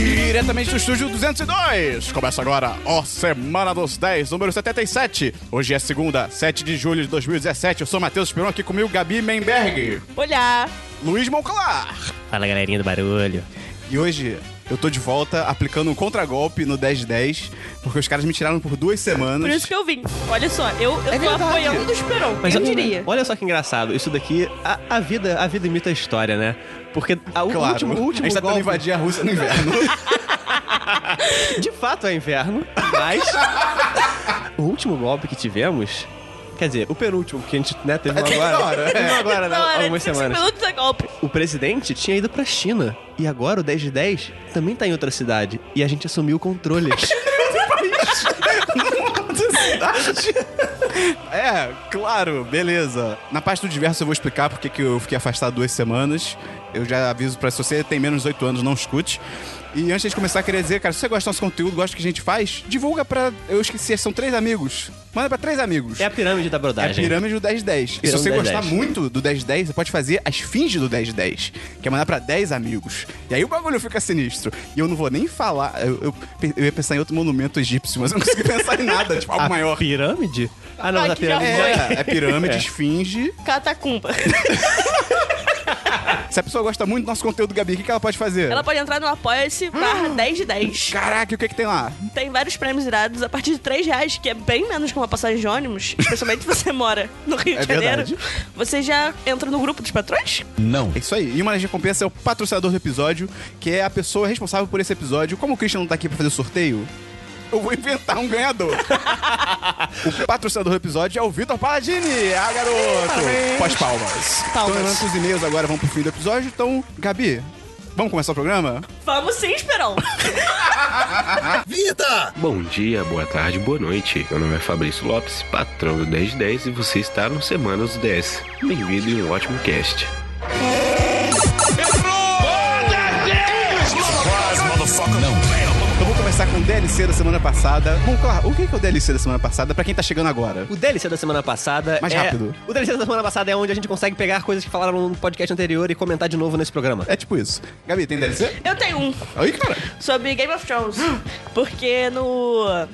diretamente do estúdio 202. Começa agora, ó, Semana dos 10, número 77. Hoje é segunda, 7 de julho de 2017. Eu sou Matheus Esperon, aqui comigo Gabi Menberg, Olhar! Luiz Monclar. Fala galerinha do barulho. E hoje eu tô de volta aplicando um contragolpe no 10 de 10, porque os caras me tiraram por duas Por isso semanas. que eu vim. Olha só, eu, eu tô verdade. apoiando o Esperon, eu olha- diria. Olha só que engraçado. Isso daqui, a, a vida, a vida imita a história, né? Porque a, o Claro, último, o último a gente tá tentando golpe, invadir a Rússia no inverno. de fato é inverno, mas o último golpe que tivemos, quer dizer, o penúltimo que a gente né, teve um Teve agora, agora, teve um agora, né, Na hora de algumas 5 semanas. minutos é golpe. O presidente tinha ido pra China e agora o 10 de 10 também tá em outra cidade e a gente assumiu o controle. É, claro, beleza. Na parte do diverso eu vou explicar porque que eu fiquei afastado duas semanas. Eu já aviso pra se você tem menos de 8 anos, não escute. E antes de começar, eu queria dizer, cara, se você gosta do nosso conteúdo, gosta do que a gente faz, divulga pra. Eu esqueci, são três amigos. Manda pra três amigos. é a pirâmide É da a brodagem. pirâmide do 1010. E se Pirâmide você 10. gostar muito do 1010, você pode fazer as fins do 1010, que é mandar pra 10 amigos. E aí o bagulho fica sinistro. E eu não vou nem falar. Eu, eu, eu ia pensar em outro monumento egípcio, mas eu não consegui pensar em nada, tipo, algo a maior. pirâmide? Ah, não, Ah, mas a que já pirâmide. É, é pirâmide, É. esfinge. Catacumba. Se a pessoa gosta muito do nosso conteúdo, Gabi, o que, que ela pode fazer? Ela pode entrar no Apoia-se barra 10 de 10. Caraca, o que, que tem lá? Tem vários prêmios irados a partir de 3 reais, que é bem menos que uma passagem de ônibus, especialmente se você mora no Rio de É Janeiro. verdade. Você já entra no grupo dos patrões? É isso aí. E uma das recompensas é o patrocinador do episódio, que é a pessoa responsável por esse episódio. Como o Christian não tá aqui pra fazer o sorteio, eu vou inventar um ganhador. o patrocinador do episódio é o Vitor Paladini. Ah, garoto! Pós-palmas. Então, Palmas. lembrando que os e-mails agora vão pro fim do episódio. Então, Gabi, vamos começar o programa? Vamos sim, Esperon. Bom dia, boa tarde, boa noite. Meu nome é Fabrício Lopes, patrão do 1010 e você está no Semana dos 10. Bem-vindo e um ótimo cast. Eu vou começar com o DLC da semana passada. Bom, claro, o que que é o DLC da semana passada pra quem tá chegando agora? O DLC da semana passada. Mais é- rápido. O DLC da semana passada é onde a gente consegue pegar coisas que falaram no podcast anterior e comentar de novo nesse programa. É tipo isso. Gabi, tem DLC? Eu tenho um. Aí, cara. sobre Game of Thrones. Porque no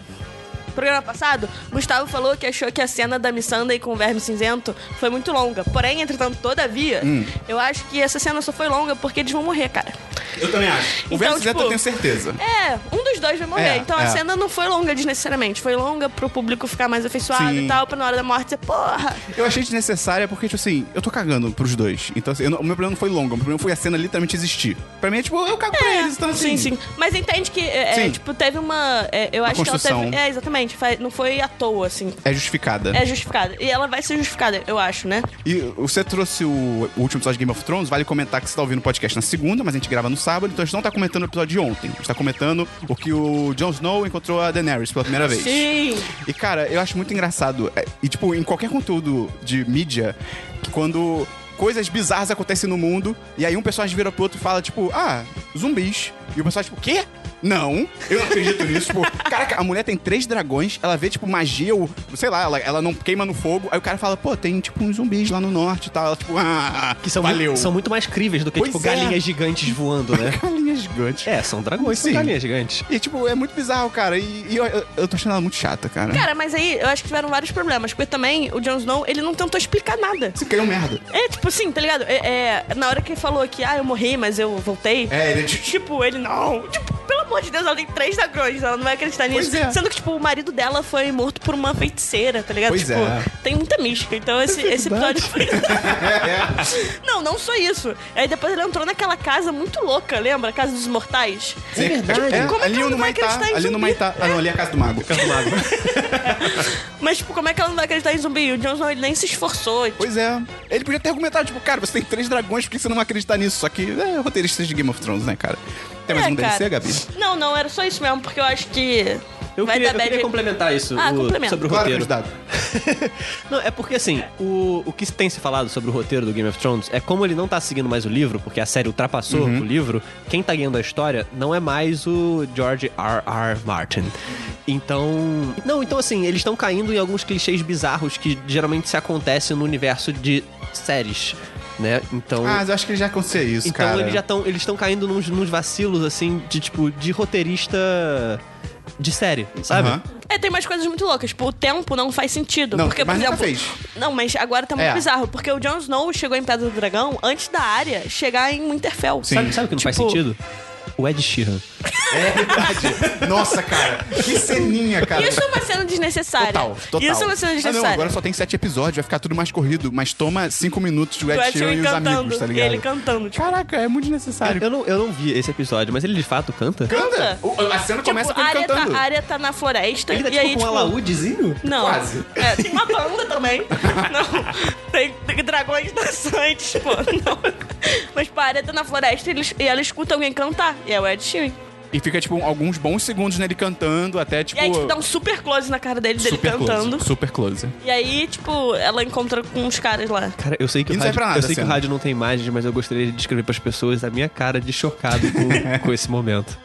programa passado, Gustavo falou que achou que a cena da Missandei com o Verme Cinzento foi muito longa. Porém, entretanto, todavia, Hum. eu acho que essa cena só foi longa porque eles vão morrer, cara. Eu também acho. O Então, Versus tipo, eu tenho certeza. É, um dos dois vai morrer. É, então a é. cena não foi longa desnecessariamente. Foi longa pro público ficar mais afeiçoado Sim. e tal, pra na hora da morte ser, porra, Eu achei desnecessária porque, tipo assim, eu tô cagando pros dois. Então, assim, eu não- o meu problema não foi longo, o meu problema foi a cena literalmente existir. Pra mim é tipo, eu cago pra eles, então assim. Sim, sim. Mas entende que, é, é, Sim. tipo, teve uma. é, eu Uma acho que construção. ela teve. É, exatamente. fa- Não foi à toa, assim. É justificada. É justificada. E ela vai ser justificada, eu acho, né? E você trouxe o, o último episódio de Game of Thrones, vale comentar que você tá ouvindo o podcast na segunda, mas a gente grava no sábado, então a gente não tá comentando o episódio de ontem. A gente tá comentando o que o Jon Snow encontrou a Daenerys pela primeira vez. Sim. E, cara, eu acho muito engraçado. é, E, tipo, em qualquer conteúdo de mídia, que quando coisas bizarras acontecem no mundo, e aí um personagem vira pro outro e fala, tipo, ah, zumbis. E o pessoal, tipo, quê? Não, eu não acredito nisso. Tipo, caraca, a mulher tem três dragões, ela vê, tipo, magia, ou, sei lá, ela, ela não queima no fogo. Aí o cara fala, pô, tem, tipo, uns zumbis lá no norte e tal. Ela, tipo, ah, Que são, valeu. muito, são muito mais críveis do que, Pois tipo, é. galinhas gigantes voando, né? galinhas gigantes. é, são dragões, Sim. são galinhas gigantes. E, tipo, é muito bizarro, cara. E, e eu, eu- eu tô achando ela muito chata, cara. Cara, mas aí eu acho que tiveram vários problemas. Porque também o Jon Snow, ele não tentou explicar nada. Você caiu um merda. É, tipo assim, tá ligado? É, é, na hora que ele falou que, ah, eu morri, mas eu voltei. É, ele, tipo, Tipo, ele não. Tipo, pelo amor de Deus, ela tem três dragões, ela não vai acreditar Pois nisso. é. Sendo que, tipo, o marido dela foi morto por uma feiticeira, tá ligado? Pois tipo, é. tem muita mística. Então esse, esse episódio foi. não, não só isso. Aí depois ele entrou naquela casa muito louca, lembra? A casa dos mortais. É verdade. Como que ali ela no não vai Maitá, acreditar em ali no zumbi? Maitá. Ah, não, ali é a casa do mago. Mas, tipo, como é que ela não vai acreditar em zumbi? O Jon Snow, ele nem se esforçou. Tipo, Pois é. Ele podia ter argumentado, tipo, cara, você tem três dragões, por que você não vai acreditar nisso? Só que é roteiristas de Game of Thrones, né, cara? Tem mais É, um DLC, cara. Gabi? Não, não, era só isso mesmo, porque eu acho que. Eu vai queria, dar eu queria bad- complementar isso Ah, o- complementa. sobre o Claro, roteiro. candidato. Não, é porque assim, o, o que tem se falado sobre o roteiro do Game of Thrones é como ele não tá seguindo mais o livro, porque a série ultrapassou Uhum. o livro, quem tá ganhando a história não é mais o George R. R. Martin. Então. Não, então assim, eles estão caindo em alguns clichês bizarros que geralmente se acontece no universo de séries. né? Então. Ah, mas eu acho que já acontecia isso, então cara. eles já estão. Eles estão caindo nos, nos vacilos, assim, de tipo, de roteirista de série, sabe? Aham. É, tem mais coisas muito loucas. Tipo, o tempo não faz sentido. Não, porque, por mas nunca exemplo. fez. Não, mas agora tá muito É. bizarro. Porque o Jon Snow chegou em Pedra do Dragão antes da área chegar em Winterfell. Sim. Sabe, sabe o que não faz Tipo- sentido? O Ed Sheeran. Nossa, cara. Que ceninha, cara. Isso é uma cena desnecessária. Total, total. Isso é uma cena Ah, não, desnecessária. agora só tem sete episódios, vai ficar tudo mais corrido, mas toma cinco minutos do Do Ed Ed Sheeran é e os cantando, amigos, tá ligado? ele cantando, tipo, Caraca, é muito desnecessário. Eu não, eu não vi esse episódio, mas ele de fato canta? Canta! canta. O- a cena começa tipo, com a ele área tá, cantando. a área tá na floresta Ele tá e tipo aí com tipo, um alaúdezinho? não. Quase. É, tem uma banda também. Não. Tem, tem dragões dançantes, pô. Não. Mas pá, a área tá na floresta e, eles- e ela escuta alguém cantar. E é o Ed Sheeran. E fica, tipo, alguns bons segundos nele cantando, até, tipo... E aí, tipo, dá um super close na cara dele, dele super cantando. close. Super close. E aí, tipo, ela encontra com uns caras lá. Cara, eu sei que, E o não serve rádio, pra nada eu a sei que o cena. rádio não tem imagens, mas eu gostaria de descrever pras pessoas a minha cara de chocado com, com esse momento.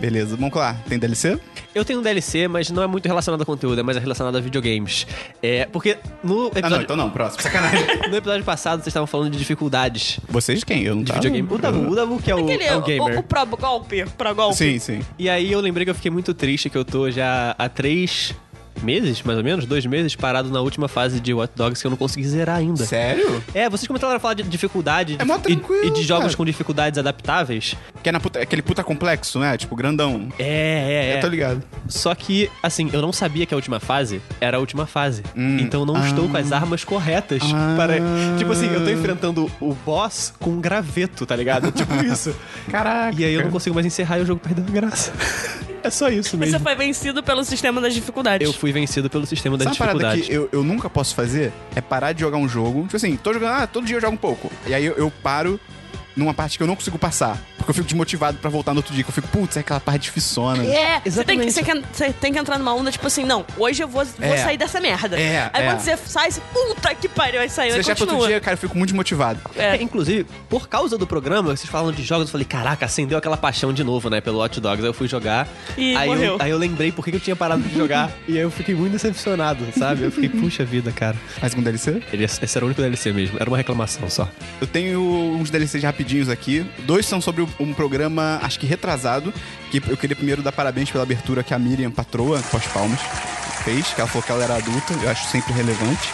Beleza, vamos lá. Tem DLC? Eu tenho um DLC, mas não é muito relacionado a conteúdo, é mais relacionado a videogames. É, porque Ah, no não, episódio, então não. Próximo. Sacanagem. no episódio passado vocês estavam falando de dificuldades Vocês quem? Eu não de tava. Uhum. videogame. O Dabu, o Dabu que é o, Aquele, é o o, gamer. o pro golpe, pro golpe. Sim, sim. E aí eu lembrei que eu fiquei muito triste que eu tô já há três meses, mais ou menos, dois meses, parado na última fase de Watch Dogs que eu não consegui zerar ainda. Sério? É, vocês começaram a falar de dificuldade É mó e- tranquilo, e, de jogos cara. com dificuldades adaptáveis. Que é na puta- aquele puta complexo, né? Tipo, grandão. É, é, é. Eu tô ligado. Só que, assim, eu não sabia que a última fase era a última fase. Então eu não estou com as armas corretas Hum. Ah. para. Tipo assim, eu tô enfrentando o boss com um graveto, tá ligado? Tipo isso. Caraca. E aí eu não consigo mais encerrar e o jogo perdeu a graça. é só isso Você mesmo. foi vencido pelo sistema das dificuldades. Eu fui vencido pelo sistema da Sabe uma parada dificuldade. que eu, eu nunca posso fazer? É parar de jogar um jogo. Tipo assim, tô jogando, ah, todo dia eu jogo um pouco. E aí eu, eu paro numa parte que eu não consigo passar. Porque eu fico desmotivado pra voltar no outro dia. Que eu fico, putz, é aquela parte difiçona. É, você tem, que, Exatamente. você, quer- você tem que entrar numa onda, tipo assim, não, hoje eu vou, vou É. sair dessa merda. É, aí é. quando você sai, você, puta que pariu, aí saiu, Se aí deixar pro continua. outro dia, cara, eu fico muito desmotivado. É. É, inclusive, por causa do programa, vocês falam de jogos, eu falei, caraca, acendeu aquela paixão de novo, né, pelo Hot Dogs. Aí eu fui jogar. E aí, morreu. Eu, aí eu lembrei por que que eu tinha parado de jogar. e aí eu fiquei muito decepcionado, sabe? Eu fiquei, puxa vida, cara. Mais um DLC? Ele, esse era o único DLC mesmo, era uma reclamação só. Eu tenho uns DLCs rapidinhos aqui. Dois são sobre um- um programa, acho que retrasado, que eu queria primeiro dar parabéns pela abertura que a Miriam Patroa, pós-palmas, fez, que ela falou que ela era adulta, eu acho sempre relevante.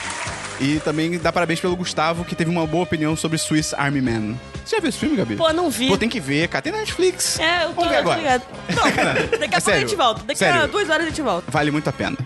E também dar parabéns pelo Gustavo, que teve uma boa opinião sobre Swiss Army Man. Você já viu esse filme, Gabi? Pô, não vi. Pô, tem que ver, cara. Tem na Netflix. É, eu tô Vamos ver agora. ligado. Não, daqui a É pouco a sério. gente volta. Daqui a Sério. duas horas a gente volta. Vale muito a pena.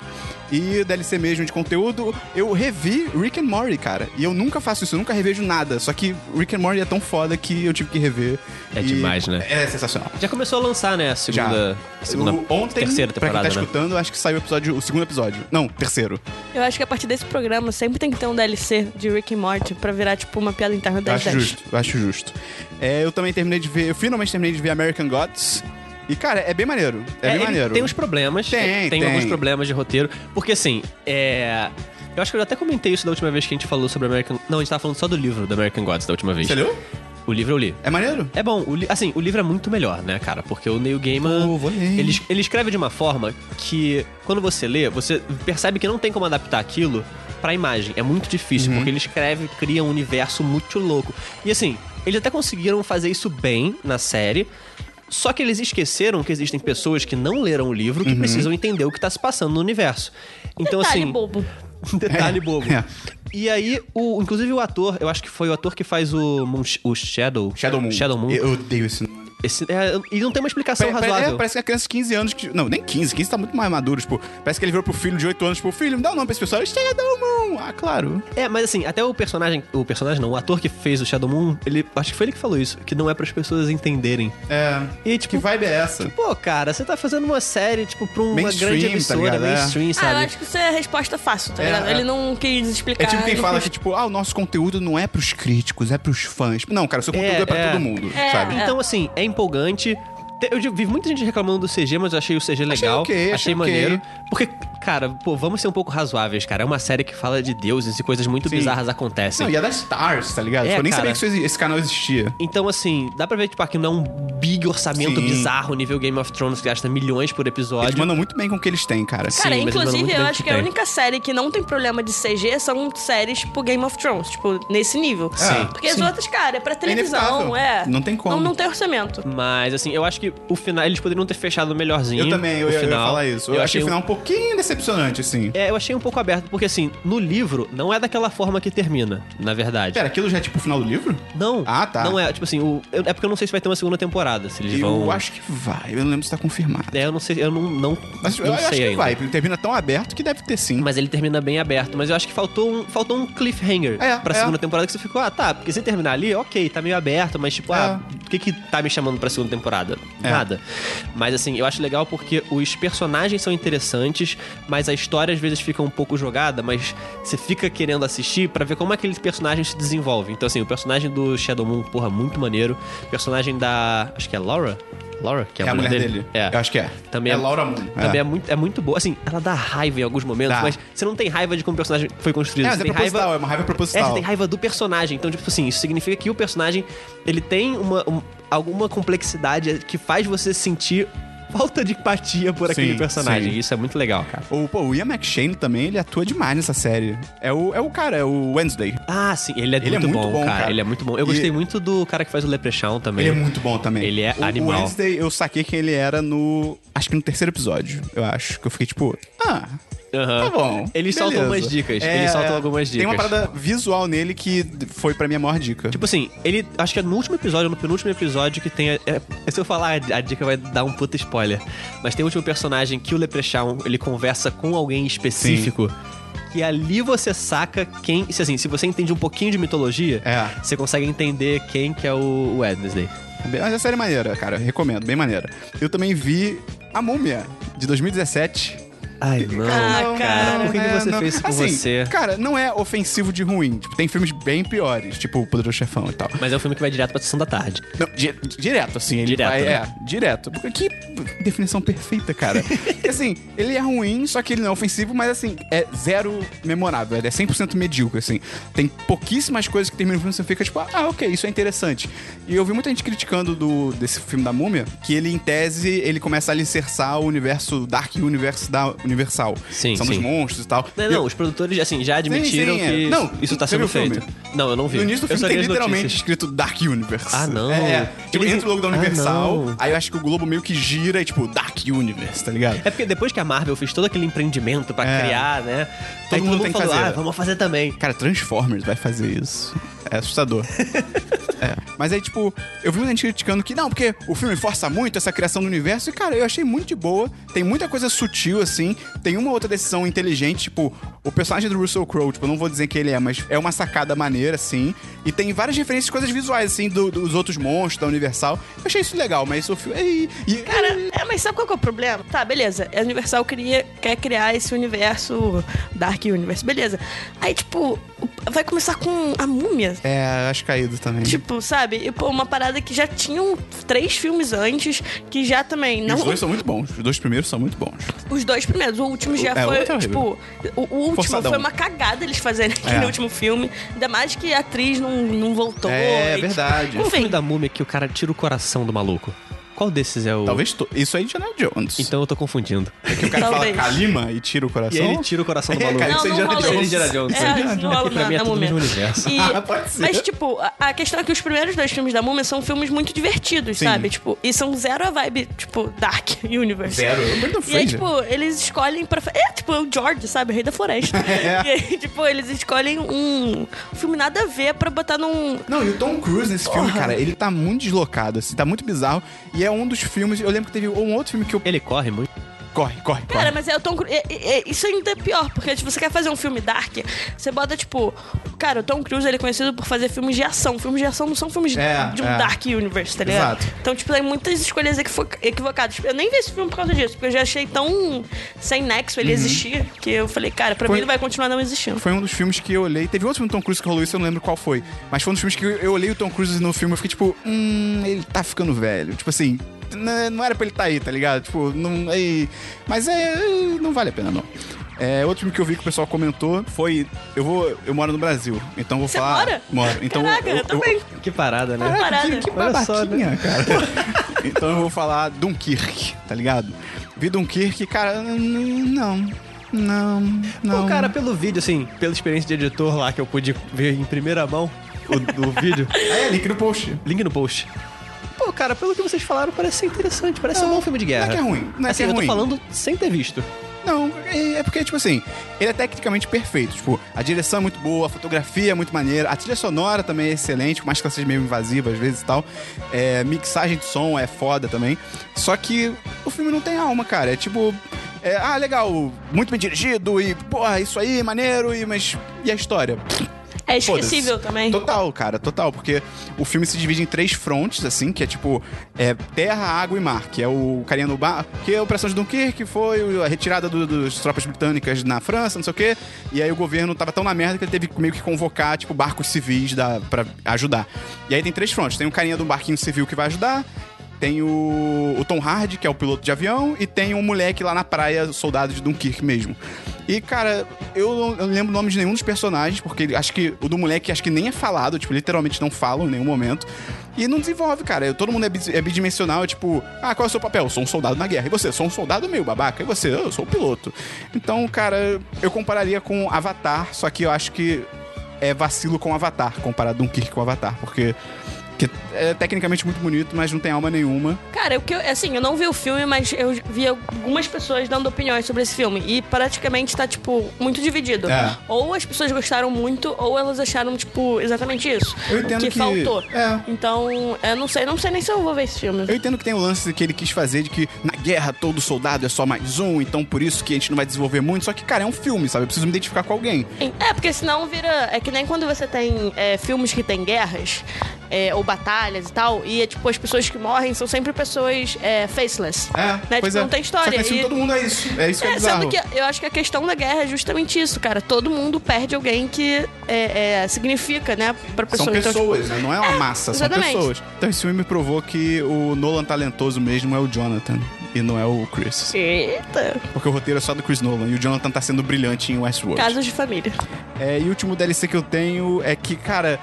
E DLC mesmo de conteúdo, eu revi Rick and Morty, cara. E eu nunca faço isso, eu nunca revejo nada. Só que Rick and Morty é tão foda que eu tive que rever. É E demais, né? É sensacional. Já começou a lançar, né, a segunda, a segunda O- ontem, terceira pra temporada, quem tá né? escutando, acho que saiu o episódio, o segundo episódio. Não, terceiro. Eu acho que a partir desse programa sempre tem que ter um DLC de Rick and Morty pra virar, tipo, uma piada interna Eu das acho 10. justo, eu acho justo. É, eu também terminei de ver, eu finalmente terminei de ver American Gods. E, cara, é bem maneiro. É, bem ele maneiro. Tem uns problemas. Tem, tem, tem. alguns problemas de roteiro. Porque assim, é. Eu acho que eu até comentei isso da última vez que a gente falou sobre American. Não, a gente tava falando só do livro do American Gods da última vez. Você leu? O livro eu li. É maneiro? É bom, o li- assim, o livro é muito melhor, né, cara? Porque o Neil Gaiman. Pô, vou ler. ele, es- ele escreve de uma forma que, quando você lê, você percebe que não tem como adaptar aquilo pra imagem. É muito difícil, Uhum. porque ele escreve, cria um universo muito louco. E assim, eles até conseguiram fazer isso bem na série. Só que eles esqueceram que existem pessoas que não leram o livro Uhum. que precisam entender o que tá se passando no universo. Então, Detalhe assim. bobo. Ah, Um detalhe bobo. é. E aí, o, inclusive o ator, eu acho que foi o ator que faz o, Moon- o Shadow. Shadow Moon. Shadow Moon. Eu odeio esse nome. Esse, é, e não tem uma explicação Pare- pare- razoável. é, parece que a criança de 15 anos. Que, não, nem 15, 15 tá muito mais maduro. Tipo, parece que ele virou pro filho de 8 anos, tipo, filho, me dá o um nome pra esse pessoal. Chega, dá um. Ah, claro. É, mas assim, até o personagem. O personagem não, o ator que fez o Shadow Moon, ele. Acho que foi ele que falou isso, que não é para as pessoas entenderem. É. E Que tipo. vibe é essa? Pô, cara, você tá fazendo uma série, tipo, pra uma Mainstream, grande tá emissora, ligado? É. mainstream, Ah, sabe? eu acho que isso é a resposta fácil, tá É, ligado? é. Ele não quis explicar. É tipo quem ele fala que, quis- tipo, ah, o nosso conteúdo não é pros críticos, é pros fãs. Tipo, Não, cara, o seu conteúdo é, pra todo mundo, É, sabe? é. Então, assim, é empolgante. Te- Eu digo, vi muita gente reclamando do CG, mas eu achei o CG legal. ok, achei ok. maneiro. Porque, cara, pô, vamos ser um pouco razoáveis, cara. É uma série que fala de deuses e coisas muito Sim. bizarras acontecem. Não, ia dar Stars, tá ligado? É, Tipo, eu nem cara. sabia que isso exi- esse canal existia. Então, assim, dá pra ver, tipo, aqui não é um big orçamento Sim. bizarro, nível Game of Thrones, que gasta milhões por episódio. Eles mandam muito bem com o que eles têm, cara. Cara, Sim, mas eles mandam inclusive, muito eu bem acho que que a tem. única série que não tem problema de CG são séries tipo Game of Thrones, tipo, nesse nível. Sim. Porque as outras, cara, é pra televisão, inevitável. é. Não tem como. Não, não tem orçamento. Mas, assim, eu acho que o final. Eles poderiam ter fechado melhorzinho. Eu também, eu, o eu ia final. falar isso. Eu, achei o um- final um pouquinho decepcionante, assim. É, eu achei um pouco aberto, porque assim, no livro, não é daquela forma que termina, na verdade. Pera, aquilo já é tipo o final do livro? Não. Ah, tá. Não é, tipo assim, o- eu- é porque eu não sei se vai ter uma segunda temporada, se eles vão. Eu acho que vai, eu não lembro se tá confirmado. É, eu não sei, eu não, não, Mas eu, não eu sei acho que ainda. vai, porque termina tão aberto que deve ter sim. Mas ele termina bem aberto, mas eu acho que faltou um, faltou um cliffhanger É, pra é. segunda temporada que você ficou, ah, tá, porque se terminar ali, ok, tá meio aberto, mas tipo, ah, o que que tá me chamando pra segunda temporada? É. Nada. Mas assim, eu acho legal porque os personagens são interessantes, mas a história às vezes fica um pouco jogada, mas você fica querendo assistir pra ver como aquele personagem se desenvolve. Então assim, o personagem do Shadow Moon, porra, muito maneiro. O personagem da, acho que é Laura? Laura, que é a, mulher, dele. É. Eu acho que é. Também é, é- Laura Moon. Também é. muito, é muito boa. Assim, ela dá raiva em alguns momentos, Dá. mas você não tem raiva de como o personagem foi construído. É, você mas é tem proposital, raiva. é uma raiva É, proposital. você tem raiva do personagem. Então, tipo assim, isso significa que o personagem ele tem uma, um- alguma complexidade que faz você sentir falta de empatia por aquele Sim, personagem. sim. Isso é muito legal, cara. O, pô, o Ian McShane também, ele atua demais nessa série. É o, é o cara, é o Wednesday. Ah, sim, ele é, Ele muito, bom, cara. Ele é muito bom. Eu E- gostei muito do cara que faz o Leprechaun também. Ele é muito bom também. Ele é o, animal. O Wednesday, eu saquei quem ele era no... Acho que no terceiro episódio, eu acho. Que eu fiquei tipo... Ah... Aham. Tá bom. Eles beleza. soltam umas dicas. É, Eles é. soltam algumas dicas. Tem uma parada visual nele que foi pra minha maior dica. Tipo assim, ele. Acho que é no último episódio, no penúltimo episódio, que tem. a- é- se eu falar, a, a dica vai dar um puta spoiler. Mas tem o último personagem que o Leprechaun ele conversa com alguém específico. Que ali você saca quem. Se assim, se você entende um pouquinho de mitologia, É. você consegue entender quem que é o Wednesday. Mas a série é maneira, cara. Recomendo, bem maneira. Eu também vi A Múmia, de 2017. Ai, não, Ah, cara. cara. Por que, que é, você não. fez isso com Assim, você? Cara, não é ofensivo de ruim. Tipo, tem filmes bem piores, tipo O Poderoso Chefão e tal. Mas é um filme que vai direto pra sessão da tarde. Não, di- direto, assim. Ele Direto, vai- né? É, direto. Porque que p- definição perfeita, cara. Porque, assim, ele é ruim, só que ele não é ofensivo, mas, assim, é zero memorável. Ele é 100% medíocre, assim. Tem pouquíssimas coisas que terminam o filme e você fica tipo, ah, ok, isso é interessante. E eu vi muita gente criticando do, desse filme da Múmia, que ele, em tese, ele começa a alicerçar o universo, o Dark Universe da Universal. Sim, São dos sim. monstros e tal. Não, E eu- não, os produtores, assim, já admitiram sim, é. que Não, isso tá você viu sendo o filme? feito. Não, eu não vi. No início do eu filme só tem li as literalmente notícias. escrito Dark Universe. Ah, não. É, é. Tipo, Eles- entra o logo da Ah, Universal, não. aí eu acho que o globo meio que gira e tipo, Dark Universe, tá ligado? É porque depois que a Marvel fez todo aquele empreendimento pra É. criar, né? Todo aí mundo tem que falou, fazer. ah, vamos fazer também. Cara, Transformers vai fazer isso. É assustador. É. Mas aí, tipo, eu vi muita gente criticando que não, porque o filme força muito essa criação do universo. E, cara, eu achei muito de boa. Tem muita coisa sutil, assim. Tem uma outra decisão inteligente, tipo, o personagem do Russell Crowe, tipo, eu não vou dizer quem ele é, mas é uma sacada maneira, assim. E tem várias referências, coisas visuais, assim, do- dos outros monstros da Universal. Eu achei isso legal, mas o filme. E, e- Cara, é, mas sabe qual que é o problema? Tá, beleza. A Universal cria- quer criar esse universo Dark Universe, beleza. Aí, tipo, o- vai começar com a múmia. É, acho caído também. Tipo, sabe? E, pô, uma parada que já tinham três filmes antes, que já também E não. Os dois são muito bons. Os dois primeiros são muito bons. Os dois primeiros, o último já É, o foi, outro é tipo, horrível. o, o último Forçadão. foi uma cagada eles fazerem aquele É. último filme, ainda mais que a atriz não, não voltou. É, e, tipo, verdade. O filme enfim, da múmia que o cara tira o coração do maluco. Qual desses é o. Talvez to- isso aí de Indiana Jones. Então eu tô confundindo. que o cara Talvez. fala Kalima e tira o coração. E aí ele tira o coração do É, maluco. cara, Não, isso é não Indiana rola Jones. isso. Indiana Jones. É, isso não rola Porque pra na- mim é na tudo múmia. mesmo universo. E- Ah, pode ser. Mas, tipo, a, a questão é que os primeiros dois filmes da Múmia são filmes muito divertidos, Sim. sabe? Tipo, e são zero a vibe, tipo, Dark Universe. Zero. Eu lembro do E Fraser. aí, tipo, eles escolhem pra. fa- É, tipo, o George, sabe? Rei da Floresta. E aí, tipo, eles escolhem um filme nada a ver pra botar num. Não, e o Tom Cruise nesse filme, cara, ele tá muito deslocado, assim, tá muito bizarro. E é um dos filmes. Eu lembro que teve um outro filme que eu. Ele corre muito. Corre, corre, corre. Cara, mas é o Tom Cruise. é- é- é- isso ainda é pior, porque se você quer fazer um filme dark, você bota, tipo. Cara, o Tom Cruise ele é conhecido por fazer filmes de ação. Filmes de ação não são filmes de- É, de um é. Dark Universe, tá ligado? Exato. Então, tipo, tem muitas escolhas equivo- equivocadas. Eu nem vi esse filme por causa disso, porque eu já achei tão sem nexo ele existir, que eu falei, cara, pra Uhum. Foi- mim ele vai continuar não existindo. Foi um dos filmes que eu olhei. Teve outro filme do Tom Cruise que rolou isso, eu não lembro qual foi. Mas foi um dos filmes que eu, eu olhei o Tom Cruise no filme e fiquei tipo, hum, ele tá ficando velho. Tipo assim, né, não era pra ele estar aí, tá ligado? Tipo, não. aí- mas é. Não vale a pena, não. É, outro filme que eu vi que o pessoal comentou foi. Eu vou. Eu moro no Brasil, então vou Você falar. mora? Moro. Então Caraca, eu, também. Que parada, né? Caraca. Caraca, que, Parada. que Olha só, né? babaquinha, cara. então eu vou falar Dunkirk, tá ligado? Vi Dunkirk, cara, n- não. Não, não. Pô, cara, pelo vídeo, assim, pela experiência de editor lá que eu pude ver em primeira mão o, o vídeo, É, link no post. link no post. Pô, cara, pelo que vocês falaram, parece ser interessante, parece um bom filme de guerra. Não é que é ruim, não é assim, que é eu tô ruim. falando sem ter visto. Não, é é porque, tipo assim, ele é tecnicamente perfeito. Tipo, a direção é muito boa, a fotografia é muito maneira, a trilha sonora também é excelente, com mais que ela seja meio invasiva às vezes e tal. É, mixagem de som é foda também. Só que o filme não tem alma, cara. É tipo. é, ah, legal, muito bem dirigido e, porra, isso aí, maneiro, e, mas. E a história? É Foda-se. esquecível também. Total, cara, total, porque o filme se divide em três frontes, assim, que é tipo é terra, água e mar, que é o carinha no bar, que é a Operação de Dunkirk, que foi a retirada do- das tropas britânicas na França, não sei o quê, e aí o governo tava tão na merda que ele teve que meio que convocar, tipo, barcos civis da, pra ajudar. E aí tem três frontes, tem o carinha do barquinho civil que vai ajudar, tem o, o Tom Hardy, que é o piloto de avião, e tem um moleque lá na praia, soldado de Dunkirk mesmo. E, cara, eu não, eu não lembro o nome de nenhum dos personagens, porque ele- acho que o do moleque acho que nem é falado, tipo, literalmente não falam em nenhum momento. E não desenvolve, cara. Todo mundo é, bis- é bidimensional, é tipo, ah, qual é o seu papel? Eu sou um soldado na guerra. E você? Eu Sou um soldado meio babaca. E você? Eu sou o piloto. Então, cara, eu compararia com Avatar, só que eu acho que é vacilo com Avatar, comparado Dunkirk com Avatar, porque que é tecnicamente muito bonito, mas não tem alma nenhuma. Cara, o que eu, assim, eu não vi o filme, mas eu vi algumas pessoas dando opiniões sobre esse filme. E praticamente tá, tipo, muito dividido. É. Ou as pessoas gostaram muito, ou elas acharam, tipo, exatamente isso. Eu entendo que- faltou. é. Então, eu não sei, não sei nem se eu vou ver esse filme. Eu entendo que tem o lance que ele quis fazer de que na guerra todo soldado é só mais um, então por isso que a gente não vai desenvolver muito. Só que, cara, é um filme, sabe? Eu preciso me identificar com alguém. É, porque senão vira. É que nem quando você tem é, filmes que tem guerras é, ou batalhas e tal, e é, tipo, as pessoas que morrem são sempre pessoas é, faceless. É, né? pois tipo, é. não tem história. Só que nesse e- filme todo mundo é isso. É isso que é, É, bizarro. sendo que eu acho que a questão da guerra é justamente isso, cara. Todo mundo perde alguém que é, é, significa, né, pra pessoa. São Então, tipo, pessoas, né? Não é uma massa, são exatamente. pessoas. Então esse filme me provou que o Nolan talentoso mesmo é o Jonathan e não é o Chris. Eita! Porque o roteiro é só do Chris Nolan e o Jonathan tá sendo brilhante em Westworld. Casos de família. É, e o último DLC que eu tenho é que, cara,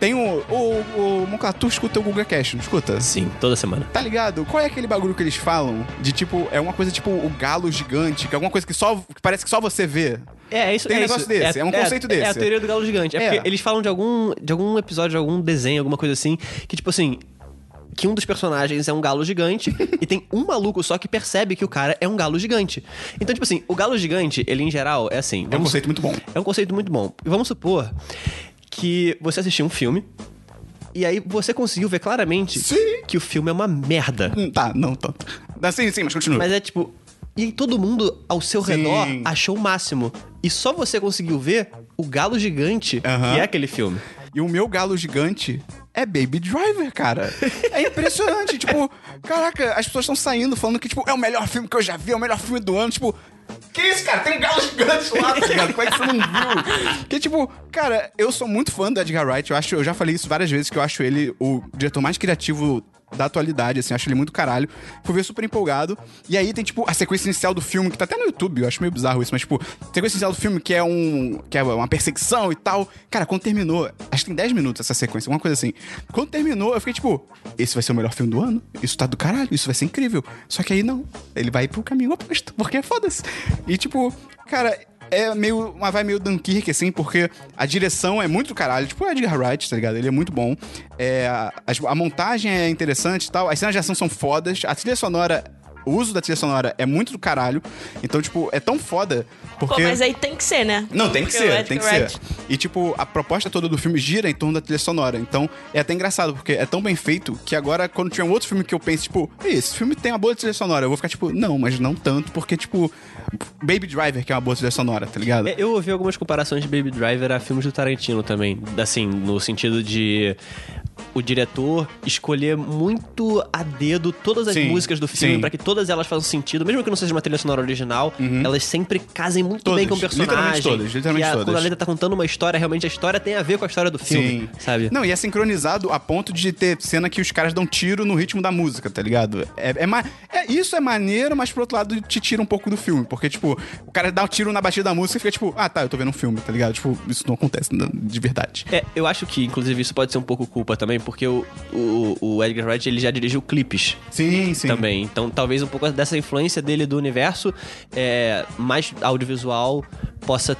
tem o. O, o Monclatu escuta o Google Cash, não escuta? Sim, toda semana. Tá ligado? Qual é aquele bagulho que eles falam? De tipo, é uma coisa tipo o galo gigante, que é alguma coisa que só. que parece que só você vê. É, é isso Tem é um negócio isso. desse, é um conceito É a desse. teoria do galo gigante. É, É. porque eles falam de algum, de algum episódio, de algum desenho, alguma coisa assim, que tipo assim. Que um dos personagens é um galo gigante e tem um maluco só que percebe que o cara é um galo gigante. Então, tipo assim, o galo gigante, ele em geral é assim. É um vamos- conceito muito bom. É um conceito muito bom. E vamos supor que você assistiu um filme e aí você conseguiu ver claramente Sim. que o filme é uma merda. Hum, Tá, não tanto. Dá sim, sim, mas continua. Mas é tipo. E aí todo mundo ao seu Sim. redor achou o máximo. E só você conseguiu ver o galo gigante Aham. que é aquele filme. E o meu galo gigante é Baby Driver, cara. É impressionante. tipo, caraca, as pessoas estão saindo falando que, tipo, é o melhor filme que eu já vi, é o melhor filme do ano. Tipo, que isso, cara? Tem um galo gigante lá, tá ligado? Como é que você não viu? Porque, tipo, cara, eu sou muito fã do Edgar Wright. Eu, acho, eu já falei isso várias vezes, que eu acho ele o diretor mais criativo da atualidade, assim, eu acho ele muito caralho. Fui ver super empolgado. E aí tem, tipo, a sequência inicial do filme, que tá até no YouTube, eu acho meio bizarro isso, mas, tipo, a sequência inicial do filme que é um. que é uma perseguição e tal. Cara, quando terminou, acho que tem 10 minutos essa sequência, alguma coisa assim. Quando terminou, eu fiquei tipo, esse vai ser o melhor filme do ano? Isso tá do caralho, isso vai ser incrível. Só que aí não, ele vai pro caminho oposto, porque foda-se. E tipo, cara, é meio. Uma vai meio Dunkirk, assim, porque a direção é muito do caralho. Tipo, o Edgar Wright, tá ligado? Ele é muito bom. É, a, a montagem é interessante e tal. As cenas de ação são fodas. A trilha sonora. O uso da trilha sonora é muito do caralho. Então, tipo, é tão foda. Pô, Porque. mas aí tem que ser, né? Não, tem que Porque o ser, é Edgar tem que ser. Wright- E, tipo, a proposta toda do filme gira em torno da trilha sonora. Então, é até engraçado, porque é tão bem feito que agora, quando tiver um outro filme que eu penso, tipo, "Ih, esse filme tem uma boa trilha sonora, eu vou ficar, tipo, não, mas não tanto, porque, tipo, Baby Driver, que é uma boa trilha sonora, tá ligado? É, Eu ouvi algumas comparações de Baby Driver a filmes do Tarantino também. Assim, no sentido de o diretor escolher muito a dedo todas as Sim, músicas do filme sim. pra que todas elas fazem sentido, mesmo que não seja uma trilha sonora original, elas sempre casem muito Todas, bem com o personagem. literalmente todas, literalmente e a- Quando a todas. letra tá contando uma história, realmente a história tem a ver com a história do filme, sabe? Não, e é sincronizado a ponto de ter cena que os caras dão tiro no ritmo da música, tá ligado? É, é, ma- é- isso é maneiro, mas por outro lado te tira um pouco do filme, porque, tipo, o cara dá o tiro na batida da música e fica tipo, ah tá, eu tô vendo um filme, tá ligado? Tipo, isso não acontece não, de verdade. É, eu acho que, inclusive, isso pode ser um pouco culpa também, porque o, o, o Edgar Wright ele já dirigiu clipes Sim, sim. também. Então, talvez um pouco dessa influência dele do universo é, mais audiovisual possa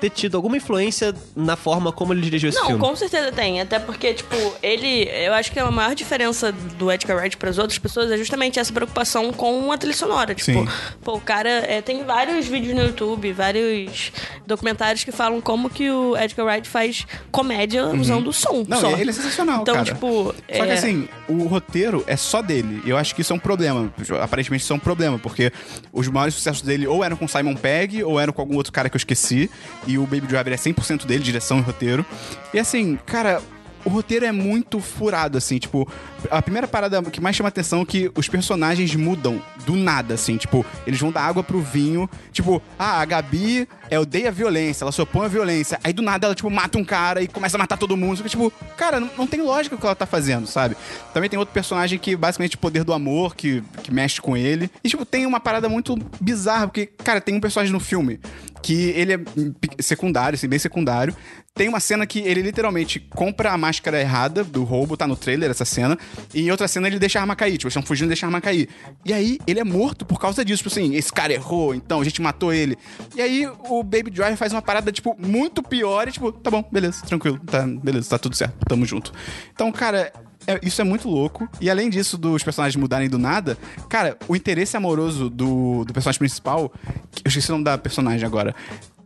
ter tido alguma influência na forma como ele dirigiu esse Não, filme. com certeza tem. Até porque, tipo, ele. Eu acho que a maior diferença do Edgar Wright para as outras pessoas é justamente essa preocupação com a trilha sonora. Tipo, Sim. pô, o cara. é, tem vários vídeos no YouTube, vários documentários que falam como que o Edgar Wright faz comédia usando o som. Não, só. ele é sensacional, Então, cara. tipo. Só que é, assim, o roteiro é só dele. E eu acho que isso é um problema. Aparentemente isso é um problema, porque os maiores sucessos dele ou eram com Simon Pegg, ou eram com algum outro cara que eu esqueci. E o Baby Driver é 100% dele, direção e roteiro. E assim, cara. O roteiro é muito furado, assim, tipo, a primeira parada que mais chama atenção é que os personagens mudam do nada, assim, tipo, eles vão da água pro vinho, tipo, ah, a Gabi é, odeia a violência, ela se opõe à violência, aí do nada ela, tipo, mata um cara e começa a matar todo mundo, fica, tipo, cara, não, não tem lógica o que ela tá fazendo, sabe? Também tem outro personagem que, basicamente, o poder do amor, que, que mexe com ele, e, tipo, tem uma parada muito bizarra, porque, cara, tem um personagem no filme que ele é hum, pe- secundário, assim, bem secundário, tem uma cena que ele literalmente compra a máscara errada do roubo, tá no trailer essa cena. E em outra cena ele deixa a arma cair, tipo, eles estão fugindo e deixa a arma cair. E aí ele é morto por causa disso, tipo assim, esse cara errou, então a gente matou ele. E aí o Baby Driver faz uma parada, tipo, muito pior e tipo, tá bom, beleza, tranquilo, tá, beleza, tá tudo certo, tamo junto. Então, cara. é- isso é muito louco. E além disso, dos personagens mudarem do nada, cara, o interesse amoroso do, do personagem principal, que- eu esqueci o nome da personagem agora,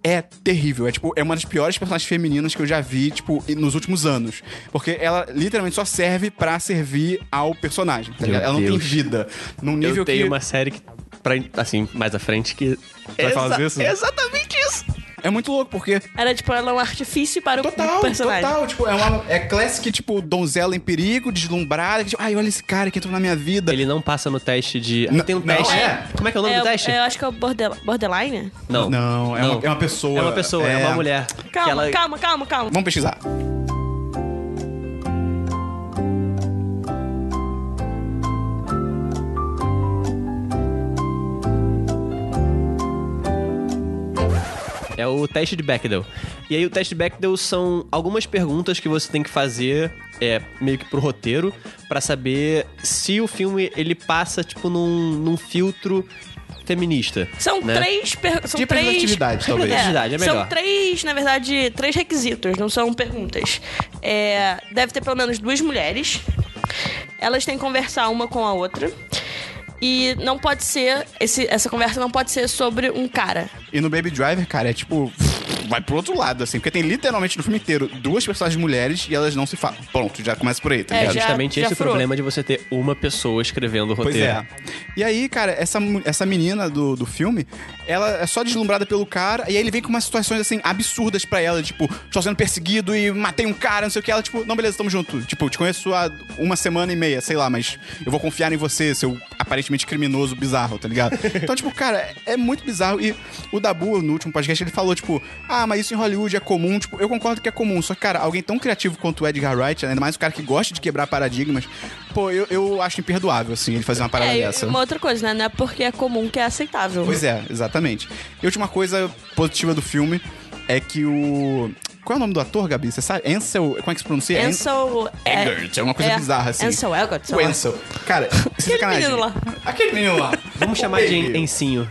é terrível. É tipo, é uma das piores personagens femininas que eu já vi, tipo, e- nos últimos anos. Porque ela literalmente só serve pra servir ao personagem. tá Meu ligado? ela não tem Deus. vida. Num nível eu tenho que. uma série que, pra- assim, mais à frente que... Vai falar disso? É exatamente isso! É muito louco, porque. Era, tipo, ela um artifício para o Total, Um personagem. total. Tipo, é uma. É classic, tipo, donzela em perigo, deslumbrada. Que, tipo, ai, olha esse cara que entrou na minha vida. Ele não passa no teste de... Não- Tem um não, teste... é. Como é que é o nome É, do teste? Eu acho que é o bordel- borderline. Não. Não, é, Não. Uma, é uma pessoa. É uma pessoa, é, uma mulher. que Calma, ela- calma, calma, calma. Vamos pesquisar. É o teste de Bechdel. E aí o teste de Bechdel são algumas perguntas que você tem que fazer é, meio que pro roteiro pra saber se o filme ele passa tipo num, num filtro feminista. São né? três per... Tipos são de três... atividade, talvez. É, Atividade, é melhor. São três, na verdade, três requisitos, não são perguntas. É, deve ter pelo menos duas mulheres. Elas têm que conversar uma com a outra. E não pode ser. esse- essa conversa não pode ser sobre um cara. E no Baby Driver, cara, é tipo. Vai pro outro lado, assim, porque tem literalmente no filme inteiro duas personagens mulheres e elas não se falam. Pronto, já começa por aí, tá É, ligado? já- Justamente esse furou. o problema de você ter uma pessoa escrevendo o Pois roteiro. é. E aí, cara, essa, mu- essa menina do, do filme, ela é só deslumbrada pelo cara, e aí ele vem com umas situações, assim, absurdas pra ela, tipo, tô sendo perseguido e matei um cara, não sei o que. Ela, tipo, não, beleza, tamo junto. Tipo, te conheço há uma semana e meia, sei lá, mas eu vou confiar em você, seu aparentemente criminoso bizarro, tá ligado? Então, tipo, cara, é muito bizarro. E o Dabu, no último podcast, ele falou, tipo, ah, mas isso em Hollywood é comum. Tipo, eu concordo que é comum, só que, cara, alguém tão criativo quanto o Edgar Wright, ainda mais o cara que gosta de quebrar paradigmas, pô, eu, eu acho imperdoável, assim, ele fazer uma parada É, e dessa. uma outra coisa, né? Não é porque é comum que é aceitável. Pois é, exatamente. E a última coisa positiva do filme é que o. Qual é o nome do ator, Gabi? Você sabe? Ansel. Como é que se pronuncia? Ansel. é- Eggert, é uma coisa é, bizarra, assim. Ansel Elgort, sei O lá. Ansel. Cara, Aquele menino lá. Aquele menino lá. Vamos O chamar de baby. en- encinho.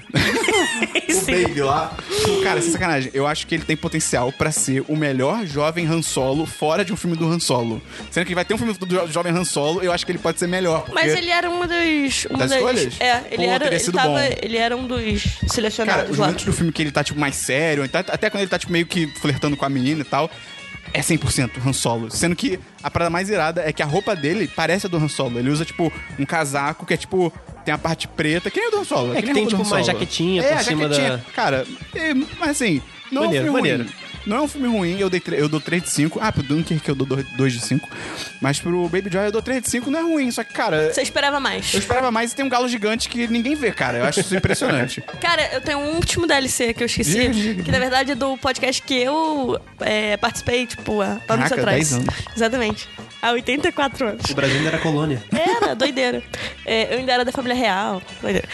O baby lá. Tipo, Cara, sem sacanagem. Eu acho que ele tem potencial pra ser o melhor jovem Han Solo fora de um filme do Han Solo. Sendo que vai ter um filme do jo- jovem Han Solo, eu acho que ele pode ser melhor. Mas porque- ele era um uma das. Uma Das das, escolhas? É, ele Pô, era. teria Ele, sido tava, bom. ele era um dos Cara, selecionados os lá. momentos do filme que ele tá, tipo, mais sério, então, até quando ele tá, tipo, meio que flertando com a menina e tal, é 100% Han Solo. Sendo que a parada mais irada é que a roupa dele parece a do Han Solo. Ele usa, tipo, um casaco que é, tipo... Tem a parte preta, que nem a do Han Solo. É que nem a tem, roupa do tipo, Han Solo. uma jaquetinha é, por a cima jaquetinha. da- Cara, é, mas assim... Não é um Maneiro, filme ruim. maneiro. Não é um filme ruim, eu, dei, tre- eu dou 3 de 5. Ah, pro Dunkirk eu dou 2 de 5. Mas pro Baby Joy eu dou 3 de 5, não é ruim. Só que, cara, Você esperava mais. eu esperava mais e tem um galo gigante que ninguém vê, cara. Eu acho isso impressionante. Cara, eu tenho um último DLC que eu esqueci. Diga, diga. Que na verdade é do podcast que eu é, participei, tipo, há anos Caraca, atrás. 10 anos. Exatamente. Há 84 anos. O Brasil ainda era colônia. Era, é doideira. É, eu ainda era da família real. Doideira.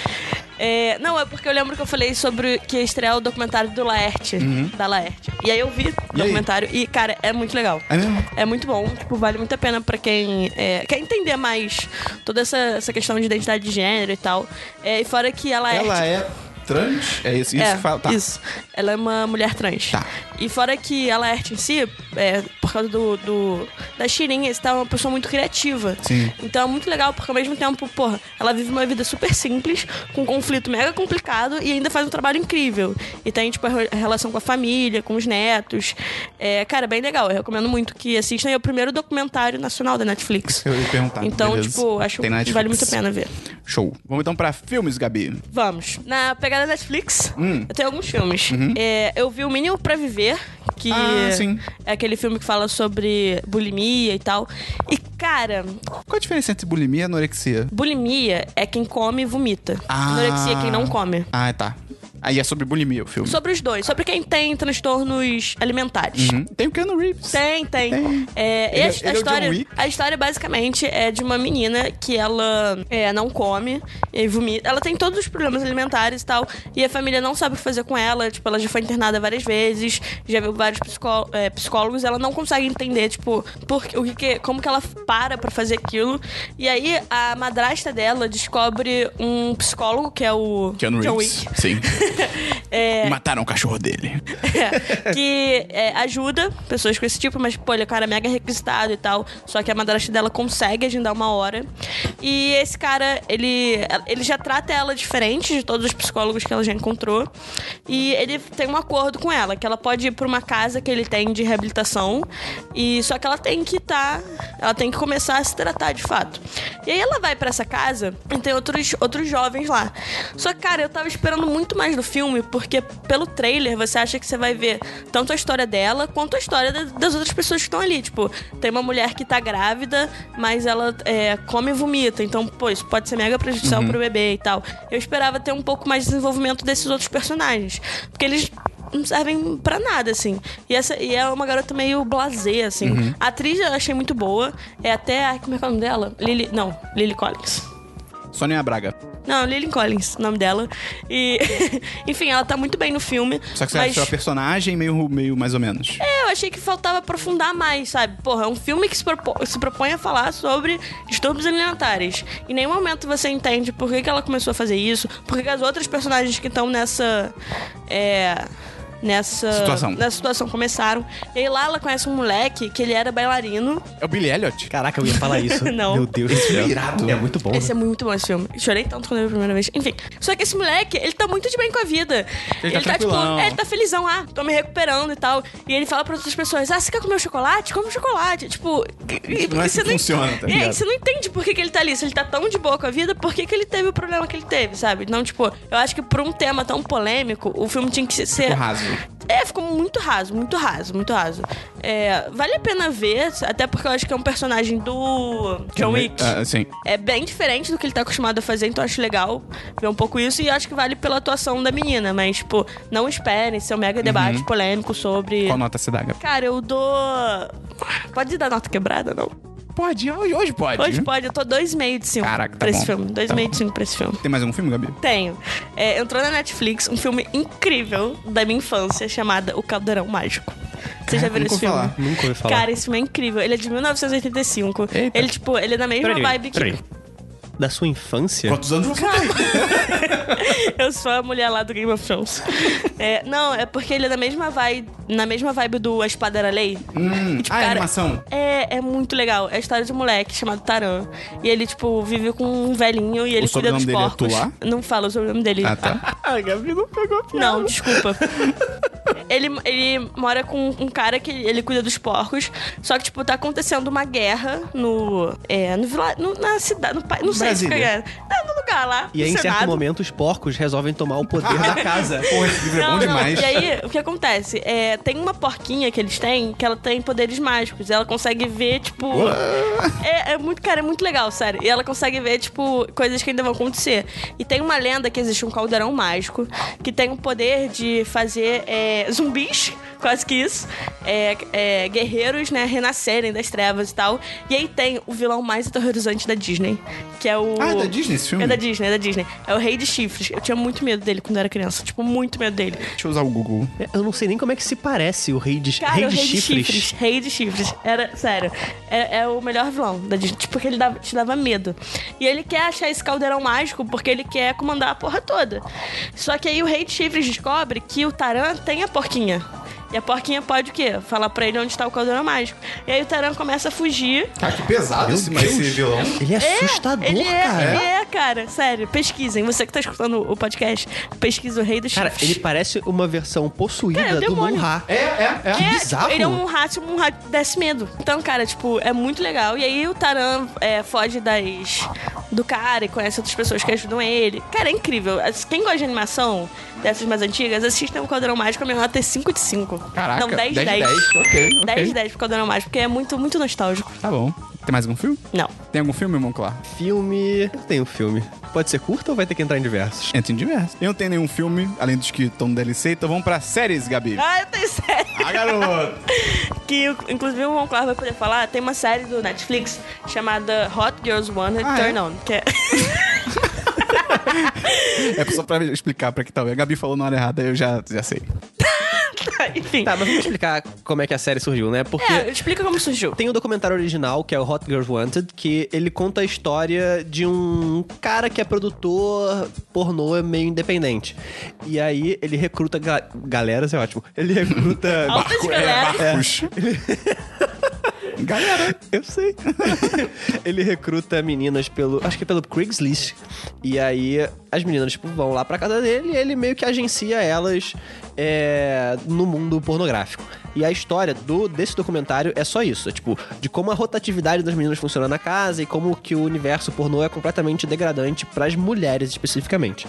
É, não, é porque eu lembro que eu falei sobre que ia estrear o documentário do Laerte, da Laerte. E aí eu vi o Uhum. E aí? documentário e, cara, é muito legal. É mesmo? É muito bom, tipo, vale muito a pena pra quem é, quer entender mais toda essa, essa questão de identidade de gênero e tal. É, e fora que a Laerte Ela é trans? É isso, isso é, que fala. Tá. Isso. Ela é uma mulher trans. Tá. E fora que a Laerte em si, é, por causa do, do- da tirinha, está uma pessoa muito criativa. Sim. Então é muito legal, porque ao mesmo tempo, porra, ela vive uma vida super simples, com um conflito mega complicado e ainda faz um trabalho incrível. E tem, tipo, a re- a relação com a família, com os netos. É, cara, bem legal. Eu recomendo muito que assistam. E é o primeiro documentário nacional da Netflix. Eu ia perguntar. Então, beleza. tipo, acho Tem na que vale muito a Netflix. pena ver. Show. Vamos então pra filmes, Gabi. Vamos. Na pegada Netflix, Hum. Uhum. eu tenho alguns filmes. É, eu vi o Mínimo pra Viver, que Ah, sim. é aquele filme que fala sobre bulimia e tal. E, cara, Qual é a diferença entre bulimia e anorexia? bulimia é quem come e vomita. Ah. Anorexia é quem não come. Ah, tá. Aí é sobre bulimia o filme. Sobre os dois, sobre quem tem transtornos alimentares. Uhum. Tem o Keanu Reeves. Tem, tem. Tem. É, Ele- e ele é a, a o John história, Wick? a história basicamente é de uma menina que ela é, não come e vomita. Ela tem todos os problemas alimentares e tal. E a família não sabe o que fazer com ela. Tipo, ela já foi internada várias vezes, já viu vários psicó- é, psicólogos. Ela não consegue entender, tipo, por, que- o que, que- como que ela para pra fazer aquilo. E aí a madrasta dela descobre um psicólogo, que é o Keanu John Reeves. Wick. Sim. Mataram o cachorro dele. É, que é, ajuda pessoas com esse tipo, mas, pô, ele é um cara mega requisitado e tal. Só que a madrasta dela consegue agendar uma hora. E esse cara, ele, ele já trata ela diferente de todos os psicólogos que ela já encontrou. E ele tem um acordo com ela, que ela pode ir pra uma casa que ele tem de reabilitação. E só que ela tem que estar. ela tem que começar a se tratar de fato. E aí ela vai pra essa casa e tem outros, outros jovens lá. Só que, cara, eu tava esperando muito mais do filme, porque pelo trailer você acha que você vai ver tanto a história dela quanto a história da- das outras pessoas que estão ali. Tipo, tem uma mulher que tá grávida, mas ela é, come e vomita. Então, pô, isso pode ser mega prejudicial pro bebê e tal. Eu esperava ter um pouco mais de desenvolvimento desses outros personagens. Porque eles não servem pra nada, assim. E, essa, e é uma garota meio blasé, assim. A atriz eu achei muito boa. É até. ai, Como é que é o nome dela? Lily. Não, Lily Collins. Sônia Braga. Não, Lily Collins, o nome dela. E. Enfim, ela tá muito bem no filme. Só que você mas... achou a personagem meio, meio mais ou menos. É, eu achei que faltava aprofundar mais, sabe? Porra, é um filme que se, propo- se propõe a falar sobre distúrbios alimentares. Em nenhum momento você entende por que, que ela começou a fazer isso, por que, que as outras personagens que estão nessa. É. Nessa Situação. nessa situação começaram. E aí lá ela conhece um moleque que ele era bailarino. É o Billy Elliot? Caraca, eu ia falar isso. Não. Meu Deus do céu. Irado. É muito bom. Esse é muito bom esse filme. Chorei tanto quando eu vi a primeira vez. Enfim. Só que esse moleque, ele tá muito de bem com a vida. Ele tá tipo, tranquilão. é, ele tá felizão, ah, tô me recuperando e tal. E ele fala pra outras pessoas, ah, você quer comer o chocolate? Come o chocolate. Tipo, e- e Não é você que funciona, tá e aí, ligado? você não entende por que, que ele tá ali. Se ele tá tão de boa com a vida, por que, que ele teve o problema que ele teve, sabe? Então, tipo, eu acho que por um tema tão polêmico, o filme tinha que ser. O raso. É, ficou muito raso, muito raso, muito raso. É, vale a pena ver, até porque eu acho que é um personagem do John Wick Ah, sim. é bem diferente do que ele tá acostumado a fazer, então acho legal ver um pouco isso e acho que vale pela atuação da menina, mas, tipo, não esperem ser um mega debate polêmico sobre. Uhum. Qual nota você dá, Gabi? Cara, eu dou. Pode dar nota quebrada, não? Pode, hoje, hoje pode. Hoje pode, eu tô 2,5 de 5 Caraca, tá pra esse bom. filme. Tá 2,5 de 5 pra esse filme. Tem mais algum filme, Gabi? Tenho. É, entrou na Netflix um filme incrível da minha infância chamada O Caldeirão Mágico. Vocês Caraca, já viram nunca esse ouvi filme? falar. Nunca ouvi falar. Cara, esse filme é incrível. Ele é de 1985. Eita. Ele, tipo, ele é da mesma Peraí, vibe que. peraí. Da sua infância? Quantos anos você tem? Eu sou a mulher lá do Game of Thrones. É, não, é porque ele é da mesma vibe, na mesma vibe do A Espada Era Lei. tipo, Hum, ah, é cara, animação. É, é muito legal. É a história de um moleque chamado Taran. E ele, tipo, vive com um velhinho e ele cuida sobrenome dos dele é porcos. Tuá? Não fala o sobrenome dele. Ah, tá. Ah, a Gabi não pegou a Não, desculpa. Ele, ele mora com um cara que ele cuida dos porcos. Só que, tipo, tá acontecendo uma guerra no. É, no, vila- no- na cidade. No, pa- não sei se Brasília. fica guerra. Tá no lugar lá. E aí, em no certo Senado. momento, os porcos resolvem tomar o poder da casa. Porra, esse livro é bom demais. E aí, o que acontece? É, tem uma porquinha que eles têm que ela tem poderes mágicos. Ela consegue ver, tipo. É, é muito, cara, é muito legal, sério. E ela consegue ver, tipo, coisas que ainda vão acontecer. E tem uma lenda que existe um caldeirão mágico que tem o poder de fazer é, zumbis, quase que isso, é, é, guerreiros, né, renascerem das trevas e tal. E aí tem o vilão mais aterrorizante da Disney, que é o. Ah, é da Disney esse filme? É da Disney, é da Disney. É o Rei de Chifres. Eu tinha muito medo dele quando eu era criança. Tipo, muito medo dele. Deixa eu usar o Google. É, Eu não sei nem como é que se parece o rei de, Cara, rei o de Rei chifres. de Chifres. Rei de Chifres. Era, sério. É, é o melhor vilão da Disney. Tipo, porque ele dava- te dava medo. E ele quer achar esse caldeirão mágico porque ele quer comandar a porra toda. Só que aí o Rei de Chifres descobre que o Taran tem a porquinha. E a porquinha pode o quê? Falar pra ele onde tá o caldeirão mágico. E aí o Taran começa a fugir. Cara, que pesado esse, esse vilão. Ele é, assustador, ele é, cara. Ele é, cara. Sério, pesquisem. Você que tá escutando o podcast, pesquisa o Rei dos Cara, Chifres. ele parece uma versão possuída Cara, é o do demônio. Monra. É, é, é. É, bizarro. tipo, ele é um rato, um rato desce medo. Então, cara, tipo, é muito legal. E aí o Taran é, foge das do cara e conhece outras pessoas que ajudam ele. Cara, é incrível. As- Quem gosta de animação dessas mais antigas, assistam o Caldeirão Mágico, é melhor até 5 de 5. Caraca, Não, 10 de 10. 10. Ok, ok. 10 de 10 pro Caldeirão Mágico, porque é muito, muito nostálgico. Tá bom. Tem mais algum filme? Não. Tem algum filme, Monclar? Filme. Eu tenho um filme. Pode ser curto ou vai ter que entrar em diversos? Entra em diversos. Eu não tenho nenhum filme, além dos que estão no DLC, então vamos pra séries, Gabi. Ah, eu tenho série Ah, garoto! que, inclusive, o Monclar vai poder falar. Tem uma série do Netflix chamada Hot Girls Wanted Ah, é? Turn On, que é... É só pra explicar pra que tal. A Gabi falou na hora errada, eu já, já sei. Enfim. Tá, mas vamos explicar como é que a série surgiu, né? Porque. É, explica como surgiu. Tem o documentário original, que é o Hot Girls Wanted, que ele conta a história de um cara que é produtor pornô meio independente. E aí ele recruta ga galeras, é ótimo. Ele recruta. Altas é, galeras. Barcos. Galera, Eu sei. ele recruta meninas pelo. Acho que é pelo Craigslist. E aí as meninas, tipo, vão lá pra casa dele e ele meio que agencia elas é, no mundo pornográfico. E a história do, desse documentário é só isso. É, tipo, de como a rotatividade das meninas funciona na casa e como que o universo pornô é completamente degradante pras mulheres especificamente.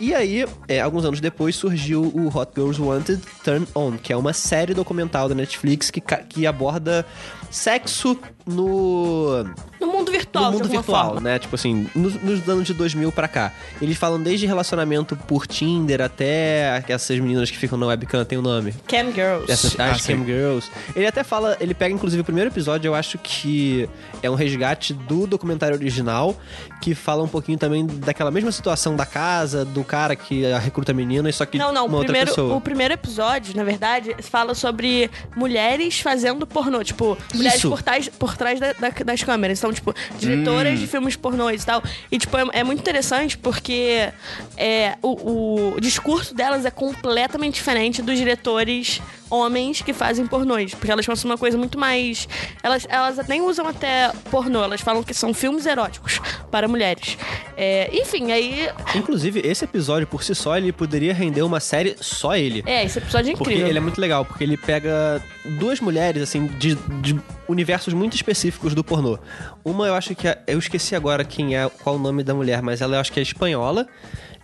E aí, é, alguns anos depois, surgiu o Hot Girls Wanted Turn On, que é uma série documental da Netflix que, ca- que aborda sexo no, No mundo virtual, de no mundo alguma virtual, forma. né? Tipo assim, nos, nos anos de 2000 pra cá. Eles falam desde relacionamento por Tinder até essas meninas que ficam na webcam, tem o nome. Cam Girls. Essas Ah, as sim. Cam Girls. Ele até fala, ele pega inclusive o primeiro episódio, eu acho que é um resgate do documentário original, que fala um pouquinho também daquela mesma situação da casa, do cara que ah, recruta meninas, só que Não, não, uma o outra primeiro, pessoa. o primeiro episódio, na verdade, fala sobre mulheres fazendo pornô. Tipo, mulheres Isso. por trás, por trás da- da- das câmeras. Então, tipo, Hum. diretoras de filmes pornôs e tal. E, tipo, é, é muito interessante porque é, o, o discurso delas é completamente diferente dos diretores homens que fazem pornôs. Porque elas pensam uma coisa muito mais. Elas, elas nem usam até pornô, elas falam que são filmes eróticos para mulheres. É, enfim, aí. Inclusive, esse episódio por si só, ele poderia render uma série só ele. É, esse episódio é Porque incrível. ele é muito legal, porque ele pega duas mulheres, assim, de, de universos muito específicos do pornô. Uma eu acho que é, eu esqueci agora quem é, qual o nome da mulher, mas ela eu acho que é espanhola.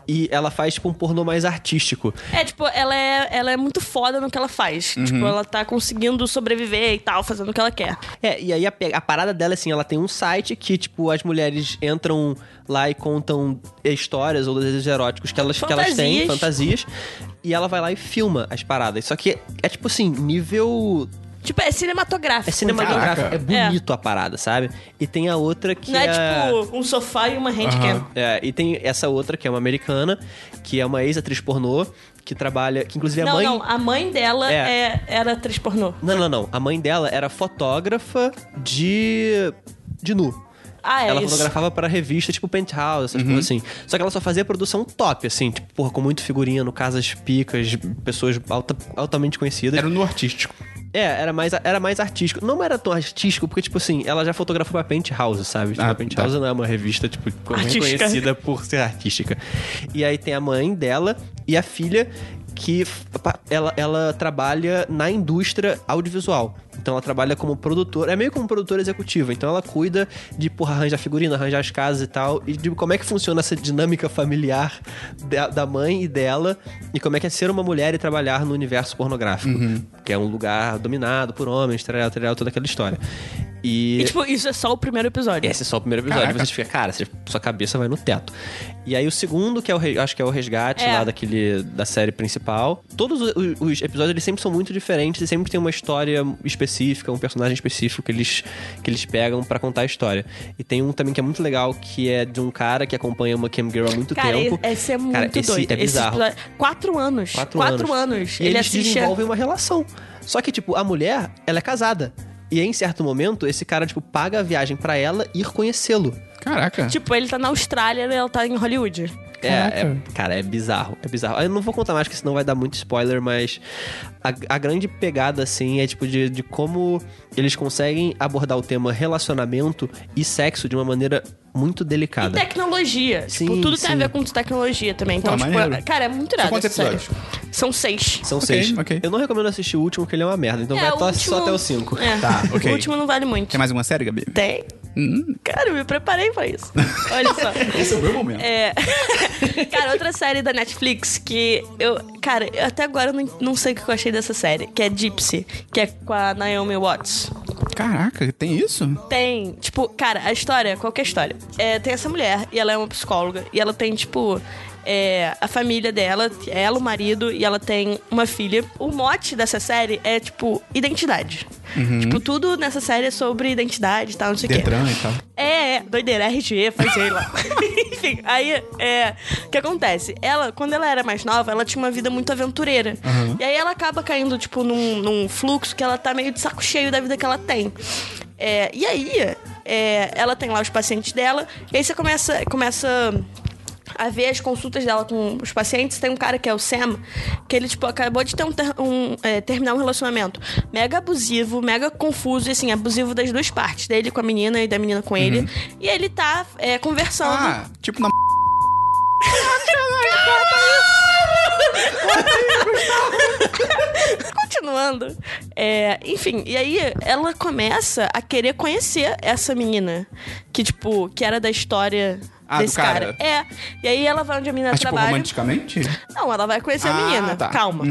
E ela faz, tipo, um pornô mais artístico. É, tipo, ela é, ela é muito foda no que ela faz. Uhum. Tipo, ela tá conseguindo sobreviver e tal, fazendo o que ela quer. É, e aí a, pe- a parada dela, assim, ela tem um site que, tipo, as mulheres entram lá e contam histórias ou desejos eróticos que elas, que elas têm, fantasias. E ela vai lá e filma as paradas. Só que é, tipo assim, nível Tipo, é cinematográfico. É cinematográfico, Caraca. é bonito a parada, sabe? E tem a outra que Não é... é, tipo um sofá e uma handcam. É, e tem essa outra que é uma americana, que é uma ex-atriz pornô, que trabalha... Que inclusive a Não, mãe... não. A mãe dela É. é- era atriz pornô. não, não, não. A mãe dela era fotógrafa de... de nu. Ah, é ela isso. fotografava pra revista tipo Penthouse, essas coisas assim. Só que ela só fazia produção top, assim, tipo, porra, com muito figurino, casas picas, pessoas alta- altamente conhecidas. era no artístico. É, era mais, era mais artístico. Não era tão artístico, porque, tipo assim, ela já fotografou pra Penthouse, sabe? Tipo, Ah, a Penthouse tá. não é uma revista, tipo, Artística. reconhecida por ser artística. E aí tem a mãe dela e a filha, que pa- ela, ela trabalha na indústria audiovisual. Então ela trabalha como produtora, é meio como produtora executiva. Então ela cuida de porra, arranjar figurino, arranjar as casas e tal, e de como é que funciona essa dinâmica familiar da, da mãe e dela, e como é que é ser uma mulher e trabalhar no universo pornográfico, Uhum. que é um lugar dominado por homens, tal, tal, toda aquela história. E, E, tipo, isso é só o primeiro episódio. esse é só o primeiro episódio. Caraca. Você fica, cara, você- sua cabeça vai no teto. E aí o segundo, que é o re- acho que é o resgate É. lá daquele da série principal. Todos o- o- os, episódios eles sempre são muito diferentes e sempre tem uma história específica, um personagem específico que eles que eles pegam pra contar a história. E tem um também que é muito legal que é de um cara que acompanha uma cam girl há muito Cara, tempo. esse- esse é muito Cara, esse doido. é bizarro. Esse episódio- quatro anos. Quatro, anos. E Ele eles assiste. a- desenvolvem uma relação. Só que, tipo, a mulher, ela é casada. E em certo momento, esse cara, tipo, paga a viagem pra ela ir conhecê-lo. Caraca. Tipo, ele tá na Austrália e ela tá em Hollywood. É, é, cara, é bizarro, é bizarro. Eu não vou contar mais, porque senão vai dar muito spoiler, mas a, a grande pegada, assim, é tipo de, de como eles conseguem abordar o tema relacionamento e sexo de uma maneira muito delicada. E tecnologia. tipo, Sim, tudo tem a sim. ver com tecnologia também. Então, Pô, tipo, maneiro. cara, é muito São irado. quantos essa série. episódios? São seis. São Ok, seis. ok. Eu não recomendo assistir o último, porque ele é uma merda. Então É, vai o até- último- só até o cinco. É. Tá, ok. O último não vale muito. Tem mais Hum? uma série, Gabi? Tem. Cara, eu me preparei pra isso. Olha só. Esse é o meu momento. É. cara, outra série da Netflix que eu. Cara, eu até agora não, não sei o que eu achei dessa série, que é Gypsy, que é com a Naomi Watts. Caraca, tem isso? Tem, tipo, cara, a história, qualquer história. É, tem essa mulher, e ela é uma psicóloga, e ela tem, tipo. é, a família dela, ela, o marido, e ela tem uma filha. O mote dessa série é, tipo, identidade. Tipo, tudo nessa série é sobre identidade e tal, não sei o quê. Detran e tal. É, é, doideira, RG, faz sei lá. Enfim, aí, é, o que acontece? Ela, quando ela era mais nova, ela tinha uma vida muito aventureira. E aí ela acaba caindo, tipo, num, num fluxo que ela tá meio de saco cheio da vida que ela tem. É, e aí, é, ela tem lá os pacientes dela, e aí você começa, começa a ver as consultas dela com os pacientes, tem um cara que é o Sam, que ele, tipo, acabou de ter um ter- um, é, terminar um relacionamento mega abusivo, mega confuso, e assim, abusivo das duas partes, dele com a menina e da menina com ele. E ele tá é, conversando. Uhum. Ah, tipo na. Continuando. é, enfim, e aí ela começa a querer conhecer essa menina. Que, tipo, que era da história Ah, do desse cara. cara. É. E aí ela vai onde a menina Mas, tipo, trabalha. romanticamente? Não, ela vai conhecer a Ah, menina. tá. Calma.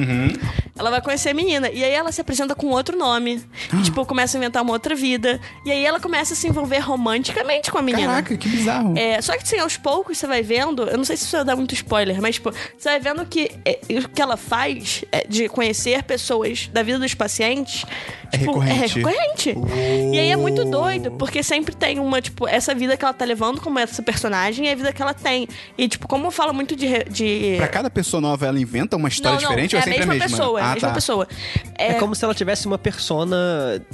Ela vai conhecer a menina. E aí ela se apresenta com outro nome. Ah. E, tipo, começa a inventar uma outra vida. E aí ela começa a se envolver romanticamente com a menina. Caraca, que bizarro. É, só que assim, aos poucos você vai vendo, eu não sei se isso dá muito spoiler, mas tipo, você vai vendo que é, o que ela faz é, de conhecer pessoas da vida dos pacientes É tipo, recorrente. É recorrente. E aí é muito doido, porque sempre tem uma, tipo, essa vida que ela tá levando como essa personagem e a vida que ela tem. E, tipo, como fala muito de. re- de... Pra cada pessoa nova, ela inventa uma história diferente é ou é a sempre mesma a mesma? pessoa, é a ah, mesma tá. pessoa. É, É como se ela tivesse uma persona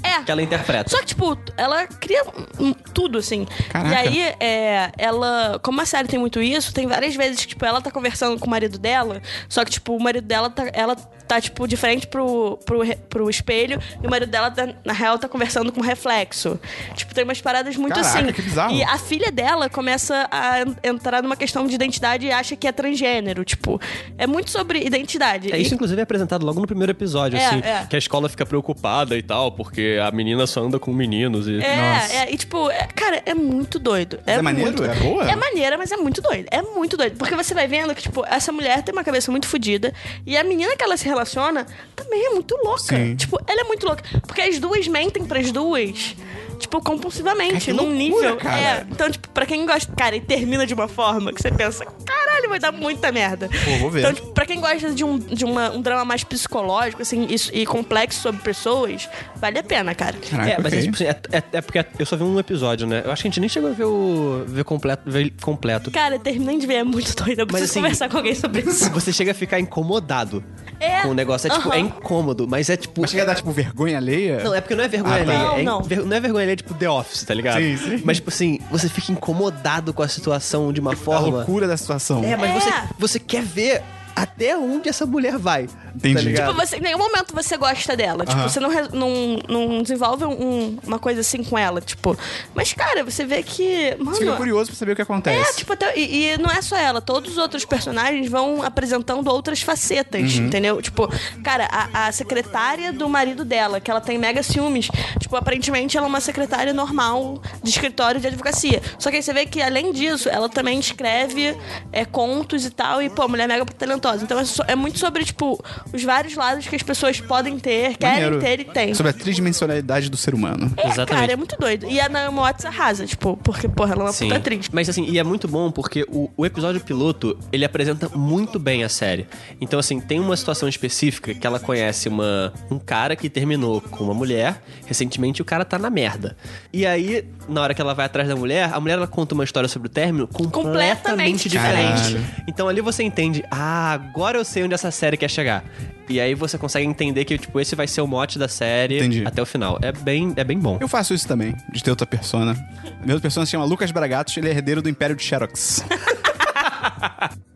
É. que ela interpreta. Só que, tipo, ela cria hum, tudo, assim. Caraca. E aí, é, ela. Como a série tem muito isso, tem várias vezes que, tipo, ela tá conversando com o marido dela, só que, tipo, o marido dela tá. Ela tá, tipo, de frente pro, pro, re- pro espelho e o marido dela, tá- na real, tá conversando com reflexo. Tipo, tem umas paradas muito Caraca, assim. que bizarro. E a filha dela começa a en- entrar numa questão de identidade e acha que é transgênero. Tipo, é muito sobre identidade. É, E- isso, inclusive, é apresentado logo no primeiro episódio, É, assim. é. Que a escola fica preocupada e tal, porque a menina só anda com meninos e. Nossa. É, é, e tipo, é- cara, é muito doido. Mas é maneiro? muito- É boa? É maneira, mas é muito doido. É muito doido. Porque você vai vendo que, tipo, essa mulher tem uma cabeça muito fodida e a menina que ela se relaciona também é muito louca. Sim. Tipo, ela é muito louca. Porque as duas mentem pras duas. Tipo, compulsivamente, Cara, que num loucura, nível. cara. É. Então, tipo, pra quem gosta, cara, e termina de uma forma que você pensa, caralho, vai dar muita merda. Pô, vou ver. Então, tipo, pra quem gosta de um, de uma- um drama mais psicológico, assim, e, e complexo sobre pessoas, vale a pena, cara. Caraca, É, mas é, Ah, ok. tipo, assim, é, é- é porque eu só vi um episódio, né? Eu acho que a gente nem chegou a ver o. ver completo. Ver ele completo. Cara, terminei de ver, é muito doido. Eu preciso assim- conversar com alguém sobre isso. Você chega a ficar incomodado É, com o negócio. É tipo, aham. é incômodo, mas é tipo. Mas chega a dar, tipo, vergonha alheia? Não, é porque não é vergonha Ah, tá. alheia. Não, é in- não. ver- não é vergonha alheia, tipo The Office, tá ligado? Sim, sim. É Mas, tipo assim, você fica incomodado com a situação de uma a forma. loucura da situação. É, mas É. Você, você quer ver até onde essa mulher vai. Entendi. Tá ligado? Tipo, você, em nenhum momento você gosta dela. Tipo, Aham. você não, re- não, não desenvolve um- uma coisa assim com ela, tipo. Mas, cara, você vê que. Você fica Mano. curioso pra saber o que acontece. É, tipo, até- e, e não é só ela, todos os outros personagens vão apresentando outras facetas, Uhum. entendeu? Tipo, cara, a, a secretária do marido dela, que ela tem mega ciúmes, tipo, aparentemente ela é uma secretária normal de escritório de advocacia. Só que aí você vê que, além disso, ela também escreve é, contos e tal, e, pô, a mulher é mega talentosa. Então é, so- é muito sobre, tipo, os vários lados que as pessoas podem ter, querem Maneiro. ter e têm. Sobre a tridimensionalidade do ser humano. É, Exatamente. cara, é muito doido. E a Naomi Watts arrasa, tipo, porque, porra, ela é uma puta atriz. Mas assim, e é muito bom porque o, o episódio piloto, ele apresenta muito bem a série. Então, assim, tem uma situação específica que ela conhece uma, um cara que terminou com uma mulher, recentemente o cara tá na merda. E aí, na hora que ela vai atrás da mulher, a mulher ela conta uma história sobre o término completamente, Completamente diferente. diferente. Então ali você entende, ah, agora eu sei onde essa série quer chegar. E aí você consegue entender que, tipo, esse vai ser o mote da série Entendi. até o final. É bem, é bem bom. Eu faço isso também, de ter outra persona. Meu persona se chama Lucas Bragatos, ele é herdeiro do Império de Xerox.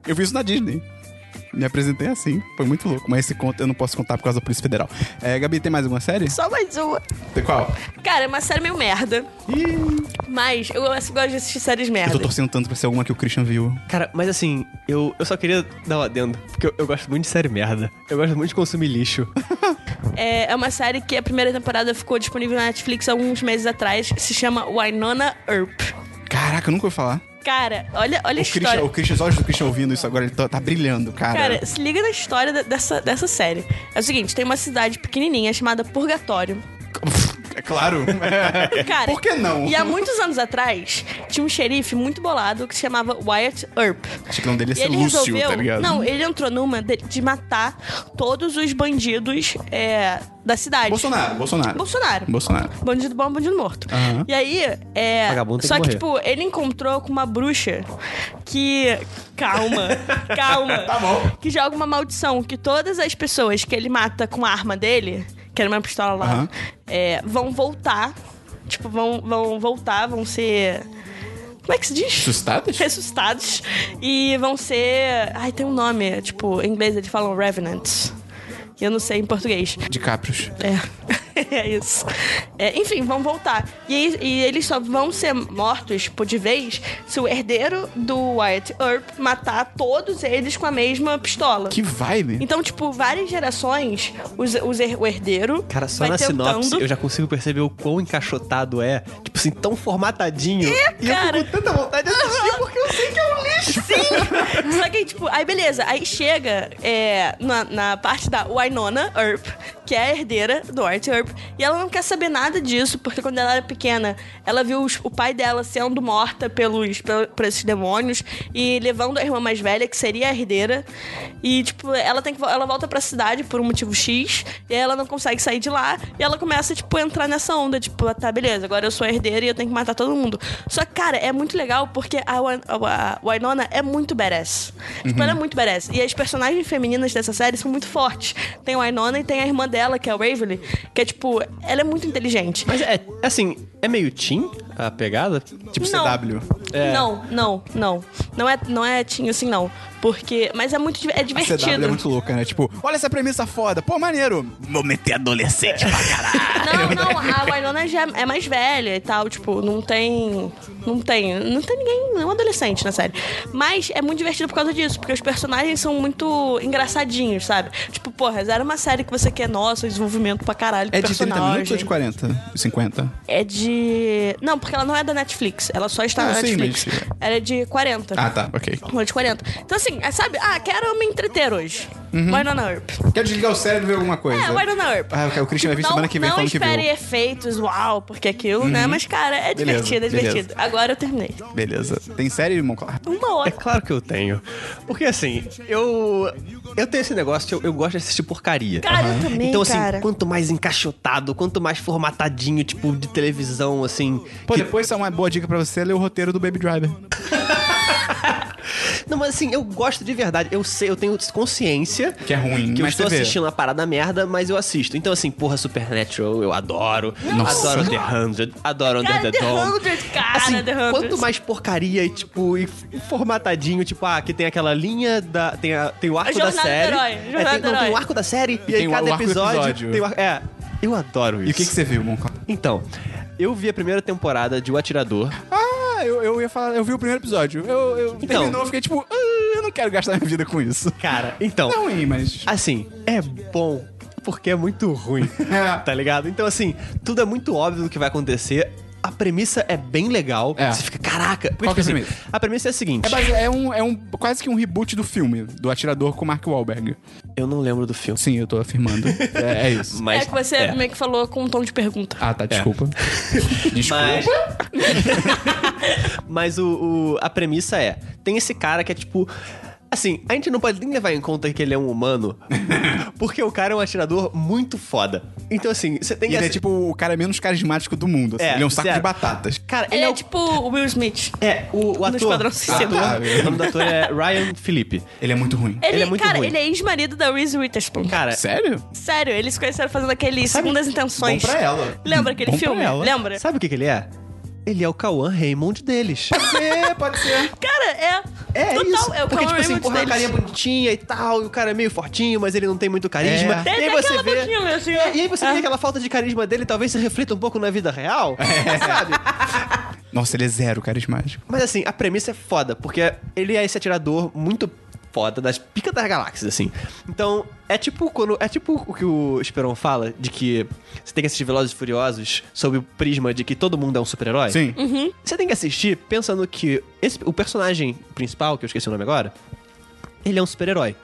eu vi isso na Disney. Me apresentei assim, foi muito louco. Mas esse conto eu não posso contar por causa da Polícia Federal. É, Gabi, tem mais alguma série? Só mais uma. Tem qual? Cara, é uma série meio merda. Mas eu gosto gosto de assistir séries Eu merda. tô torcendo tanto pra ser alguma que o Christian viu. Cara, mas assim, eu, eu só queria dar um adendo, porque eu, eu gosto muito de série merda. Eu gosto muito de consumir lixo. É, é uma série que a primeira temporada ficou disponível na Netflix há alguns meses atrás. Se chama Winona Earp. Caraca, eu nunca ouvi falar. Cara, olha, olha a O Christian, é história. o Christian, os olhos do Christian ouvindo isso agora, ele tá, tá brilhando, cara. Cara, se liga na história da- dessa, dessa série. É o seguinte, tem uma cidade pequenininha chamada Purgatório. É claro. Cara, É, Por que não? E há muitos anos atrás, tinha um xerife muito bolado que se chamava Wyatt Earp. Acho que o nome dele ia E ser ele Lúcio, resolveu. tá ligado? Não, ele entrou numa de, de matar todos os bandidos é, da cidade. Bolsonaro, Bolsonaro. Bolsonaro. Bolsonaro. Bandido bom, bandido morto. Aham. E aí, é. Vagabundo tem só que que, tipo, ele encontrou com uma bruxa que. Calma, calma. Tá bom. Que joga uma maldição que todas as pessoas que ele mata com a arma dele, que era uma pistola lá, Aham. é, vão voltar. Tipo, vão, vão voltar, vão ser. Como é que se diz? Assustadas? ressuscitados e vão ser. Ai, tem um nome. Tipo, em inglês eles falam Revenants. E eu não sei em português. De Capros. É. É isso. É, enfim, vão voltar. E, aí- e eles só vão ser mortos, tipo, de vez, se o herdeiro do Wyatt Earp matar todos eles com a mesma pistola. Que vibe. Então, tipo, várias gerações, os, os her- o herdeiro. Cara, só vai na tentando... sinopse eu já consigo perceber o quão encaixotado é. Tipo assim, tão formatadinho. e cara. eu fico com tanta vontade de assistir porque eu sei que é um lixo. Sim! Só que, tipo, aí beleza. Aí chega é, na, na parte da Winona Earp, que é a herdeira do Art Earp, e ela não quer saber nada disso, porque quando ela era pequena, ela viu os- o pai dela sendo morta pelos, pel- por esses demônios e levando a irmã mais velha, que seria a herdeira. E, tipo, ela tem que vo- ela volta pra cidade por um motivo X, e aí ela não consegue sair de lá, e ela começa, tipo, a entrar nessa onda, tipo, ah, tá, beleza, agora eu sou a herdeira e eu tenho que matar todo mundo. Só que, cara, é muito legal porque a, Wan- a- a Winona é muito badass. Tipo, ela é muito badass. E as personagens femininas dessa série são muito fortes. Tem a Winona e tem a irmã dela, que é a Waverly, que é, tipo, ela é muito inteligente. Mas é, é assim, é meio teen a pegada? Tipo, Tipo Não. CW. É. Não, não, não. Não é, não é tinho assim, não. Porque... Mas é muito... di- É A divertido. CW é muito louca, né? Tipo, olha essa premissa foda. Pô, maneiro. Vou meter adolescente pra caralho. Não, não, a Winona já é mais velha e tal, tipo, não tem. Não tem. Não tem ninguém, nenhum adolescente na série. Mas é muito divertido por causa disso, porque os personagens são muito engraçadinhos, sabe? Tipo, porra, era uma série que você quer, nossa, desenvolvimento pra caralho. É de 30 personagem. minutos ou de 40? 50? É de. Não, porque ela não é da Netflix, ela só está Ah, na sim, Netflix. mas- Ela é de 40. Ah, tá. Ok. Uma de 40. Então, assim, é, sabe? Ah, quero me entreter hoje. Uhum. Winona Earp. Quero desligar o cérebro e ver alguma coisa. É, Winona Earp. Ah, o Christian vai vir Não- semana que vem Não falando que viu. espere efeitos, uau, porque aquilo, né? Mas, cara, é Beleza, divertido, é beleza. divertido. Agora eu terminei. Beleza. Tem série, Monclar? Uma É hora. claro que eu tenho. Porque assim, eu. Eu tenho esse negócio, que eu, eu gosto de assistir porcaria. Cara, eu também, Então, assim, cara. quanto mais encaixotado, quanto mais formatadinho, tipo, de televisão, assim. Pô, que- depois é uma boa dica pra você ler o roteiro do Baby Driver. Não, mas assim, eu gosto de verdade. Eu sei, eu tenho consciência. Que é ruim, Que eu mas estou você vê. assistindo uma parada merda, mas eu assisto. Então, assim, porra, Supernatural, eu adoro. Nossa. Adoro The Hundred, adoro Under Cara, the, The Dome. 100, cara, Assim, The 100. quanto mais porcaria e, tipo, e formatadinho, tipo, ah, que tem aquela linha da. Tem, a- tem o arco da Jornada do série. Herói, É, Jornada tem, do não, tem Herói. o arco da série, e Tem aí o cada arco do episódio, episódio. tem o ar- É. Eu adoro isso. E o que, que você viu, Monca? Então, eu vi a primeira temporada de O Atirador. Ah, eu, eu ia falar, eu vi o primeiro episódio. Eu, eu Então. terminou, eu fiquei tipo, "Ah, eu não quero gastar minha vida com isso. Cara, então. Não é ruim, mas. Assim, é bom porque é muito ruim. tá ligado? Então, assim, tudo é muito óbvio do que vai acontecer. A premissa é bem legal. É. Você fica, caraca. Porque, Qual que é a assim, premissa? a premissa é a seguinte: É, base- é um, é um quase que um reboot do filme, do Atirador com Mark Wahlberg. eu não lembro do filme. Sim, eu tô afirmando. É, é isso. Mas, é que você é. meio que falou com um tom de pergunta. Ah, tá, desculpa. Desculpa. Mas, mas o, o- a premissa é: tem esse cara que é tipo. Assim, a gente não pode nem levar em conta que ele é um humano, porque o cara é um atirador muito foda. Então, assim, você tem E que. ele é assim, tipo o cara menos carismático do mundo. assim. É, ele é um saco zero. de batatas. Cara, Ele ele é, o- tipo o Will Smith. É, o, o ator. Esquadrão o Suicida. Ah, ator- o nome do ator é Ryan Felipe. Ele é muito ruim. Ele, é muito cara, ruim. ele é ex-marido da Reese Witherspoon. É. Cara, Sério? Sério, eles se conheceram fazendo aquele Segundas Intenções. Bom pra ela. Lembra aquele Bom pra filme? ela. Lembra? sabe o que, que ele é? Ele é o Cauã Raymond deles. É, pode ser. Cara, é. É total, isso. é o Cameron Porque, tipo assim, Raymond porra, a deles. carinha bonitinha e tal, e o cara é meio fortinho, mas ele não tem muito carisma. É. Tem E aí até você aquela vê. boquinha meio assim, e ó. aí você vê É. aquela falta de carisma dele talvez se reflita um pouco na vida real, É. sabe? Nossa, ele é zero carismático. Mas assim, a premissa é foda, porque ele é esse atirador muito foda das picas das galáxias, assim. Então, é tipo quando é tipo o que o Esperon fala de que você tem que assistir Velozes e Furiosos sob o prisma de que todo mundo é um super-herói. Sim. Você tem que assistir pensando que esse, o personagem principal, que eu esqueci o nome agora, ele é um super-herói.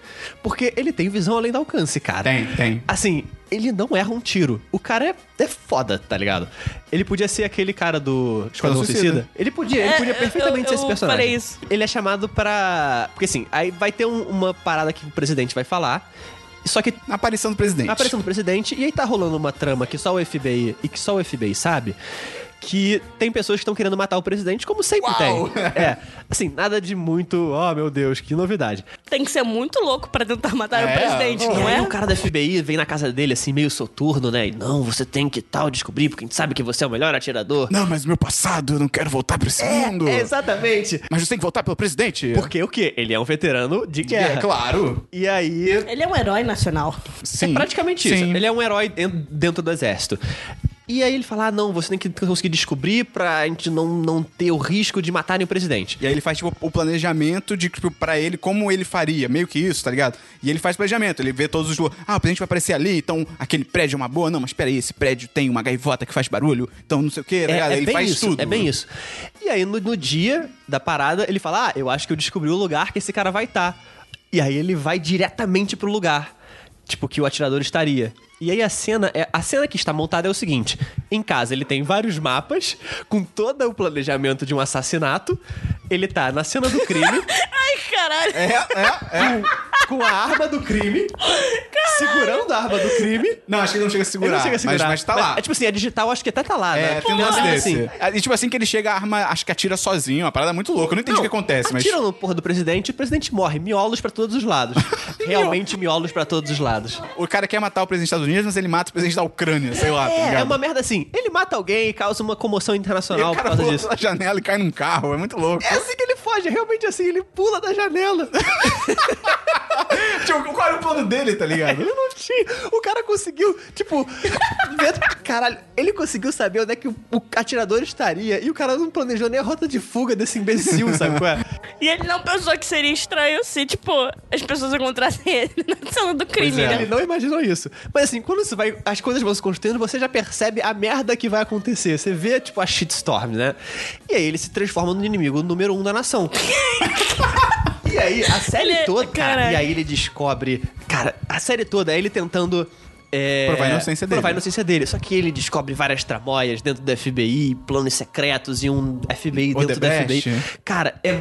Porque ele tem visão além do alcance, cara. Tem, tem. Assim, ele não erra um tiro. O cara é, é foda, tá ligado? Ele podia ser aquele cara do Esquadrão Suicida. Suicida. Ele podia, ele É, podia eu- perfeitamente ser esse eu personagem. falei isso. Ele é chamado pra. Porque assim, aí vai ter um- uma parada que o presidente vai falar. Só que Na aparição do presidente. a aparição do presidente, e aí tá rolando uma trama que só o FBI e que só o FBI sabe. Que tem pessoas que estão querendo matar o presidente, como sempre Uau! tem. É. Assim, nada de muito. Oh, meu Deus, que novidade. Tem que ser muito louco pra tentar matar É, o presidente, pô. não E é? aí o cara da FBI vem na casa dele, assim, meio soturno, né? E não, você tem que tal descobrir, porque a gente sabe que você é o melhor atirador. Não, mas o meu passado, eu não quero voltar pra esse mundo. É, exatamente. Mas você tem que voltar pelo presidente. Porque o quê? Ele é um veterano de guerra. É, claro. E aí. Ele é um herói nacional. Sim. É praticamente Sim. isso. Ele é um herói den- dentro do exército. E aí ele fala: ah, não, você tem que conseguir descobrir pra gente não, não ter o risco de matarem o presidente. E aí ele faz, tipo, o planejamento de, tipo, pra ele, como ele faria, meio que isso, tá ligado? E ele faz planejamento, ele vê todos os... lu- Ah, o presidente vai aparecer ali, então aquele prédio é uma boa. Não, mas peraí, esse prédio tem uma gaivota que faz barulho, então não sei o quê, tá É, ligado? é ele bem faz isso, tudo. É bem isso. E aí, no, no dia da parada, ele fala: Ah, eu acho que eu descobri o lugar que esse cara vai estar. E aí ele vai diretamente pro lugar, tipo, que o atirador estaria. E aí a cena é. A cena que está montada é o seguinte: em casa ele tem vários mapas, com todo o planejamento de um assassinato. Ele tá na cena do crime, Ai, caralho. É, é, é. com a arma do crime, segurando a arma do crime. Não, acho que ele não chega a segurar. Ele não chega a mas- segurar. Mas, tá lá. É tipo assim, a digital acho que até tá lá, né? É, tem um Então, lance assim, desse. E tipo assim que ele chega, a arma, acho que atira sozinho, uma parada muito louca. Eu não entendi o que acontece, mas. Atiram no porra do presidente, o presidente morre. Miolos pra todos os lados. Realmente miolos pra todos os lados. O cara quer matar o presidente dos Estados Unidos, mas ele mata o presidente da Ucrânia, sei lá, tá É, ligado? é uma merda assim. Ele mata alguém e causa uma comoção E internacional o por cara causa pula disso. pela janela e cai num carro, é muito louco. É assim que ele foge, é realmente assim, ele pula da janela. É, um, Tipo, qual era o plano dele, tá ligado? Ele não tinha. O cara conseguiu, tipo, ver- caralho, ele conseguiu saber onde é que o, o atirador estaria e o cara não planejou nem a rota de fuga desse imbecil, sabe qual é? E ele não pensou que seria estranho se, tipo, as pessoas encontrassem ele na cena do crime, Pois é, né? Ele não imaginou isso. Mas assim, quando isso vai, as coisas vão se construindo, você já percebe a merda que vai acontecer. Você vê, tipo, a shitstorm, né? E aí ele se transforma no inimigo número um da nação. e aí, a série Ele- é- toda. Cara, Caralho. e aí ele descobre. Cara, a série toda é ele tentando. é, Provar a inocência dele. Provar a inocência dele. Só que ele descobre várias tramóias dentro do FBI, planos secretos e um FBI dentro do Odebrecht. FBI. Cara, é. é-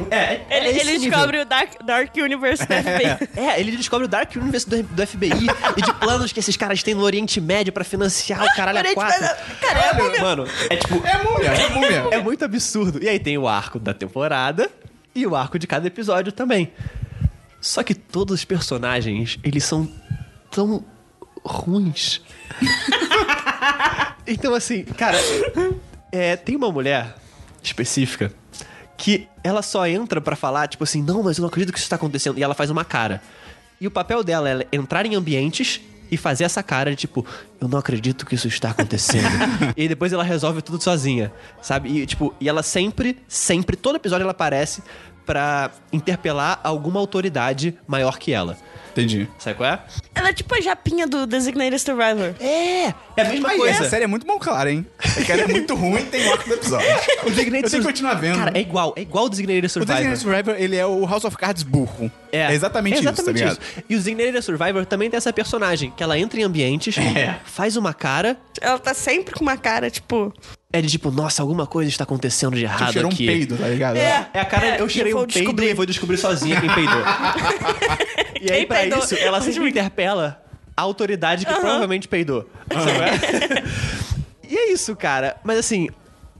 é Ele, esse ele nível. descobre o Dark, Dark Universe da FBI. É, ele descobre o Dark Universe do, do FBI e de planos que esses caras têm no Oriente Médio pra financiar o caralho a Oriente quatro. Médio, Caralho, mano, é tipo... É múmia, é múmia. É muito absurdo. E aí tem o arco da temporada, e o arco de cada episódio também. Só que todos os personagens, eles são tão ruins. então, assim, cara, é, tem uma mulher específica que ela só entra pra falar, tipo assim, não, mas eu não acredito que isso tá acontecendo. E ela faz uma cara. E o papel dela é entrar em ambientes e fazer essa cara de tipo, eu não acredito que isso está acontecendo. e depois ela resolve tudo sozinha, sabe? E tipo, e ela sempre, sempre, todo episódio ela aparece pra interpelar alguma autoridade maior que ela. Entendi. Sabe qual é? Ela é tipo a japinha do Designated Survivor. É! É a mesma Mas coisa. essa série é muito bom, claro, hein? É que ela é muito ruim tem um arco do episódio. O Designated Eu tenho que Sur- continuar vendo. Cara, é igual, é igual o Designated O Survivor. Designated Survivor, ele é o House of Cards burro. É, exatamente, É isso, tá ligado? isso. E o Designated Survivor também tem essa personagem, que ela entra em ambientes, É. faz uma cara, Ela tá sempre com uma cara, tipo. é de tipo, nossa, alguma coisa está acontecendo de errado Tipo, cheirou um aqui. peido, tá ligado? É. É a cara, eu cheirei eu vou um peido descobrir. e vou descobrir sozinha quem peidou. e aí, Quem pra peidou? Uhum. isso, ela sempre interpela a autoridade que provavelmente peidou. Uhum. Sabe? e é isso, cara. Mas assim,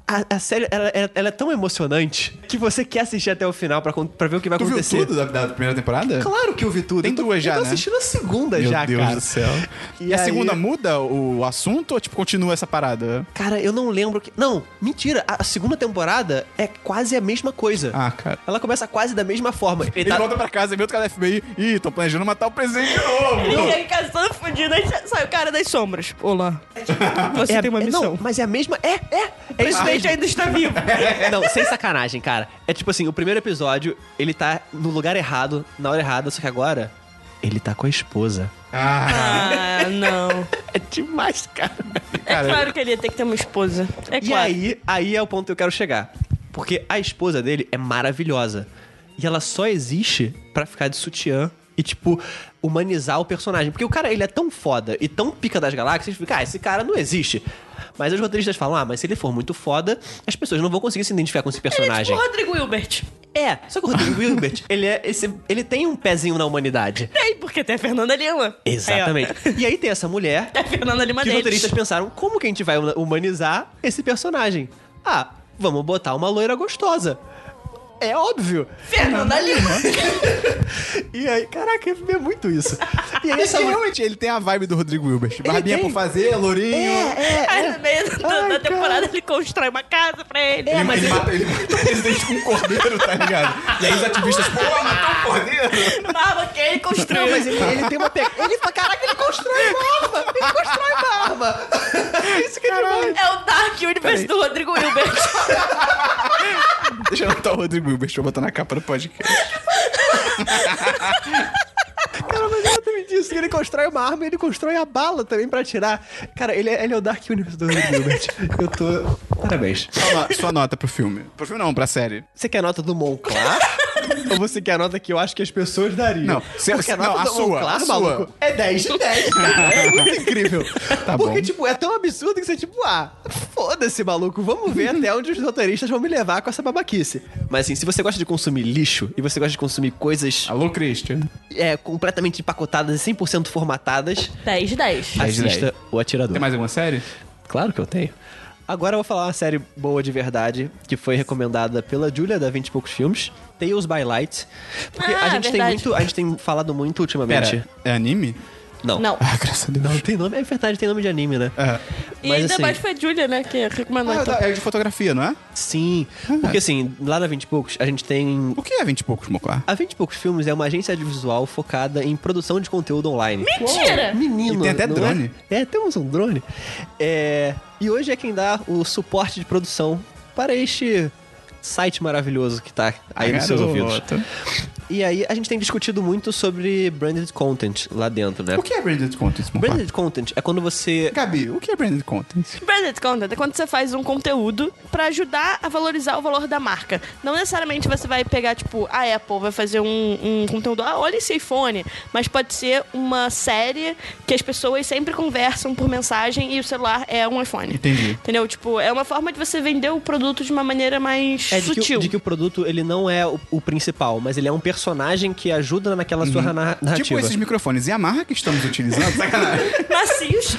a, a série, ela, ela- ela é tão emocionante que você quer assistir até o final pra, con- pra ver o que vai Tu viu acontecer. tudo da, da primeira temporada? Claro que eu vi tudo. Tem eu tô, duas já, eu tô né? assistindo a segunda Meu já, Deus cara. do céu. E, E a aí- segunda muda o assunto ou, tipo, continua essa parada? Cara, eu não lembro que. Não, mentira. A a segunda temporada é quase a mesma coisa. Ah, cara. Ela começa quase da mesma forma. Ele tá- volta pra casa, vê outro cara da FBI. Ih, tô planejando matar o presidente de E novo. chega em casa todo fudido, aí sai o cara das sombras. Olá. Você É a- tem uma é- missão. Não, mas é a mesma. É, é. O É isso presidente mesmo. ainda está vivo. Não, sem sacanagem, cara. É tipo assim, o primeiro episódio, ele tá no lugar errado, na hora errada, só que agora ele tá com a esposa. Ah, Ah, não. É demais, cara. É Cara, claro que ele ia ter que ter uma esposa. É E claro. aí, aí é o ponto que eu quero chegar. Porque a esposa dele é maravilhosa. E ela só existe pra ficar de sutiã e, tipo, humanizar o personagem. Porque o cara, ele é tão foda e tão pica das galáxias, fica, ah, esse cara não existe. Mas os roteiristas falam, ah, mas se ele for muito foda, as pessoas não vão conseguir se identificar com esse personagem. Tipo o Rodrigo Hilbert. É, só que o Rodrigo Wilbert, ele, é esse, ele tem um pezinho na humanidade. Tem, porque tem a Fernanda Lima. Exatamente. Aí, e aí tem essa mulher ó. tem a Fernanda Lima que os deles. roteiristas pensaram, como que a gente vai humanizar esse personagem? Ah, vamos botar uma loira gostosa. É óbvio. Fernanda Lima. E aí, caraca, é muito isso. E aí Esse essa mulher... realmente, ele tem a vibe do Rodrigo Wilbert. Barbinha tem. É, por fazer, lourinho. Aí no meio da, da Ai, temporada ele constrói uma casa pra ele. Ele, ele mata, ele mata o presidente com um cordeiro, tá ligado? E aí os ativistas, pô, matou um cordeiro. Uma arma que ele Não, construiu. mas ele, ele tem uma pegada... Ele fala, caraca, ele constrói uma arma! Ele constrói uma arma! Isso que é demais. É o Dark Universe do Rodrigo Hilbert. Deixa eu anotar o Rodrigo Wilbert, deixa eu botar na capa do podcast. Cara, mas eu também disse que ele constrói uma arma e ele constrói a bala também pra atirar. Cara, ele é, ele é o Dark Universe do Rodrigo Hilbert. Eu tô... Parabéns. Sua no- Sua nota pro filme. Pro filme não, pra série. Você quer a nota do Monclar? ou você quer a nota que eu acho que as pessoas dariam? Não, você- Porque a não, nota a do sua, Monclar, a sua. maluco, é 10 de 10, cara. É muito incrível. Tá Porque, bom. tipo, é tão absurdo que você, tipo, ah, foda-se, maluco, vamos ver até onde os roteiristas vão me levar com essa babaquice. Mas, assim, se você gosta de consumir lixo e você gosta de consumir coisas Alô, Christian. é, completamente empacotadas e 100% formatadas, 10 de 10. 10 de 10. assista O Atirador. Tem mais alguma série? Claro que eu tenho. Agora eu vou falar uma série boa de verdade, que foi recomendada pela Julia da 20 e poucos filmes, Tales by Light. Porque Ah, a gente tem verdade. muito, a gente tem falado muito ultimamente. é anime? Não. Não. Ah, graças a Deus. Não tem nome, é verdade, tem nome de anime, né? É. E Mas, ainda assim- mais foi a Julia, né? Que recomendou. Ah, então. é de fotografia, não é? Sim. Porque assim, lá na 20 e poucos, a gente tem O que é 20 e poucos, Moclar? A 20 e poucos filmes é uma agência audiovisual focada em produção de conteúdo online. Mentira! E Menino, tem até não drone. É? é, temos um drone. É, e hoje é quem dá o suporte de produção para este site maravilhoso que tá aí nos seus ouvidos. E aí a gente tem discutido muito sobre branded content lá dentro, né? O que é branded content, Moclar? Branded content é quando você Gabi, o que é branded content? Branded content é quando você faz um conteúdo pra ajudar a valorizar o valor da marca. Não necessariamente você vai pegar, tipo, a Apple vai fazer um, um conteúdo, ah, olha esse iPhone, mas pode ser uma série que as pessoas sempre conversam por mensagem e o celular é um iPhone. Entendi. Entendeu? Tipo, é uma forma de você vender o produto de uma maneira mais É de que, sutil. o- de que o produto ele não é o, o principal, mas ele é um personagem que ajuda naquela sua narra- narrativa. Tipo esses microfones e a marca que estamos utilizando, sacanagem. macios.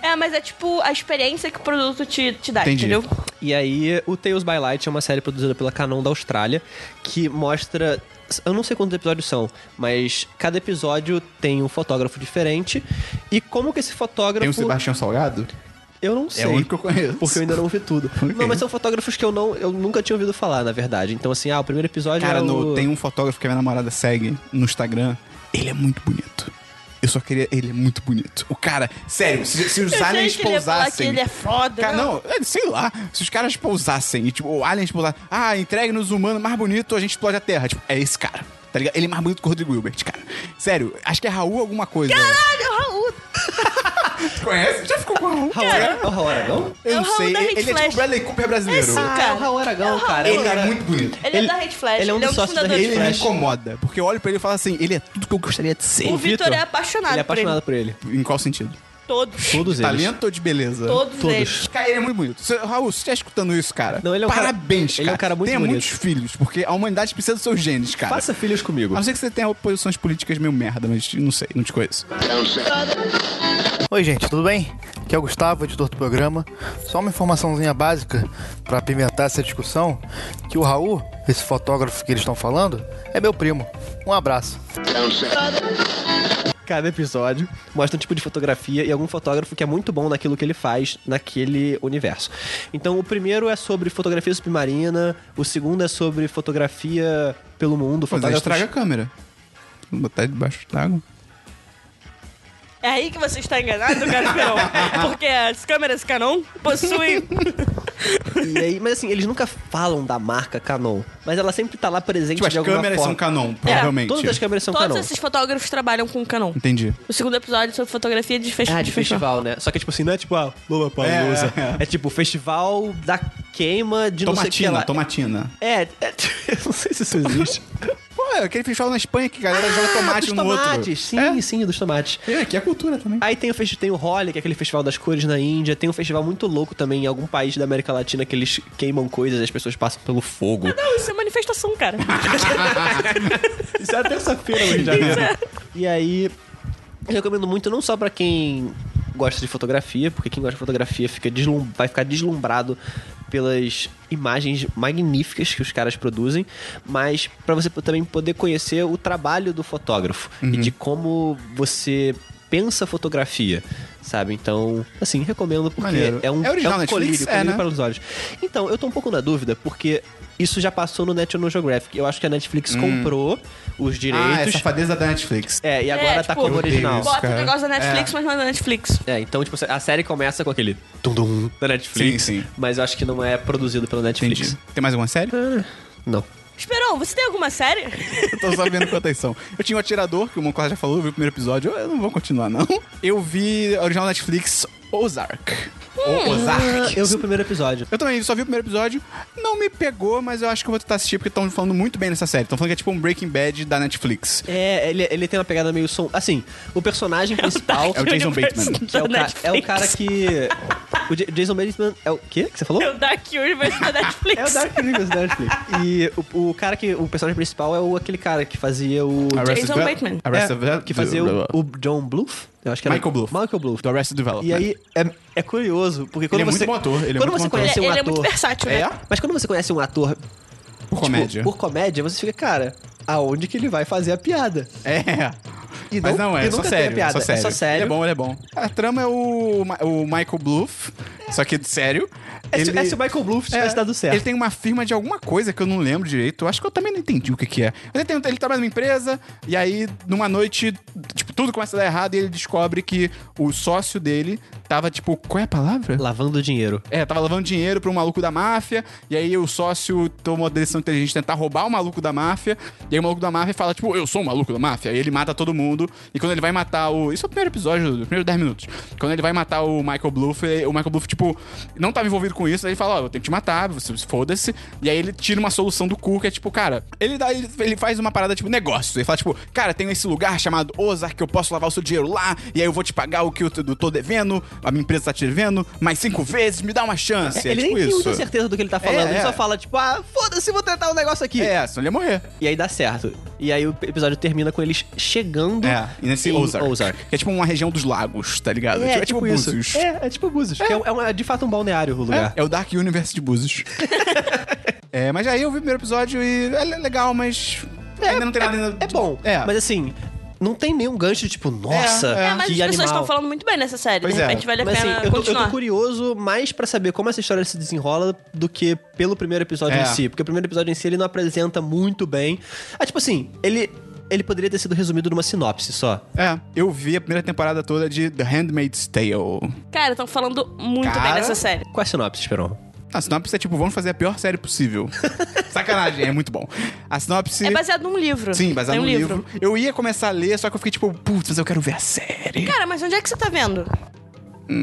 é, mas é tipo a experiência que o produto te, te dá, Entendi. entendeu? E aí, o Tales by Light é uma série produzida pela Canon da Austrália que mostra. Eu não sei quantos episódios são, mas cada episódio tem um fotógrafo diferente. E como que esse fotógrafo. Tem o Sebastião Salgado? Eu não sei. É o único que eu conheço. Porque eu ainda não vi tudo. Ok. Não, mas são fotógrafos que eu não, eu nunca tinha ouvido falar, na verdade. Então, assim, ah, o primeiro episódio Cara, é no- o... tem um fotógrafo que a minha namorada segue no Instagram. Ele é muito bonito. Eu só queria. Ele é muito bonito. O cara, sério, se, se os Eu achei aliens que ele ia falar pousassem. que ele é foda, Cara, né? não, é, sei lá. Se os caras pousassem e, tipo, o aliens pousassem. Ah, entregue nos humanos mais bonito, a gente explode a Terra. Tipo, é esse cara. Tá ligado? Ele é mais bonito que o Rodrigo Wilbert, cara. Sério, acho que é Raul alguma coisa. Caralho, Raul! Tu conhece? Já ficou com o Raul? Raul, cara? é o Raul Aragão? Eu É o não Raul sei. da Ele Rede é tipo Flash. o Bradley Cooper brasileiro. Esse cara. Ah, é o Raul Aragão, cara. Ele Cara, é muito bonito. Ele, é da Red Flash. ele é um dos sócios da fundadores Red Ele da me Flash. incomoda, porque eu olho pra ele e falo assim, ele é tudo que eu gostaria de ser. O Vitor, Vitor é apaixonado, Ele é apaixonado por ele. Em qual sentido? por ele. Todos. Todos eles. Talento ou de beleza? Todos, Todos. eles. Cara, ele é muito bonito. Seu- Raul, você tá escutando isso, cara? Não, ele é um cara- Parabéns, ele é um cara muito Tenha bonito. muitos filhos, porque a humanidade precisa dos seus genes, cara. Faça filhos comigo. A não ser que você tenha posições políticas meio merda, mas não sei, não te conheço. Oi, gente, tudo bem? Aqui é o Gustavo, editor do programa. Só uma informaçãozinha básica para apimentar essa discussão, que o Raul, esse fotógrafo que eles estão falando, é meu primo. Um abraço. Cada episódio mostra um tipo de fotografia e algum fotógrafo que é muito bom naquilo que ele faz naquele universo. Então, o primeiro é sobre fotografia submarina, o segundo é sobre fotografia pelo mundo, Mas aí fotógrafos... estraga a câmera. Vou botar debaixo d'água. É aí que você está enganado, Gaspirão. porque as câmeras Canon possuem... E aí, mas assim, eles nunca falam da marca Canon, mas ela sempre tá lá presente Tipo, as de alguma câmeras são forma. É, canon, provavelmente. Todas as câmeras são Todos Canon. esses fotógrafos trabalham com Canon. Entendi. O segundo episódio é sobre fotografia de, festi Ah, de festival, né? Só que, tipo assim, não é tipo a Lula Palusa. É, É, tipo o festival da queima de não sei o que Tomatina, lá. tomatina. É, é, eu não sei se isso existe. Pô, é aquele festival na Espanha que a galera joga tomate dos um no outro. Ah, tomates, sim, sim, dos tomates. É, aqui é cultura também. Aí tem o, festi- tem o Holi, que é aquele festival das cores na Índia. Tem um festival muito louco também em algum país da América Latina que eles queimam coisas e as pessoas passam pelo fogo. Não, isso é manifestação, cara. Isso é terça-feira no Rio de Janeiro. é. E aí, eu recomendo muito não só pra quem gosta de fotografia, porque quem gosta de fotografia fica deslum- vai ficar deslumbrado pelas imagens magníficas que os caras produzem, mas pra você também poder conhecer o trabalho do fotógrafo Uhum. e de como você pensa a fotografia, sabe? Então, assim, recomendo porque Maneiro. é um, É original é um Netflix? colírio, É, colírio né? para os olhos. Então, eu tô um pouco na dúvida porque isso já passou no National Geographic. Eu acho que a Netflix comprou Hum. Ah, os é direitos. safadeza da Netflix. É, e agora É, tá tipo, como original. Eu odeio isso. Bota o cara. negócio da Netflix, mas não é da Netflix. É, então, tipo, a série começa com aquele tum-dum da Netflix. Sim, sim. Mas eu acho que não é produzido pela Netflix. Entendi. Tem mais alguma série? Não. Esperão, você tem alguma série? Eu tô sabendo quantas são. Eu tinha o Atirador, que o Monclar já falou, eu vi o primeiro episódio. Eu, eu não vou continuar, não. Eu vi a original Netflix Ozark. O Ozark. Eu vi o primeiro episódio. Eu também só vi o primeiro episódio. Não me pegou, mas eu acho que eu vou tentar assistir, porque estão falando muito bem nessa série. Estão falando que é tipo um Breaking Bad da Netflix. É, ele, ele tem uma pegada meio som. Assim, o personagem principal. É o Jason Bateman. que é, o ca- é o cara que... que. O J- Jason Bateman é o quê que você falou? É o Dark Universe da Netflix. É o Dark Universe da Netflix. E o, o cara que. O personagem principal é o, aquele cara que fazia o. Arrested Jason Devel- Bateman. Arrested É, Devel- que fazia o, o John Bluth? Eu acho que era Michael Bluth. Michael Bluth. Do Arrested Development. E aí é, é curioso, porque quando Ele é você. muito bom ator, ele é quando muito você bom ator. conhece Ele, um ele é ator. muito versátil, né? É? Mas quando você conhece um ator Por tipo, comédia. por comédia, você fica, cara, aonde que ele vai fazer a piada? É. E Mas não, é, e só nunca tem sério, a piada, é só sério. É só sério. Ele é bom, ele é bom. A trama é o, Ma- o Michael Bluff, só que sério. É se- Ele- é se o Michael Bluth tivesse dado certo. Ele tem uma firma de alguma coisa que eu não lembro direito. Eu Acho que eu também não entendi o que, que é. Mas ele, tem, ele trabalha numa empresa, e aí, numa noite, tipo, tudo começa a dar errado e ele descobre que o sócio dele tava, tipo, qual é a palavra? tá Lavando dinheiro. É, tava lavando dinheiro pra um maluco da máfia, e aí o sócio tomou a decisão inteligente de tentar roubar o maluco da máfia, e aí o maluco da máfia fala, tipo, eu sou o maluco da máfia, e ele mata todo mundo, e quando ele vai matar o... Isso é o primeiro episódio, os primeiros 10 minutos. Quando ele vai matar o Michael Bluff, ele- o Michael Bluff, tipo, não tava envolvido com isso, aí ele fala, ó, eu tenho que te matar, você foda-se, e aí ele tira uma solução do cu, que é tipo, cara, ele, dá, ele, ele faz uma parada, tipo, negócio, ele fala, tipo, cara, tem esse lugar chamado Ozark que eu posso lavar o seu dinheiro lá, e aí eu vou te pagar o que eu t- eu tô devendo, a minha empresa tá te devendo, mais cinco vezes, me dá uma chance. É, ele tipo nem tem isso. muita certeza do que ele tá falando. É, ele é. só fala, tipo, ah, foda-se, vou tentar um negócio aqui. É, senão ele ia morrer. E aí dá certo. E aí o episódio termina com eles chegando É, e nesse em Ozark. Que é tipo uma região dos lagos, tá ligado? tipo, é tipo isso. Búzios. É, é tipo Búzios. que É, um- é um- é de fato um balneário o lugar. lugar. É o Dark Universe de Búzios. é, mas aí eu vi o primeiro episódio e é legal, mas. ainda não tem nada ainda. É bom, É. mas assim, não tem nenhum gancho de tipo, nossa, É, É, mas que as pessoas animal. estão falando muito bem nessa série. Pois de é. repente vale a Mas assim, pena eu tô, eu tô continuar. curioso mais pra saber como essa história se desenrola do que pelo primeiro episódio É. em si. Porque o primeiro episódio em si ele não apresenta muito bem. Ah, tipo assim, ele, ele poderia ter sido resumido numa sinopse só. É, eu vi a primeira temporada toda de The Handmaid's Tale. Cara, estão falando muito Cara. bem nessa série. Qual é a sinopse, Esperon? A sinopse é tipo, vamos fazer a pior série possível. Sacanagem, é muito bom. A sinopse. É baseado num livro. Sim, baseado Tem no um livro. Eu ia começar a ler, só que eu fiquei tipo, putz, mas eu quero ver a série. Cara, mas onde é que você tá vendo?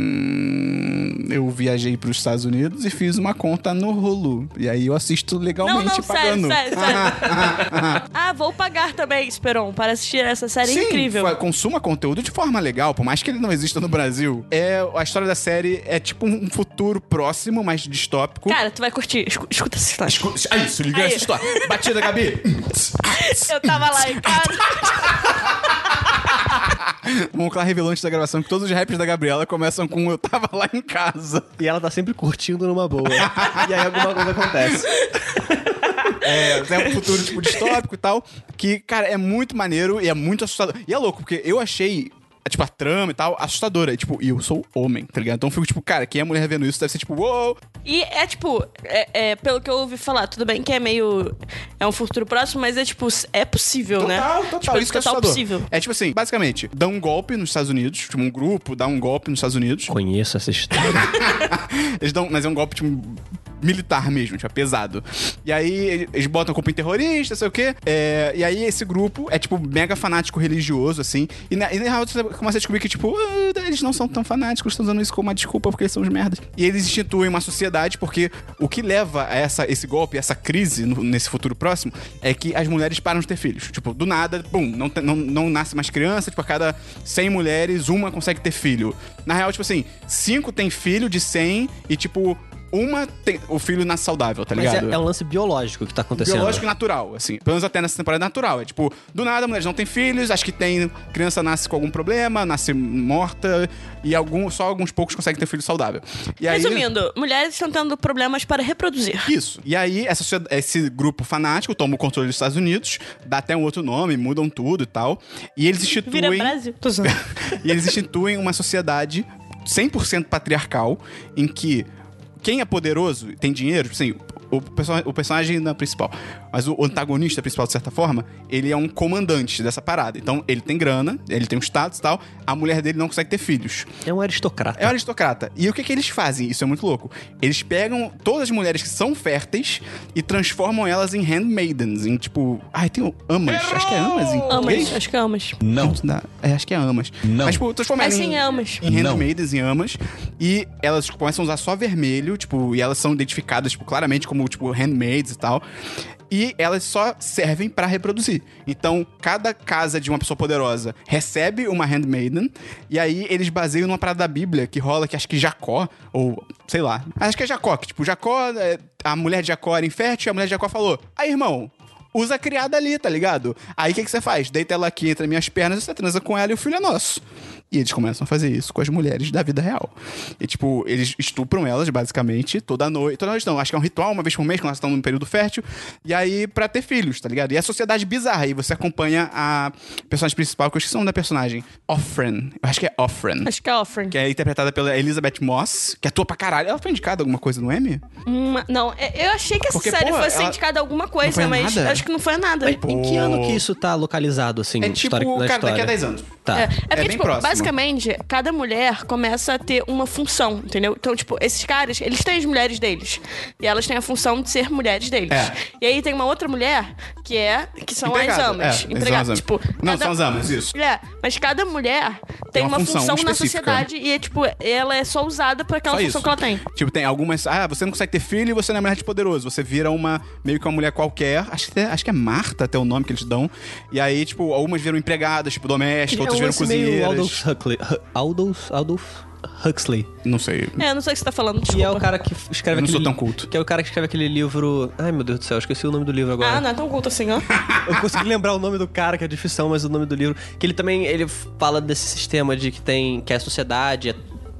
Hum, eu viajei pros Estados Unidos e fiz uma conta no Hulu. E aí eu assisto legalmente Não, não, pagando. sério, sério, sério. ah, vou pagar também, Esperon, para assistir essa série Ah, Sim, incrível. fa- consuma conteúdo de forma legal, por mais que ele não exista no Brasil. É, a história da série é tipo um futuro próximo, mas distópico. Cara, tu vai curtir. Escu- escuta essa história. Escu- Aí, se liga Aí. essa história. Batida, Gabi. Eu tava lá em casa. Vamos lá revelou antes Um da gravação que todos os raps da Gabriela começam com eu tava lá em casa. E ela tá sempre curtindo numa boa. e aí alguma coisa acontece. É, é um futuro tipo distópico e tal, que, cara, é muito maneiro e é muito assustador. E é louco, porque eu achei é, Tipo, a trama e tal, assustadora. E, tipo, e eu sou homem, tá ligado? Então eu fico, tipo, cara, quem é mulher vendo isso deve ser, tipo, uou! E é tipo, é, é, pelo que eu ouvi falar, tudo bem que é meio. É um futuro próximo, mas é tipo, é possível, né? Total, total. Tipo, isso que é total assustador. possível. É tipo assim, basicamente, dá um golpe nos Estados Unidos, tipo, um grupo dá um golpe nos Estados Unidos. Conheço essa história. Eles dão, mas é um golpe tipo, militar mesmo, tipo, é pesado. E aí ele- eles botam a culpa em terrorista, sei o quê. É, e aí esse grupo é, tipo, mega fanático religioso, assim. E na, e na real você começa a descobrir que, tipo, ah, eles não são tão fanáticos, estão usando isso como uma desculpa porque eles são os merdas. E eles instituem uma sociedade porque o que leva a essa, esse golpe, essa crise no- nesse futuro próximo, é que as mulheres param de ter filhos. Tipo, do nada, bum, não, tem- não, não nasce mais criança, tipo, a cada 100 mulheres, uma consegue ter filho. Na real, tipo assim, cinco tem filho de 100 e, tipo, uma tem o filho nasce saudável, tá Mas ligado? é, é um lance biológico que tá acontecendo. Biológico e natural, assim. Pelo menos até nessa temporada é natural. É tipo, do nada, mulheres não têm filhos, acho que tem. Criança nasce com algum problema, nasce morta, e algum, só alguns poucos conseguem ter filho saudável. E aí- Resumindo, mulheres estão tendo problemas para reproduzir. isso. E aí, essa sociedade- esse grupo fanático toma o controle dos Estados Unidos, dá até um outro nome, mudam tudo e tal. E eles instituem. Vira Brasil. Tô zoando. e eles instituem uma sociedade 100% patriarcal em que quem é poderoso tem dinheiro, assim, o, perso- o personagem não é principal, mas o antagonista principal, de certa forma, ele é um comandante dessa parada. Então, ele tem grana, ele tem um status e tal, a mulher dele não consegue ter filhos. É um aristocrata. É um aristocrata. E o que, que eles fazem? Isso é muito louco. Eles pegam todas as mulheres que são férteis e transformam elas em handmaidens, em tipo. Ai, tem o amas. Acho que é amas em Amas, português? acho que é amas. Não. É, acho que é amas. Não. Mas, tipo, transforma Mas elas sim, em, é amas. em handmaidens, em amas. E elas tipo, começam a usar só vermelho, tipo, e elas são identificadas, tipo, claramente como, tipo, handmaids e tal. E elas só servem pra reproduzir. Então, cada casa de uma pessoa poderosa recebe uma handmaiden, e aí eles baseiam numa parada da Bíblia que rola, que acho que Jacó, ou sei lá. Acho que é Jacó, que, tipo, Jacó, é, a mulher de Jacó era infértil, e a mulher de Jacó falou: Aí, irmão, usa a criada ali, tá ligado? Aí o que, que você faz? Deita ela aqui entre minhas pernas, você transa com ela e o filho é nosso. E eles começam a fazer isso com as mulheres da vida real. E, tipo, eles estupram elas, basicamente, toda noite. Toda noite não, acho que é um ritual, uma vez por mês, quando elas estão num período fértil. E aí, pra ter filhos, tá ligado? E é a sociedade bizarra. E você acompanha a personagem principal, que eu esqueci o nome da personagem. Offren. Eu acho que é Offren. Acho que é Offering. Que é interpretada pela Elizabeth Moss, que atua pra caralho. Ela foi indicada alguma coisa no Emmy? Uma- não, é- eu achei que essa Porque, série pô, fosse ela- indicada a alguma foi a coisa, mas nada? acho que não foi a nada. Em que ano que isso tá localizado, assim, um É tipo, histórico- na cara, daqui a história? 10 anos. Tá. É, é porque, bem tipo, próximo. basicamente, cada mulher começa a ter uma função, entendeu? Então, tipo, esses caras, eles têm as mulheres deles. E elas têm a função de ser mulheres deles. É. E aí tem uma outra mulher que é. que são as Empregada, é, amas. empregadas. são as amas. Tipo, Não, cada- são as amas, isso. É, mas cada mulher tem, uma, função, na específica. sociedade e é, tipo, ela é só usada pra aquela Só função isso. que ela tem. Tipo, tem algumas. Ah, você não consegue ter filho e você não é mulher de poderoso. Você vira uma. meio que uma mulher qualquer. Acho que, é- acho que é Marta até o nome que eles dão. E aí, tipo, algumas viram empregadas, tipo, domésticas, outras é um viram lance meio cozinheiras. Aldous Huxley. Hu- Aldous, Aldous Huxley. Não sei. É, eu não sei o que você tá falando, Que desculpa. é o cara que escreve Eu não sou aquele... tão culto. Que é o cara que escreve aquele livro... Ai, meu Deus do céu, esqueci o nome do livro agora. Ah, não é tão culto assim, ó. Eu consegui lembrar o nome do cara, que é de ficção, mas o nome do livro... Que ele também, ele fala desse sistema de que tem... Que a sociedade é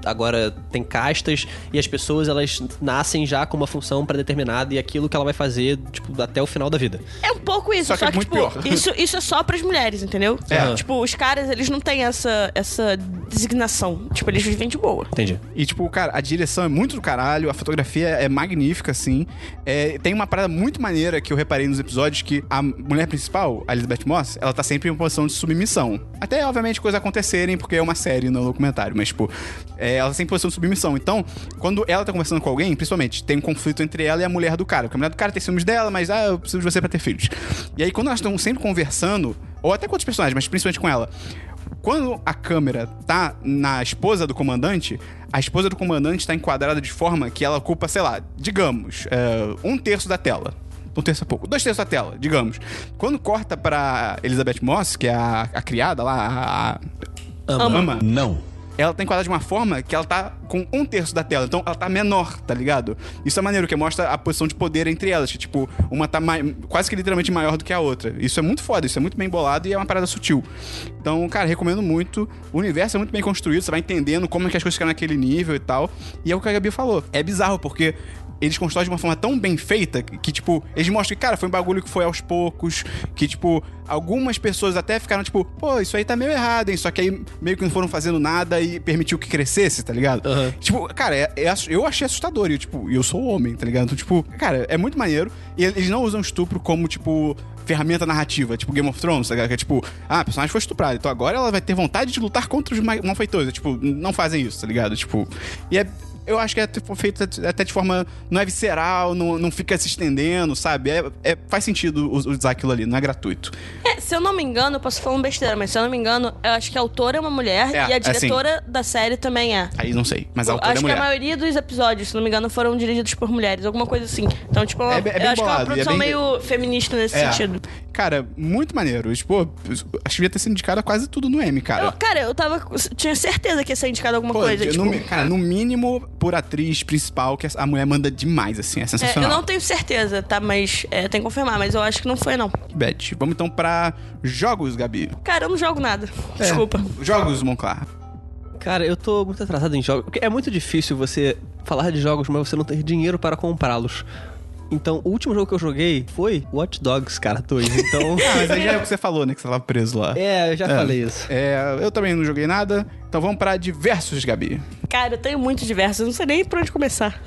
agora tem castas e as pessoas elas nascem já com uma função pré-determinada e aquilo que ela vai fazer, tipo, até o final da vida. É um pouco isso, Só só que que, é muito tipo, pior. Isso, isso é só pras mulheres, entendeu? É. Tipo, os caras, eles não têm essa, essa designação. Tipo, eles vivem de boa. Entendi. E, tipo, cara, a direção é muito do caralho, a fotografia é magnífica, assim. É, tem uma parada muito maneira que eu reparei nos episódios que a mulher principal, a Elizabeth Moss, ela tá sempre em uma posição de submissão. Até, obviamente, coisas acontecerem, porque é uma série, não é um documentário, mas, tipo, é, ela tá sempre em posição de submissão. Então, quando ela tá conversando com alguém, principalmente, tem um conflito entre ela e a mulher do cara. Porque a mulher do cara tem ciúmes dela, mas, ah, eu preciso de você pra ter filhos. E aí, quando elas estão sempre conversando, ou até com outros personagens, mas principalmente com ela, quando a câmera tá na esposa do comandante, a esposa do comandante tá enquadrada de forma que ela ocupa, sei lá, digamos, é, um terço da tela. Um terço é pouco. Dois terços da tela, digamos. Quando corta pra Elizabeth Moss, que é a, a criada lá, a. a- Ama. Não. Ela tá enquadrada de uma forma que ela tá com um terço da tela. Então ela tá menor, tá ligado? Isso é maneiro, que mostra a posição de poder entre elas. Que, tipo, uma tá mai- quase que literalmente maior do que a outra. Isso é muito foda, isso é muito bem bolado e é uma parada sutil. Então, cara, recomendo muito. O universo é muito bem construído, você vai entendendo como é que as coisas ficam naquele nível e tal. E é o que a Gabi falou. É bizarro, porque eles constroem de uma forma tão bem feita que, que, tipo, eles mostram que, cara, foi um bagulho que foi aos poucos, que, tipo, algumas pessoas até ficaram, tipo, pô, isso aí tá meio errado, hein? Só que aí meio que não foram fazendo nada e permitiu que crescesse, tá ligado? Aham. Tipo, cara, é- é ass- eu achei assustador. E eu, tipo, eu sou homem, tá ligado? Então, tipo, cara, é muito maneiro. E eles não usam estupro como, tipo, ferramenta narrativa, tipo Game of Thrones, tá ligado? Que é tipo, ah, a personagem foi estuprada, então agora ela vai ter vontade de lutar contra os ma- malfeitores. É, Tipo, não fazem isso, tá ligado? Tipo, e é. Eu acho que é tipo, feito até de forma. Não é visceral, não, não fica se estendendo, sabe? É, é- faz sentido us- usar aquilo ali, não é gratuito. É, se eu não me engano, eu posso falar um besteira, mas se eu não me engano, eu acho que a autora é uma mulher É, e a é sim. diretora da série também é. Aí não sei. Mas a Eu autora acho é mulher. que a maioria dos episódios, se não me engano, foram dirigidos por mulheres, alguma coisa assim. Então, tipo, É bem- é bem eu acho que é bolado, e é uma produção bem- meio feminista nesse É. sentido. Cara, muito maneiro. Tipo, acho que devia ter sido indicada quase tudo no M, cara. Eu- cara, eu tava. Tinha certeza que ia ser indicado alguma Pô, coisa. de- Tipo, no mi- cara, no mínimo, por atriz principal, que a mulher manda demais, assim, é é, eu sensacional. não tenho certeza, tá? Mas é, tem que confirmar, mas eu acho que não foi, não. Bet. Vamos então pra jogos, Gabi. Cara, eu não jogo nada. É. Desculpa. Jogos, Monclar. Cara, eu tô muito atrasado em jogos. porque É muito difícil você falar de jogos, mas você não ter dinheiro para comprá-los. Então, o último jogo que eu joguei foi Watch Dogs, cara, 2. Então. Ah, mas aí já é o que você falou, né? Que você tava preso lá. é, eu já falei isso. É, eu também não joguei nada. Então vamos pra diversos, Gabi. Cara, eu tenho muito diversos, eu não sei nem por onde começar.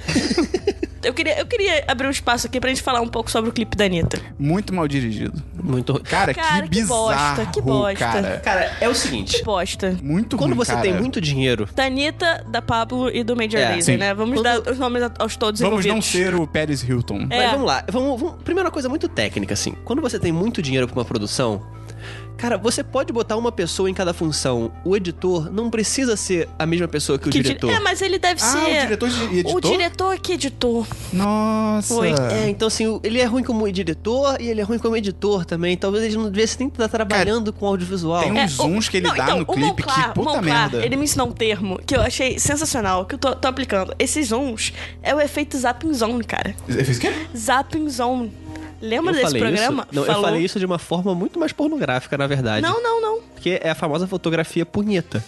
eu, queria, eu queria abrir um espaço aqui pra gente falar um pouco sobre o clipe da Anitta. Muito mal dirigido. Muito. ruim. Cara, que Cara, que bizarro, bosta, que bosta. cara. Cara, é o seguinte. Posta. Muito Quando ruim, você cara. tem muito dinheiro. Da Anitta, da Pablo e do Major É, sim. Lazer, né? Vamos Quando- dar os nomes a- aos todos Vamos não envolvidos. ser o Pérez Hilton. É. Mas vamos lá. Vamos, vamos- Primeira coisa muito técnica, assim. Quando você tem muito dinheiro pra uma produção, cara, você pode botar uma pessoa em cada função. O editor não precisa ser a mesma pessoa que o Que di- diretor. É, mas ele deve Ah, ser... o diretor e editor? é O diretor é que editou. Nossa. Foi. É, então assim, o- ele é ruim como diretor e ele é ruim como editor também. Talvez ele não devesse nem estar trabalhando com audiovisual. tem um- É, Os zooms que ele dá no o clipe, que puta o Monclar, merda. Ele me ensinou um termo que eu achei sensacional, que eu tô, tô aplicando. Esses zooms é o efeito zapping zone, cara. Eu fiz o quê? Zapping zone. Lembra Eu desse falei programa? Isso? Não, eu Falou. falei isso de uma forma muito mais pornográfica, na verdade. Não, não, não. Porque é a famosa fotografia punheta.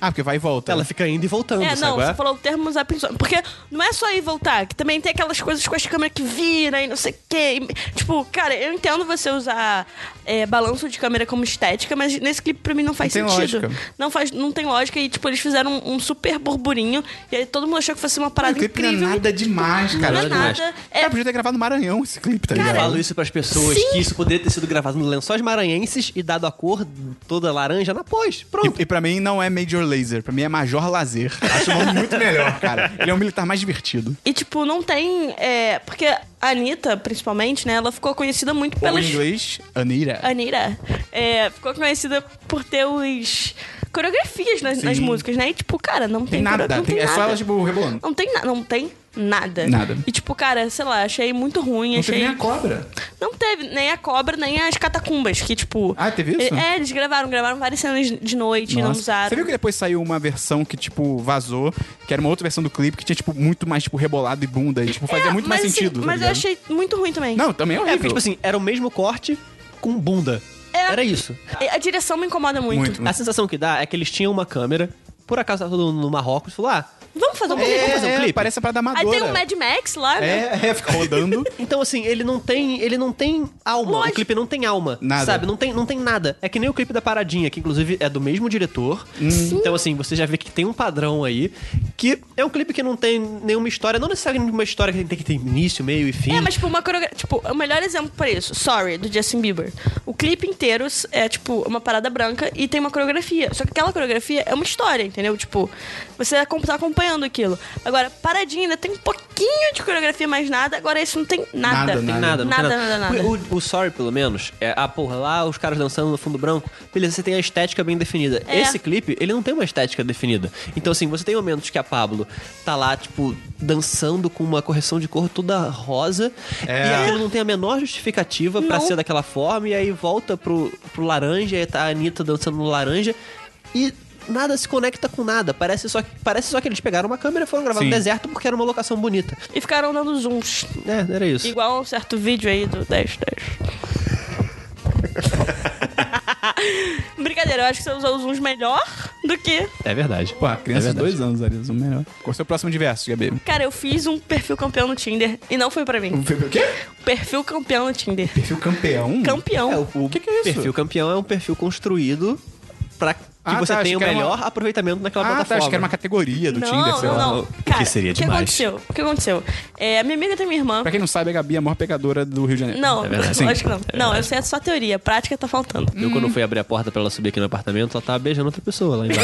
Ah, porque vai e volta. Ela fica indo e voltando, É, sabe? não, qual é? você falou o termo zapping zone. Porque não é só ir e voltar, que também tem aquelas coisas com as câmeras que viram e não sei o quê. E, Tipo, cara, eu entendo você usar é, balanço de câmera como estética, mas nesse clipe pra mim não faz Não tem sentido. lógica. Não faz, não tem lógica. E, tipo, eles fizeram um, um super burburinho e aí todo mundo achou que fosse uma Cara, parada o clipe não é incrível. nada demais, cara. Não é nada demais. nada. Cara, É, podia ter gravado no Maranhão esse clipe, tá Eu ligado? falo isso pras pessoas Sim. que isso poderia ter sido gravado no lençóis maranhenses e dado a cor toda laranja na pós. Pronto. E, e pra mim não é Major Laser, pra mim é Major Lazer. Acho o nome muito melhor, cara. Ele é um militar mais divertido. e, tipo, não tem. é, porque a Anitta, principalmente, né? Ela ficou conhecida muito Ou pelas. em inglês, Anira. Anira é, ficou conhecida por ter os coreografias nas, nas Sim. músicas, né? E tipo, cara, não tem, Tem nada, coreo- não tem- tem, é só nada. ela, tipo, rebolando. Não tem nada, não tem nada. Nada. E tipo, cara, sei lá, achei muito ruim, Não achei teve nem a cobra. Não teve nem a cobra, nem as catacumbas, que tipo Ah, teve isso? É, eles gravaram, gravaram várias cenas de noite, não Nossa. usaram. Você viu que depois saiu uma versão que, tipo, vazou, que era uma outra versão do clipe que tinha, tipo, muito mais, tipo, rebolado e bunda. E, tipo, fazia É, muito mas, mais assim, sentido. tá mas eu ligado? achei muito ruim também. Não, também é É, porque, horrível. tipo assim, era o mesmo corte com bunda. É. Era isso. A direção me incomoda muito. Muito. A sensação que dá é que eles tinham uma câmera por acaso tava todo mundo no Marrocos e falou: ah, Vamos fazer um É, clipe? vamos fazer um clipe? Parece a parada Aí amadora. tem o Mad Max lá, né? É, é, fica Rodando. Então, assim, ele não tem, ele não tem alma. Lógico. O clipe não tem alma. Nada. Sabe? Não tem, não tem nada. É que nem o clipe da Paradinha, que inclusive é do mesmo diretor. Então, assim, você já vê que tem um padrão aí. Que é um clipe que não tem nenhuma história. Não necessariamente uma história que tem que ter início, meio e fim. É, mas tipo, uma coreografia. Tipo, o melhor exemplo pra isso, Sorry, do Justin Bieber. O clipe inteiro é, tipo, uma parada branca e tem uma coreografia. Só que aquela coreografia é uma história, entendeu? Tipo, você acom- tá acompanhando aquilo. Agora, paradinha ainda tem um pouquinho de coreografia, mais nada. Agora, isso não tem nada. Nada, Não tem nada, não nada, tem nada, nada. nada. O, o Sorry, pelo menos, é, ah, porra, lá os caras dançando no fundo branco, beleza, você tem a estética bem definida. É. Esse clipe, ele não tem uma estética definida. Então, assim, você tem momentos que a Pablo tá lá, tipo, dançando com uma correção de cor toda rosa, e aquilo não tem a menor justificativa pra Não. ser daquela forma, e aí volta pro, pro laranja, e tá a Anitta dançando no laranja, e... Nada se conecta com nada. Parece só, que, parece só que eles pegaram uma câmera e foram gravar no deserto porque era uma locação bonita. E ficaram dando zooms. É, era isso. Igual um certo vídeo aí do 10 10. Brincadeira, eu acho que você usou os uns melhor do que. É verdade. Pô, a criança É de verdade. dois anos ali, o melhor. Qual é o seu próximo diverso, Gabi? Cara, eu fiz um perfil campeão no Tinder e não foi pra mim. O quê? Perfil campeão no Tinder. Perfil campeão? Campeão. É, o, o Que que é isso? perfil campeão é um perfil construído pra que Ah, você tá, achei tenha o que era melhor uma- aproveitamento naquela Ah, tá, plataforma. acho que era uma categoria do não, Tinder, sei não, lá. não. O que Cara, seria o que demais? aconteceu? O que aconteceu? É, minha amiga tem minha irmã. Pra quem não sabe, a Gabi é a maior pegadora do Rio de Janeiro. É Não, É verdade. lógico que não. não, eu sei é só teoria. Prática tá faltando. Eu, quando Hum. fui abrir a porta pra ela subir aqui no apartamento, ela tava beijando outra pessoa lá embaixo.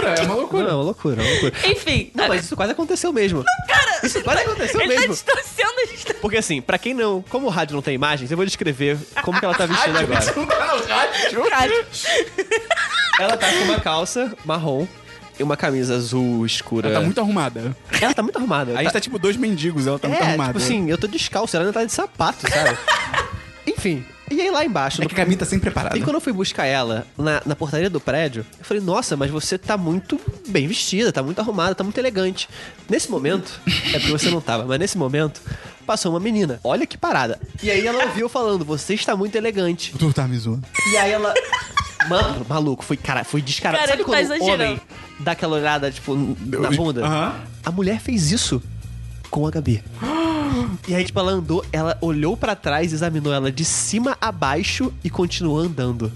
É uma loucura, é uma não, loucura. é uma loucura, é uma loucura. Enfim, Não, mas isso quase aconteceu mesmo. cara, Isso quase aconteceu ele tá mesmo. distanciando a gente. Porque assim, pra quem não... Como o rádio não tem imagens, eu vou descrever como que ela tá Ah, vestida agora. Ela tá com uma calça marrom e uma camisa azul escura. Ela tá muito arrumada. Ela tá muito arrumada. A gente tá tipo dois mendigos, ela tá muito é, arrumada. tipo assim, eu tô descalço, ela ainda tá de sapato, sabe? Enfim, e aí lá embaixo... é no que a Gabi tá sempre preparada. E quando eu fui buscar ela na, na portaria do prédio, eu falei, nossa, mas você tá muito bem vestida, tá muito arrumada, tá muito elegante. Nesse momento, é porque você não tava, mas nesse momento, passou uma menina. Olha que parada. E aí ela ouviu eu falando, você está muito elegante. Tu tá me zoando. E aí ela. Mano, maluco, foi, cara, foi descarado. Cara, Sabe ele tá quando o homem exagerando. dá aquela olhada, tipo, na bunda? Aham. A mulher fez isso com a Gabi. E aí, tipo, ela andou, ela olhou pra trás, examinou ela de cima a baixo e continuou andando.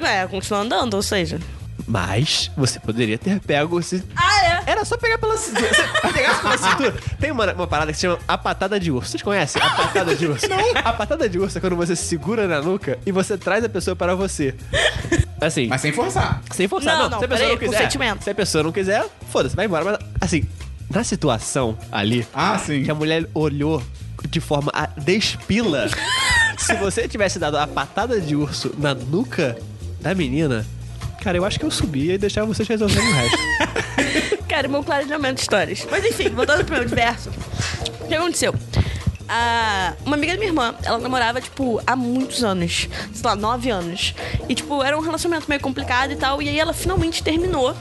É, continua andando, ou seja. Mas você poderia ter pego se. Ah, é? Era só pegar pela cintura. Você pegasse pela cintura. Tem uma, uma parada que se chama a patada de urso. Vocês conhecem? A patada de urso. A patada de urso é quando você segura na nuca e você traz a pessoa para você. Assim. Mas sem forçar. Sem forçar, Não, não. não, se a pessoa peraí, não com quiser. sentimento. Se a pessoa não quiser, foda-se, vai embora. Mas, assim, na situação ali, Ah, sim. que é a mulher olhou de forma a despila. Se você tivesse dado a patada de urso na nuca da menina, cara, eu acho que eu subia e deixava vocês resolverem o resto. Cara, meu clareamento de histórias. Mas enfim, voltando pro meu diverso. O que aconteceu? Ah, uma amiga da minha irmã, ela namorava, tipo, há muitos anos. Sei lá, nove anos. E, tipo, era um relacionamento meio complicado e tal. E aí ela finalmente terminou.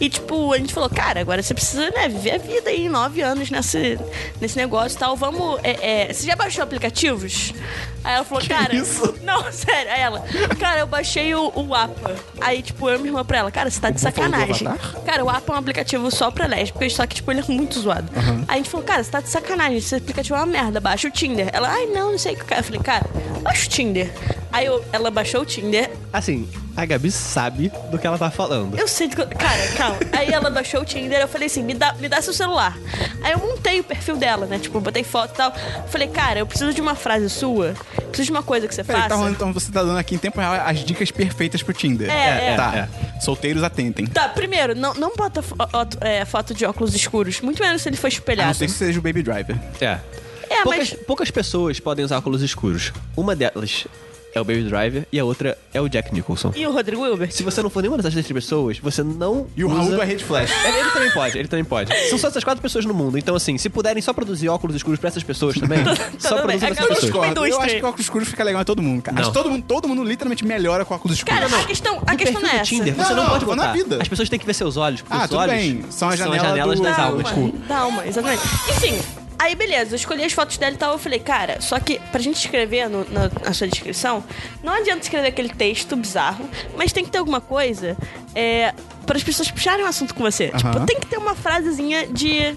E, tipo, a gente falou, cara, agora você precisa, né, viver a vida aí, nove anos nesse, nesse negócio e tal. Vamos. É, é, você já baixou aplicativos? Aí ela falou, cara. isso? Não, sério, aí ela. Cara, eu baixei o, o APA. Aí, tipo, eu e minha irmã pra ela, cara, você tá de povo falou do sacanagem. Avatar? Cara, o Apple é um aplicativo só pra lésbicas, só que, tipo, ele é muito zoado. Aí a gente falou, cara, você tá de sacanagem, esse aplicativo é uma merda, baixa o Tinder. Ela, ai, não, não sei o que. Eu falei, cara, baixa o Tinder. Aí eu- ela baixou o Tinder, Assim, a Gabi sabe do que ela tá falando. eu sei do que... eu- Cara, calma. Aí ela baixou o Tinder, eu falei assim, me dá, me dá seu celular. Aí eu montei o perfil dela, né? Tipo, botei foto e tal. Falei, cara, eu preciso de uma frase sua, preciso de uma coisa que você Peraí, faça. tá rolando, então você tá dando aqui em tempo real as dicas perfeitas pro Tinder. É, é. Tá. Solteiros atentem. Tá, primeiro, não, não bota fo- ó- é, foto de óculos escuros, muito menos se ele for A não espelhado. ser que seja o Baby Driver. É. É, Poucas, mas... poucas pessoas podem usar óculos escuros. Uma delas é o Baby Driver e a outra é o Jack Nicholson. E o Rodrigo Wilbert? Se você não for nenhuma dessas três pessoas, você não. E o Raul usa... da Rede Flash. Ele, ele também pode, ele também pode. São só essas quatro pessoas no mundo. Então, assim, se puderem só produzir óculos escuros pra essas pessoas também, só tudo bem. É produzam pra que essas eu não pessoas. escolho. Discordo. Eu indústria. acho que óculos escuros fica legal em todo mundo, cara. Não. Acho que todo mundo, todo mundo literalmente melhora com óculos escuros. Cara, a questão, a No questão não perfil é do essa. Tinder, você Não, não, não, pode tô falando botar. na vida. As pessoas têm que ver seus olhos, porque Ah, os tudo olhos bem. São a janela janelas do- das da almas. alma, da alma, exatamente. Enfim, aí beleza, eu escolhi as fotos dela e tal. Eu falei, cara, só que pra gente escrever no- na, na sua descrição, não adianta escrever aquele texto bizarro, mas tem que ter alguma coisa é, para as pessoas puxarem o assunto com você. Tipo, tem que ter uma frasezinha de.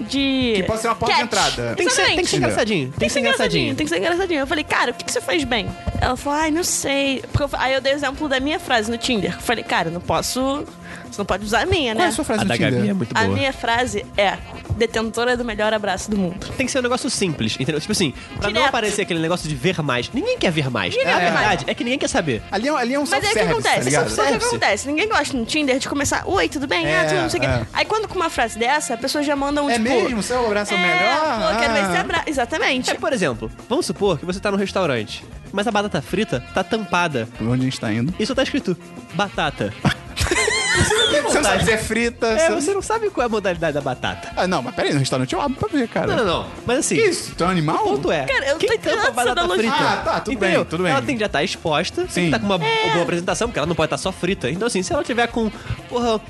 de... Que pode ser uma porta de entrada. Tem que, ser, tem que Exatamente. ser engraçadinho. Tem que ser engraçadinho. Tem que ser engraçadinho. Eu falei, cara, o que, que você fez bem? Ela falou, ai, não sei. Porque eu fa- aí eu dei exemplo da minha frase no Tinder. Eu falei, cara, eu não posso. Você não pode usar a minha, Qual é né? a sua frase A no da Gabi é Tinder? muito a boa. minha frase é detentora do melhor abraço do mundo. Tem que ser um negócio simples, entendeu? Tipo assim, pra não Direto. aparecer aquele negócio de ver mais. Ninguém quer ver mais. Ninguém a quer ver mais. verdade é que ninguém quer saber. Ali é, ali é um Mas aí o que self-service, tá acontece? ligado? Só que o que Service. acontece? Ninguém gosta no Tinder de começar, oi, tudo bem? ah, É, tudo não sei o é. quê. Aí quando com uma frase dessa, a pessoa já manda um É tipo. mesmo? Seu abraço é o melhor? Pô, quero ver Ah. esse abra... Exatamente. É, por exemplo, vamos supor que você tá num restaurante, mas a batata frita tá tampada. Onde a gente tá indo? E só tá escrito batata. Você não sabe se é frita. É, você- você não sabe qual é a modalidade da batata. Ah, não, mas peraí, no restaurante eu abro pra ver, cara. Não, não, não. Mas assim. Que isso? Tu é um animal? O ponto é, Cara, eu quem tô tampa a entendendo essa batata analogia. frita? Ah, tá, tudo Entendeu? bem, tudo bem. Ela tem que já estar exposta, tem Sim. que estar com uma É. boa apresentação, porque ela não pode estar só frita. Então, assim, se ela tiver com, porra,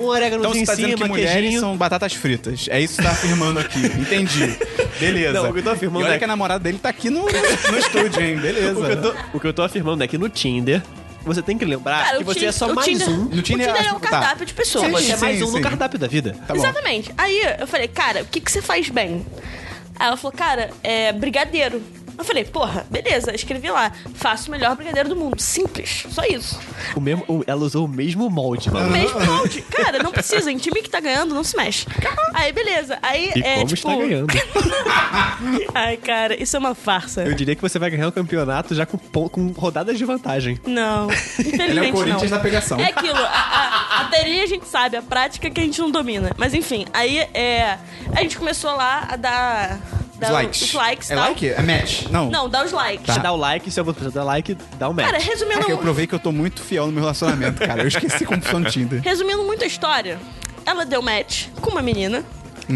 um orégano Então você em tá cima, dizendo que mulheres queijinho... são batatas fritas. É isso que você tá afirmando aqui. Entendi. Beleza. Não, o que eu tô afirmando e olha é- que a namorada dele tá aqui no, no estúdio, hein? Beleza. O que, eu tô, o que eu tô afirmando é que no Tinder, você tem que lembrar Cara, que o você Tin- é só o mais Tinder- um. No Tinder, o Tinder acho é que- um tá. cardápio de pessoas. Sim, Você é sim, mais um sim. no cardápio da vida. Tá bom. Exatamente. Aí eu falei, cara, o que, que você faz bem? Aí ela falou, cara, é brigadeiro. Eu falei, porra, beleza, escrevi lá. Faço o melhor brigadeiro do mundo. Simples, só isso. O mesmo, o- ela usou o mesmo molde, mano. Mesmo molde. Cara, não precisa. Em time que tá ganhando, não se mexe. Aí, beleza. Aí E é como tipo. está ganhando? Ai, cara, isso é uma farsa. Eu diria que você vai ganhar o campeonato já com, pon- com rodadas de vantagem. Tá. Não. Infelizmente Ele é o Corinthians da não. pegação. É aquilo. A, a, a teoria a gente sabe, a prática é que a gente não domina. Mas enfim, aí é. A gente começou lá a dar. dar Os likes. Os likes é tal. like? É match? Não. Não, dá os likes. Você dá o like, se a outra pessoa dá like, dá o match. Cara, resumindo, É que eu provei que eu tô muito fiel no meu relacionamento, cara. Eu esqueci como funciona o Tinder. resumindo muito a história, ela deu match com uma menina.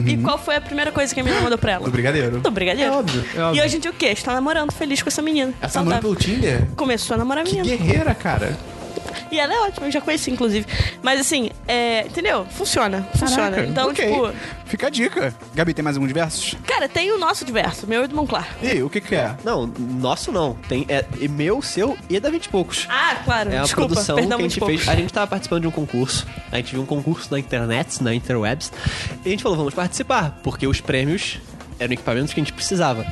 E qual foi a primeira coisa que a menina mandou pra ela? Do brigadeiro. Do brigadeiro. Uhum. É óbvio, é E óbvio. hoje em dia o quê? Está namorando feliz com essa menina. Ela tá Saudável. mandando pelo Tinder? Começou a namorar a Que menina. guerreira, cara. E ela é ótima, eu já conheci, inclusive. Mas assim, é, entendeu? Funciona. Funciona. Caraca, então, ok. tipo. Fica a dica. Gabi, tem mais algum de versos? Cara, tem o nosso diverso, meu e do Monclar. E aí, o que que é? Não, nosso não. Tem é, é meu, seu e da 20 e poucos. Ah, claro. É uma Desculpa, produção que perdão a gente muito fez. A gente tava participando de um concurso. A gente viu um concurso na internet, na interwebs. E a gente falou, vamos participar, porque os prêmios eram equipamentos que a gente precisava.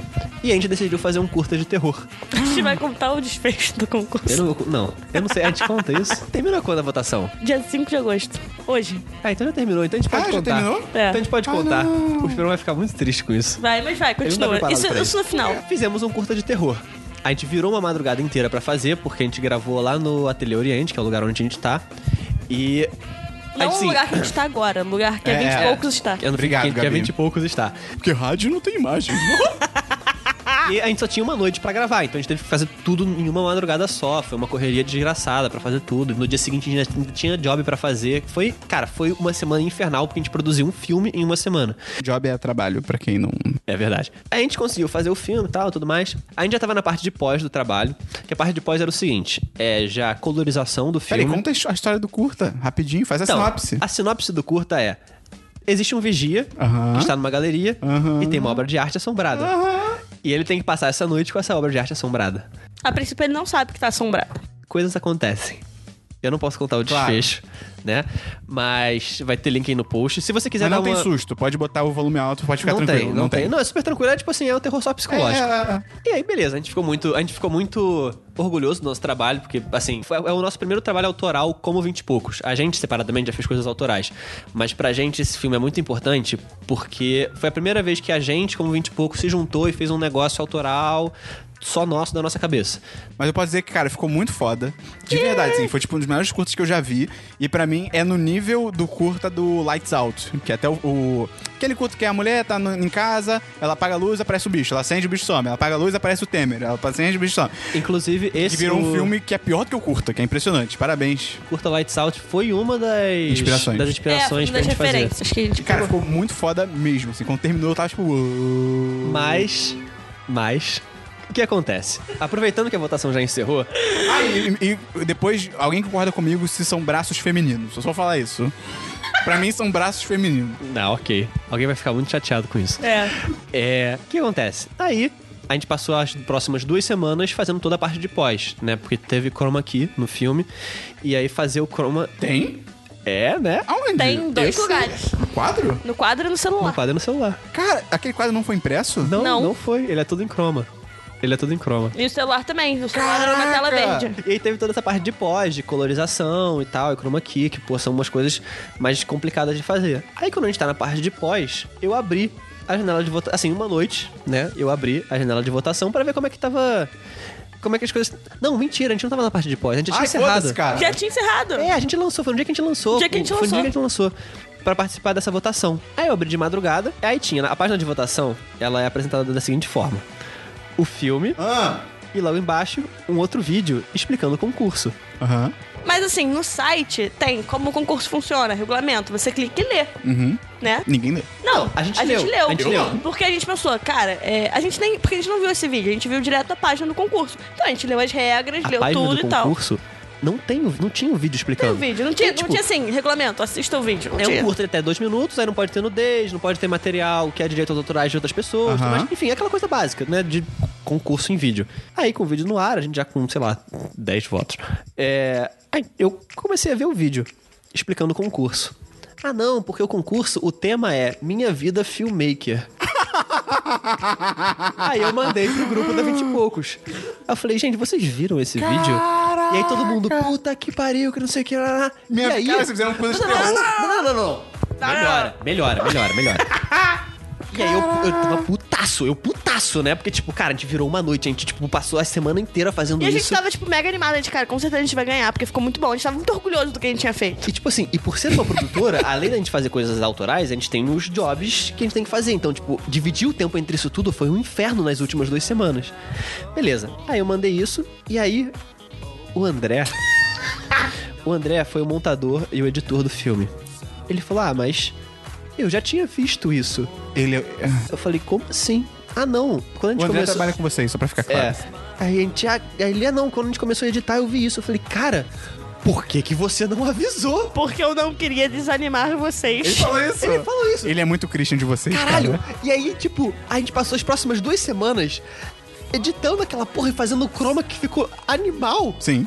E a gente decidiu fazer um curta de terror. pouco. A gente vai contar o desfecho do concurso. Eu não, vou- não, eu não sei. A gente conta isso. Terminou quando a votação? Dia 5 de agosto. Hoje. Ah, então já terminou. Então a gente pode Ah, já contar. terminou? Ah, É. Então a gente pode contar. O Esperão vai ficar muito triste com isso. Vai, mas vai, não tá continua. preparado Isso, é- pra isso isso. no final. Fizemos um curta de terror. A gente virou uma madrugada inteira pra fazer, porque a gente gravou lá no Ateliê Oriente, que é o lugar onde a gente tá. E. Não assim, o lugar que a gente tá agora, o lugar que a É, 20 é. e poucos tá. está. Eu não Obrigado, que, que a Gabi. 20 e poucos está. Porque rádio não tem imagem. Ah. E a gente só tinha uma noite pra gravar, então a gente teve que fazer tudo em uma madrugada só. Foi uma correria desgraçada pra fazer tudo. No dia seguinte a gente ainda tinha job pra fazer. Foi, cara, foi uma semana infernal porque a gente produziu um filme em uma semana. Job é trabalho, pra quem não... É verdade. A gente conseguiu fazer o filme e tal, tudo mais. A gente já tava na parte de pós do trabalho, que a parte de pós era o seguinte: é já a colorização do filme. Peraí, conta a his- a história do curta, rapidinho. Faz a Então, sinopse. A sinopse do curta é: existe um vigia Aham. que está numa galeria Aham. e tem uma obra de arte assombrada. E ele tem que passar essa noite com essa obra de arte assombrada. A princípio ele não sabe que tá assombrado. Coisas acontecem. Eu não posso contar o Claro. desfecho, né? Mas vai ter link aí no post. Se você Mas quiser não dar tem uma susto. Pode botar o volume alto, pode ficar não tranquilo. tem, não, tem. Não, é super tranquilo, é tipo assim, é um terror só psicológico. É, E aí, beleza, a gente ficou muito, a gente ficou muito orgulhoso do nosso trabalho, porque, assim, foi, é o nosso primeiro trabalho autoral como 20 e poucos. A gente, separadamente, já fez coisas autorais. Mas pra gente, esse filme é muito importante, porque foi a primeira vez que a gente, como 20 e poucos, se juntou e fez um negócio autoral só nosso, da nossa cabeça. Mas eu posso dizer que, cara, ficou muito foda. De verdade, sim. Foi tipo um dos melhores curtas que eu já vi. E pra mim é no nível do curta do Lights Out. Que é até o. o- Aquele curto que a mulher tá no- em casa, ela apaga a luz, aparece o bicho. Ela acende o bicho some. Ela apaga a luz, aparece o Temer. Ela acende o bicho some. Inclusive, esse Que virou o um filme que é pior do que o curta, que é impressionante. Parabéns. Curta Lights Out foi uma das Inspirações. das É, foi inspirações uma pra das gente fazer. referências que a gente Cara, pegou. ficou muito foda mesmo. Assim, quando terminou, eu tava tipo. "Uou". Mas, mas, o que acontece? Aproveitando que a votação já encerrou, Ah, e, e depois, alguém concorda comigo se são braços femininos. Eu só vou falar isso. Pra mim, são braços femininos. Não, ok. Alguém vai ficar muito chateado com isso. É. É. O que acontece? Aí. A gente passou as próximas duas semanas fazendo toda a parte de pós, né? Porque teve chroma aqui no filme. E aí fazer o chroma. Tem? É, né? Aonde? Tem dois Esse lugares. Quadro? No quadro e no Um celular. quadro no celular. Cara, aquele quadro não foi impresso? Não, não, Não. foi. Ele é tudo em croma. Ele é tudo em croma. E o celular também. O celular era uma tela Ah, verde. É. E aí teve toda essa parte de pós, de colorização e tal, e chroma key, que pô, são umas coisas mais complicadas de fazer. Aí quando a gente tá na parte de pós, eu abri a janela de votação, assim, uma noite, né? Eu abri a janela de votação pra ver como é que tava como é que as coisas. Não, mentira, a gente não tava na parte de pós, a gente já tinha Ai, Ah, foda-se, encerrado. cara. Já tinha encerrado. É, a gente lançou, foi no dia que a gente lançou. No dia que a gente foi no dia lançou. que a gente lançou. Pra participar dessa votação. Aí eu abri de madrugada, aí tinha a página de votação, ela é apresentada da seguinte forma: o filme Ah. e logo embaixo um outro vídeo explicando o concurso. Aham. Mas assim, no site tem como o concurso funciona, regulamento. Você clica e lê, Uhum. né? Ninguém lê. Não, a gente leu, a gente leu. Porque a gente pensou, cara, é, a gente nem. Porque a gente não viu esse vídeo, a gente viu direto a página do concurso. Então a gente leu as regras, A leu página tudo do e tal. concurso não tem, o- não tinha um vídeo Tem o explicando. vídeo, não tinha, não Tipo, tinha assim, regulamento, assista o vídeo. Não É um tinha. curto de até dois minutos, aí não pode ter nudez, não pode ter material que é direito aos autorais de outras pessoas, Aham. tudo mais. enfim, é aquela coisa básica, né? De concurso em vídeo. Aí com o vídeo no ar, a gente já com, sei lá, 10 votos. É, Aí eu comecei a ver o vídeo explicando o concurso. Ah, não, porque o concurso, o tema é Minha Vida Filmmaker. Aí eu mandei pro grupo da 20 e poucos. Aí eu falei, gente, vocês viram esse vídeo? E aí todo mundo, puta que pariu, que não sei o que. lá, lá, lá." Minha e aí, cara, vocês fizeram coisa de não, não, terror. não, não, não, não. Tá Melhora, melhora, melhora, melhora. E aí eu, eu tava putaço, eu putaço, né? Porque, tipo, cara, a gente virou uma noite, a gente, tipo, passou a semana inteira fazendo E a gente isso. tava, tipo, mega animada de cara, com certeza a gente vai ganhar, porque ficou muito bom. A gente tava muito orgulhoso do que a gente tinha feito. E tipo assim, e por ser uma produtora, além da gente fazer coisas autorais, a gente tem uns jobs que a gente tem que fazer. Então, tipo, dividir o tempo entre isso tudo foi um inferno nas últimas duas semanas. Beleza. Aí eu mandei isso, e aí o André. o André foi o montador e o editor do filme. Ele falou: Ah, mas eu já tinha visto isso. Ele. é- Ah, Eu falei, como assim? Ah, não. Quando a gente O André começou. trabalha com vocês, só pra ficar claro. É. Aí a gente. ah, Aí ele, ah, não. Quando a gente começou a editar, eu vi isso. Eu falei, cara, por que, que você não avisou? Porque eu não queria desanimar Ele vocês. falou isso? Ele falou isso. Ele é muito Christian de vocês, Caralho. cara. E aí, tipo, a gente passou as próximas duas semanas editando aquela porra e fazendo o croma que ficou animal. Sim.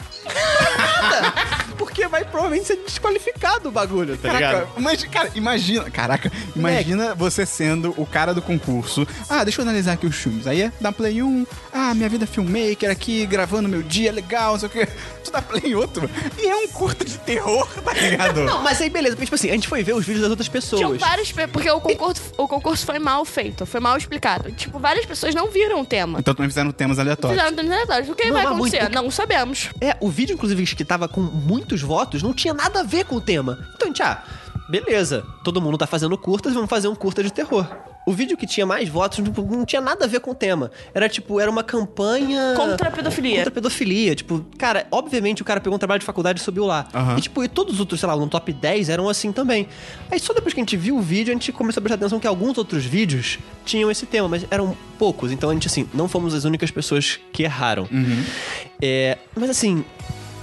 Porque vai provavelmente ser desqualificado o bagulho, tá ligado? Caraca, mas, cara, imagina. Caraca, imagina você sendo o cara do concurso. Ah, deixa eu analisar aqui os filmes. Aí é dá play em um. Ah, minha vida é filmmaker aqui, gravando meu dia, legal, não sei o quê. Tu dá play em outro. E é um curto de terror, tá ligado? Não, mas aí beleza, porque tipo assim, a gente foi ver os vídeos das outras pessoas. Tinham várias. pe- Porque o concurso, o concurso foi mal feito, foi mal explicado. Tipo, várias pessoas não viram o tema. Então também fizeram temas aleatórios. Fizeram dois aleatórios. O que Não, vai mas muito- acontecer? Não sabemos. É, o vídeo, inclusive, que tava com muitos votos, não tinha nada a ver com o tema. Então, a gente, ah, beleza, todo mundo tá fazendo curtas, vamos fazer um curta de terror. O vídeo que tinha mais votos tipo, não tinha nada a ver com o tema. Era tipo, era uma campanha. Contra a pedofilia. Contra a pedofilia. Tipo, cara, obviamente o cara pegou um trabalho de faculdade e subiu lá. Aham. E tipo, e todos os outros, sei lá, no top 10 eram assim também. Aí só depois que a gente viu o vídeo, a gente começou a prestar atenção que alguns outros vídeos tinham esse tema, mas eram poucos. Então a gente, assim, não fomos as únicas pessoas que erraram. É, mas assim,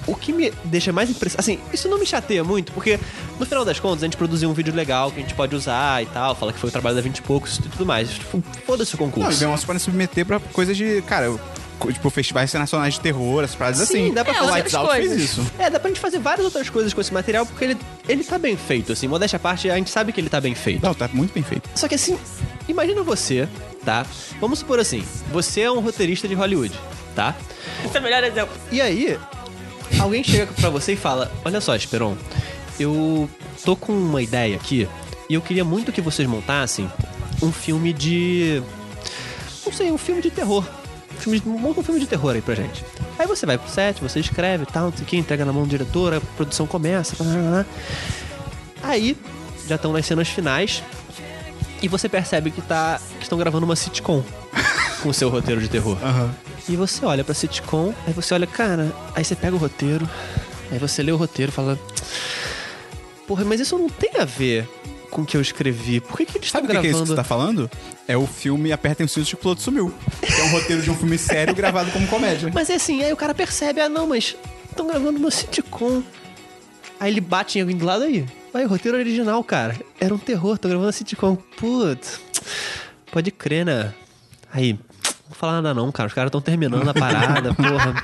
o que me deixa mais impressionado. Assim, isso não me chateia muito, porque no final das contas a gente produziu um vídeo legal que a gente pode usar e tal, fala que foi o trabalho da 20 e poucos e tudo mais. Tipo, foda-se o Não, e concurso. Beyoncé podem submeter pra coisas de. Cara, co- tipo, festivais internacionais de terror, essas paradas assim. dá pra É, falar outras Lights Out coisas. Fez isso. É, dá pra gente fazer várias outras coisas com esse material, porque ele, ele tá bem feito, assim. Modéstia à parte, a gente sabe que ele tá bem feito. Não, tá muito bem feito. Só que assim, imagina você, tá? Vamos supor assim, você é um roteirista de Hollywood, tá? Esse é o melhor exemplo. E aí, alguém chega pra você e fala: Olha só, Esperon, eu tô com uma ideia aqui e eu queria muito que vocês montassem um filme de. Não sei, um filme de terror. Um filme de- Monta um filme de terror aí pra gente. Aí você vai pro set, você escreve e tal, não sei o que, entrega na mão do diretor, a produção começa. blá, blá, blá. Aí, já estão nas cenas finais e você percebe que, tá, que estão gravando uma sitcom com o seu roteiro de terror. E você olha pra sitcom, aí você olha, cara, aí você pega o roteiro, aí você lê o roteiro e fala. Porra, mas isso não tem a ver com o que eu escrevi. Por que, que eles estão Sabe o que, que é isso que gravando? você tá falando? É o filme Apertem os Cintos que o Piloto Sumiu. Que é um roteiro de um filme sério gravado como comédia. Mas é assim, aí o cara percebe, ah não, mas estão gravando uma sitcom. Aí ele bate em alguém do lado aí. Aí o roteiro original, cara, era um terror, tô gravando uma sitcom. Putz, pode crer, né? Aí, não vou falar nada não, cara, os caras estão terminando a parada, porra.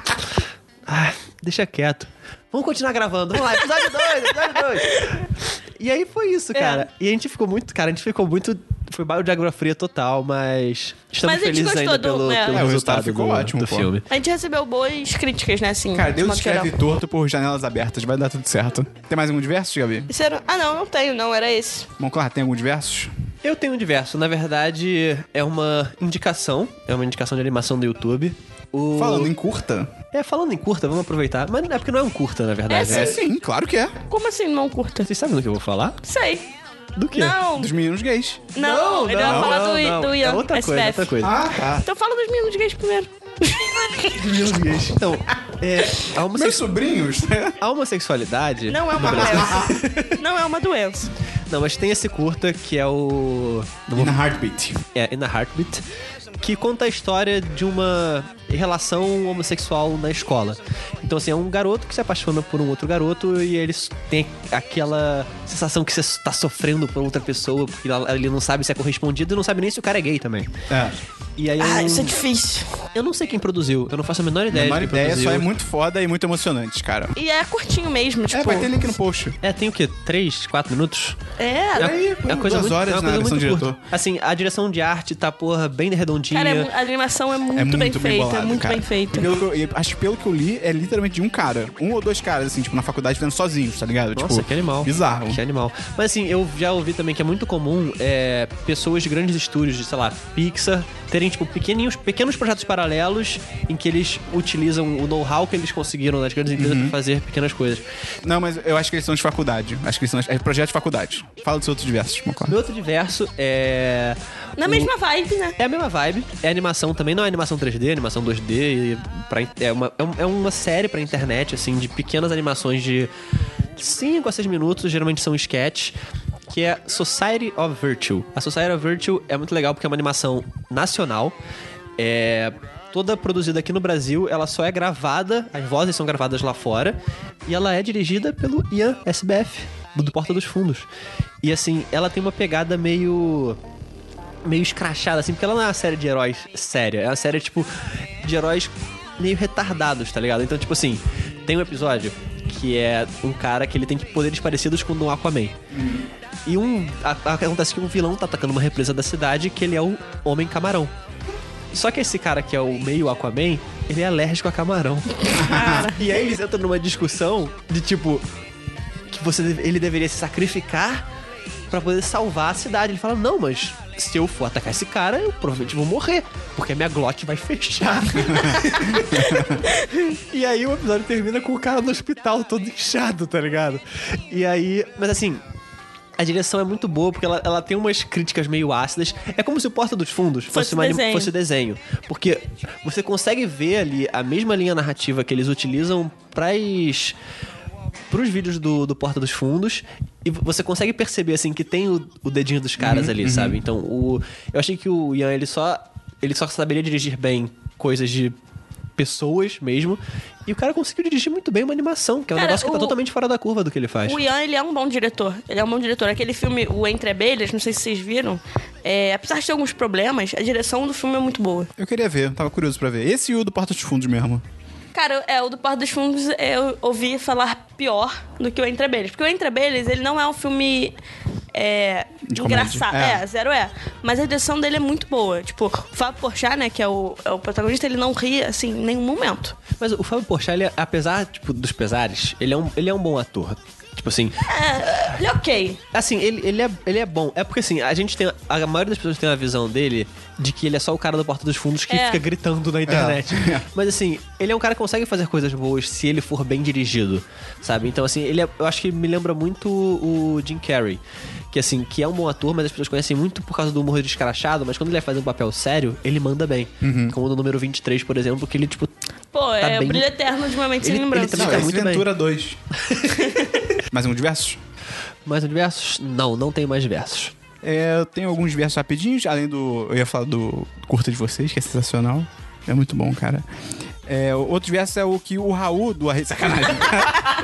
Ah, deixa quieto. Vamos continuar gravando, vamos lá, episódio 2, episódio 2. E aí foi isso, É. cara. E a gente ficou muito, cara, a gente ficou muito. Foi bairro de agrofria total, mas. Estamos Mas a gente felizes gostou ainda do- pelo, é. pelo É, o resultado resultado, ficou do, ótimo, do pô. filme. A gente recebeu boas críticas, né, assim. Cara, de Deus modo geral. escreve torto por janelas abertas, vai dar tudo certo. Tem mais algum diverso, Gabi? Isso era- Ah, não, não tenho, não. Era esse. Monclar, tem algum diversos? Eu tenho um diverso, na verdade, é uma indicação. É uma indicação de animação do YouTube. O- Falando em curta. É, falando em curta, vamos aproveitar. Mas é porque não é um curta, na verdade. É né? É sim, claro que é. Como assim não curta? Vocês sabem do que eu vou falar? Sei. Do quê? Não, Dos meninos gays. não, ele vai falar do, não. do Ian É outra coisa, SPF. outra coisa. Ah, tá. Então fala dos meninos gays primeiro. Dos meninos gays. Então, é, a, homossex- Meus sobrinhos, né? a homossexualidade. Não é uma doença. Não é uma doença. Não, mas tem esse curta que é o. Não vou Na Heartbeat. é In a Heartbeat, que conta a história de uma relação homossexual na escola. Então, assim, é um garoto que se apaixona por um outro garoto e eles têm aquela sensação que você tá sofrendo por outra pessoa, porque ela- ele não sabe se é correspondido e não sabe nem se o cara é gay também. É. E aí é Ah, um- isso é difícil. eu não sei quem produziu, eu não faço a menor ideia A de quem ideia tipo, produziu. só é muito foda e muito emocionante, cara. E é curtinho mesmo, tipo. É, vai ter link no post. É, tem o quê? Três, quatro minutos? É, É, aí, é põe uma coisa duas muito, horas é uma na coisa direção muito do curta. diretor. Assim, a direção de arte tá, porra, bem redondinha. cara, é mu- a animação é muito, É muito bem, feita. bolado, é muito cara. bem feita. Pelo que eu- e acho que pelo que eu li, é literalmente de um cara. Um ou dois caras, assim, tipo, na faculdade vendo sozinhos, tá ligado? Nossa, tipo, que animal. Bizarro. Que animal. Mas assim, eu já ouvi também que é muito comum é, pessoas de grandes estúdios, de, sei lá, Pixar, terem, tipo, pequeninhos, pequenos projetos paralelos em que eles utilizam o know-how que eles conseguiram nas grandes Uhum. empresas pra fazer pequenas coisas. Não, mas eu acho que eles são de faculdade. Acho que eles são. É projeto de faculdade. Fala dos outros diversos, Monclar. Meu outro diverso é. Na o- mesma vibe, né? É a mesma vibe, é animação também, não é animação 3D, é animação 2D, e pra in- é, uma, é um- é uma série pra internet, assim, de pequenas animações de 5 a 6 minutos, geralmente são sketch, que é Society of Virtue. A Society of Virtue é muito legal porque é uma animação nacional, é toda produzida aqui no Brasil, ela só é gravada, as vozes são gravadas lá fora, e ela é dirigida pelo Ian SBF, do Porta dos Fundos. E assim, ela tem uma pegada meio meio escrachada, assim, porque ela não é uma série de heróis séria, é uma série, tipo, de heróis meio retardados, tá ligado? Então, tipo assim, tem um episódio que é um cara que ele tem poderes parecidos com o do Aquaman. E um. a- a- acontece que um vilão tá atacando uma represa da cidade que ele é o Homem Camarão. Só que esse cara que é o meio Aquaman, ele é alérgico a camarão. e aí eles entram numa discussão de tipo. Que você, deve- ele deveria se sacrificar pra poder salvar a cidade. Ele fala, não, mas se eu for atacar esse cara, eu provavelmente vou morrer, porque a minha glock vai fechar. e aí o episódio termina com o cara no hospital todo inchado, tá ligado? E aí. Mas assim, a direção é muito boa, porque ela, ela tem umas críticas meio ácidas. É como se o Porta dos Fundos Fosse fosse, uma, desenho. desenho. fosse desenho. Porque você consegue ver ali a mesma linha narrativa que eles utilizam pras, pros vídeos do, do Porta dos Fundos. E você consegue perceber, assim, que tem o, o dedinho dos caras ali, sabe? Então, o, eu achei que o Ian, ele só, ele só saberia dirigir bem coisas de pessoas mesmo. E o cara conseguiu dirigir muito bem uma animação, que é um Cara, negócio que tá o- totalmente fora da curva do que ele faz. O Ian, ele é um bom diretor. Ele é um bom diretor. Aquele filme, o Entre Abelhas, não sei se vocês viram. é, apesar de ter alguns problemas, a direção do filme é muito boa. Eu queria ver, tava curioso pra ver. Esse e o do Porta dos Fundos mesmo. Cara, é, o do Porto dos Fundos é, eu ouvi falar pior do que o Entre Abelhas. Porque o Entre Abelhas, ele não é um filme. É, De comédia. engraçado. É. É. zero é. Mas a direção dele é muito boa. Tipo, o Fábio Porchat, né, que é o, é o protagonista, ele não ri, assim, em nenhum momento. Mas o Fábio Porchat, ele, apesar tipo, dos pesares, ele é, um, ele é um bom ator. Tipo assim, É, ele é ok. assim, ele, ele, é, ele é bom. É porque assim, a gente tem. A maioria das pessoas tem a visão dele de que ele é só o cara do Porta dos Fundos que É. fica gritando na internet. Mas assim, ele é um cara que consegue fazer coisas boas se ele for bem dirigido. Sabe? Então, assim, ele é- eu acho que me lembra muito o Jim Carrey. Que assim, que é um bom ator, mas as pessoas conhecem muito por causa do humor descarachado, mas quando ele vai fazer um papel sério, ele manda bem. Como no número 23, por exemplo, que ele, tipo, Pô, Tá é o bem- brilho eterno de uma mente sem Ele- ele lembrança. Não, tá esse muito bem. é Ventura 2. mais um diversos? Mais diversos? Não, não tem mais versos. É, eu tenho alguns versos rapidinhos, além do. Eu ia falar do Curta de Vocês, que é sensacional. É muito bom, cara. É, o- outro verso é o que o Raul do Arre... Sacanagem.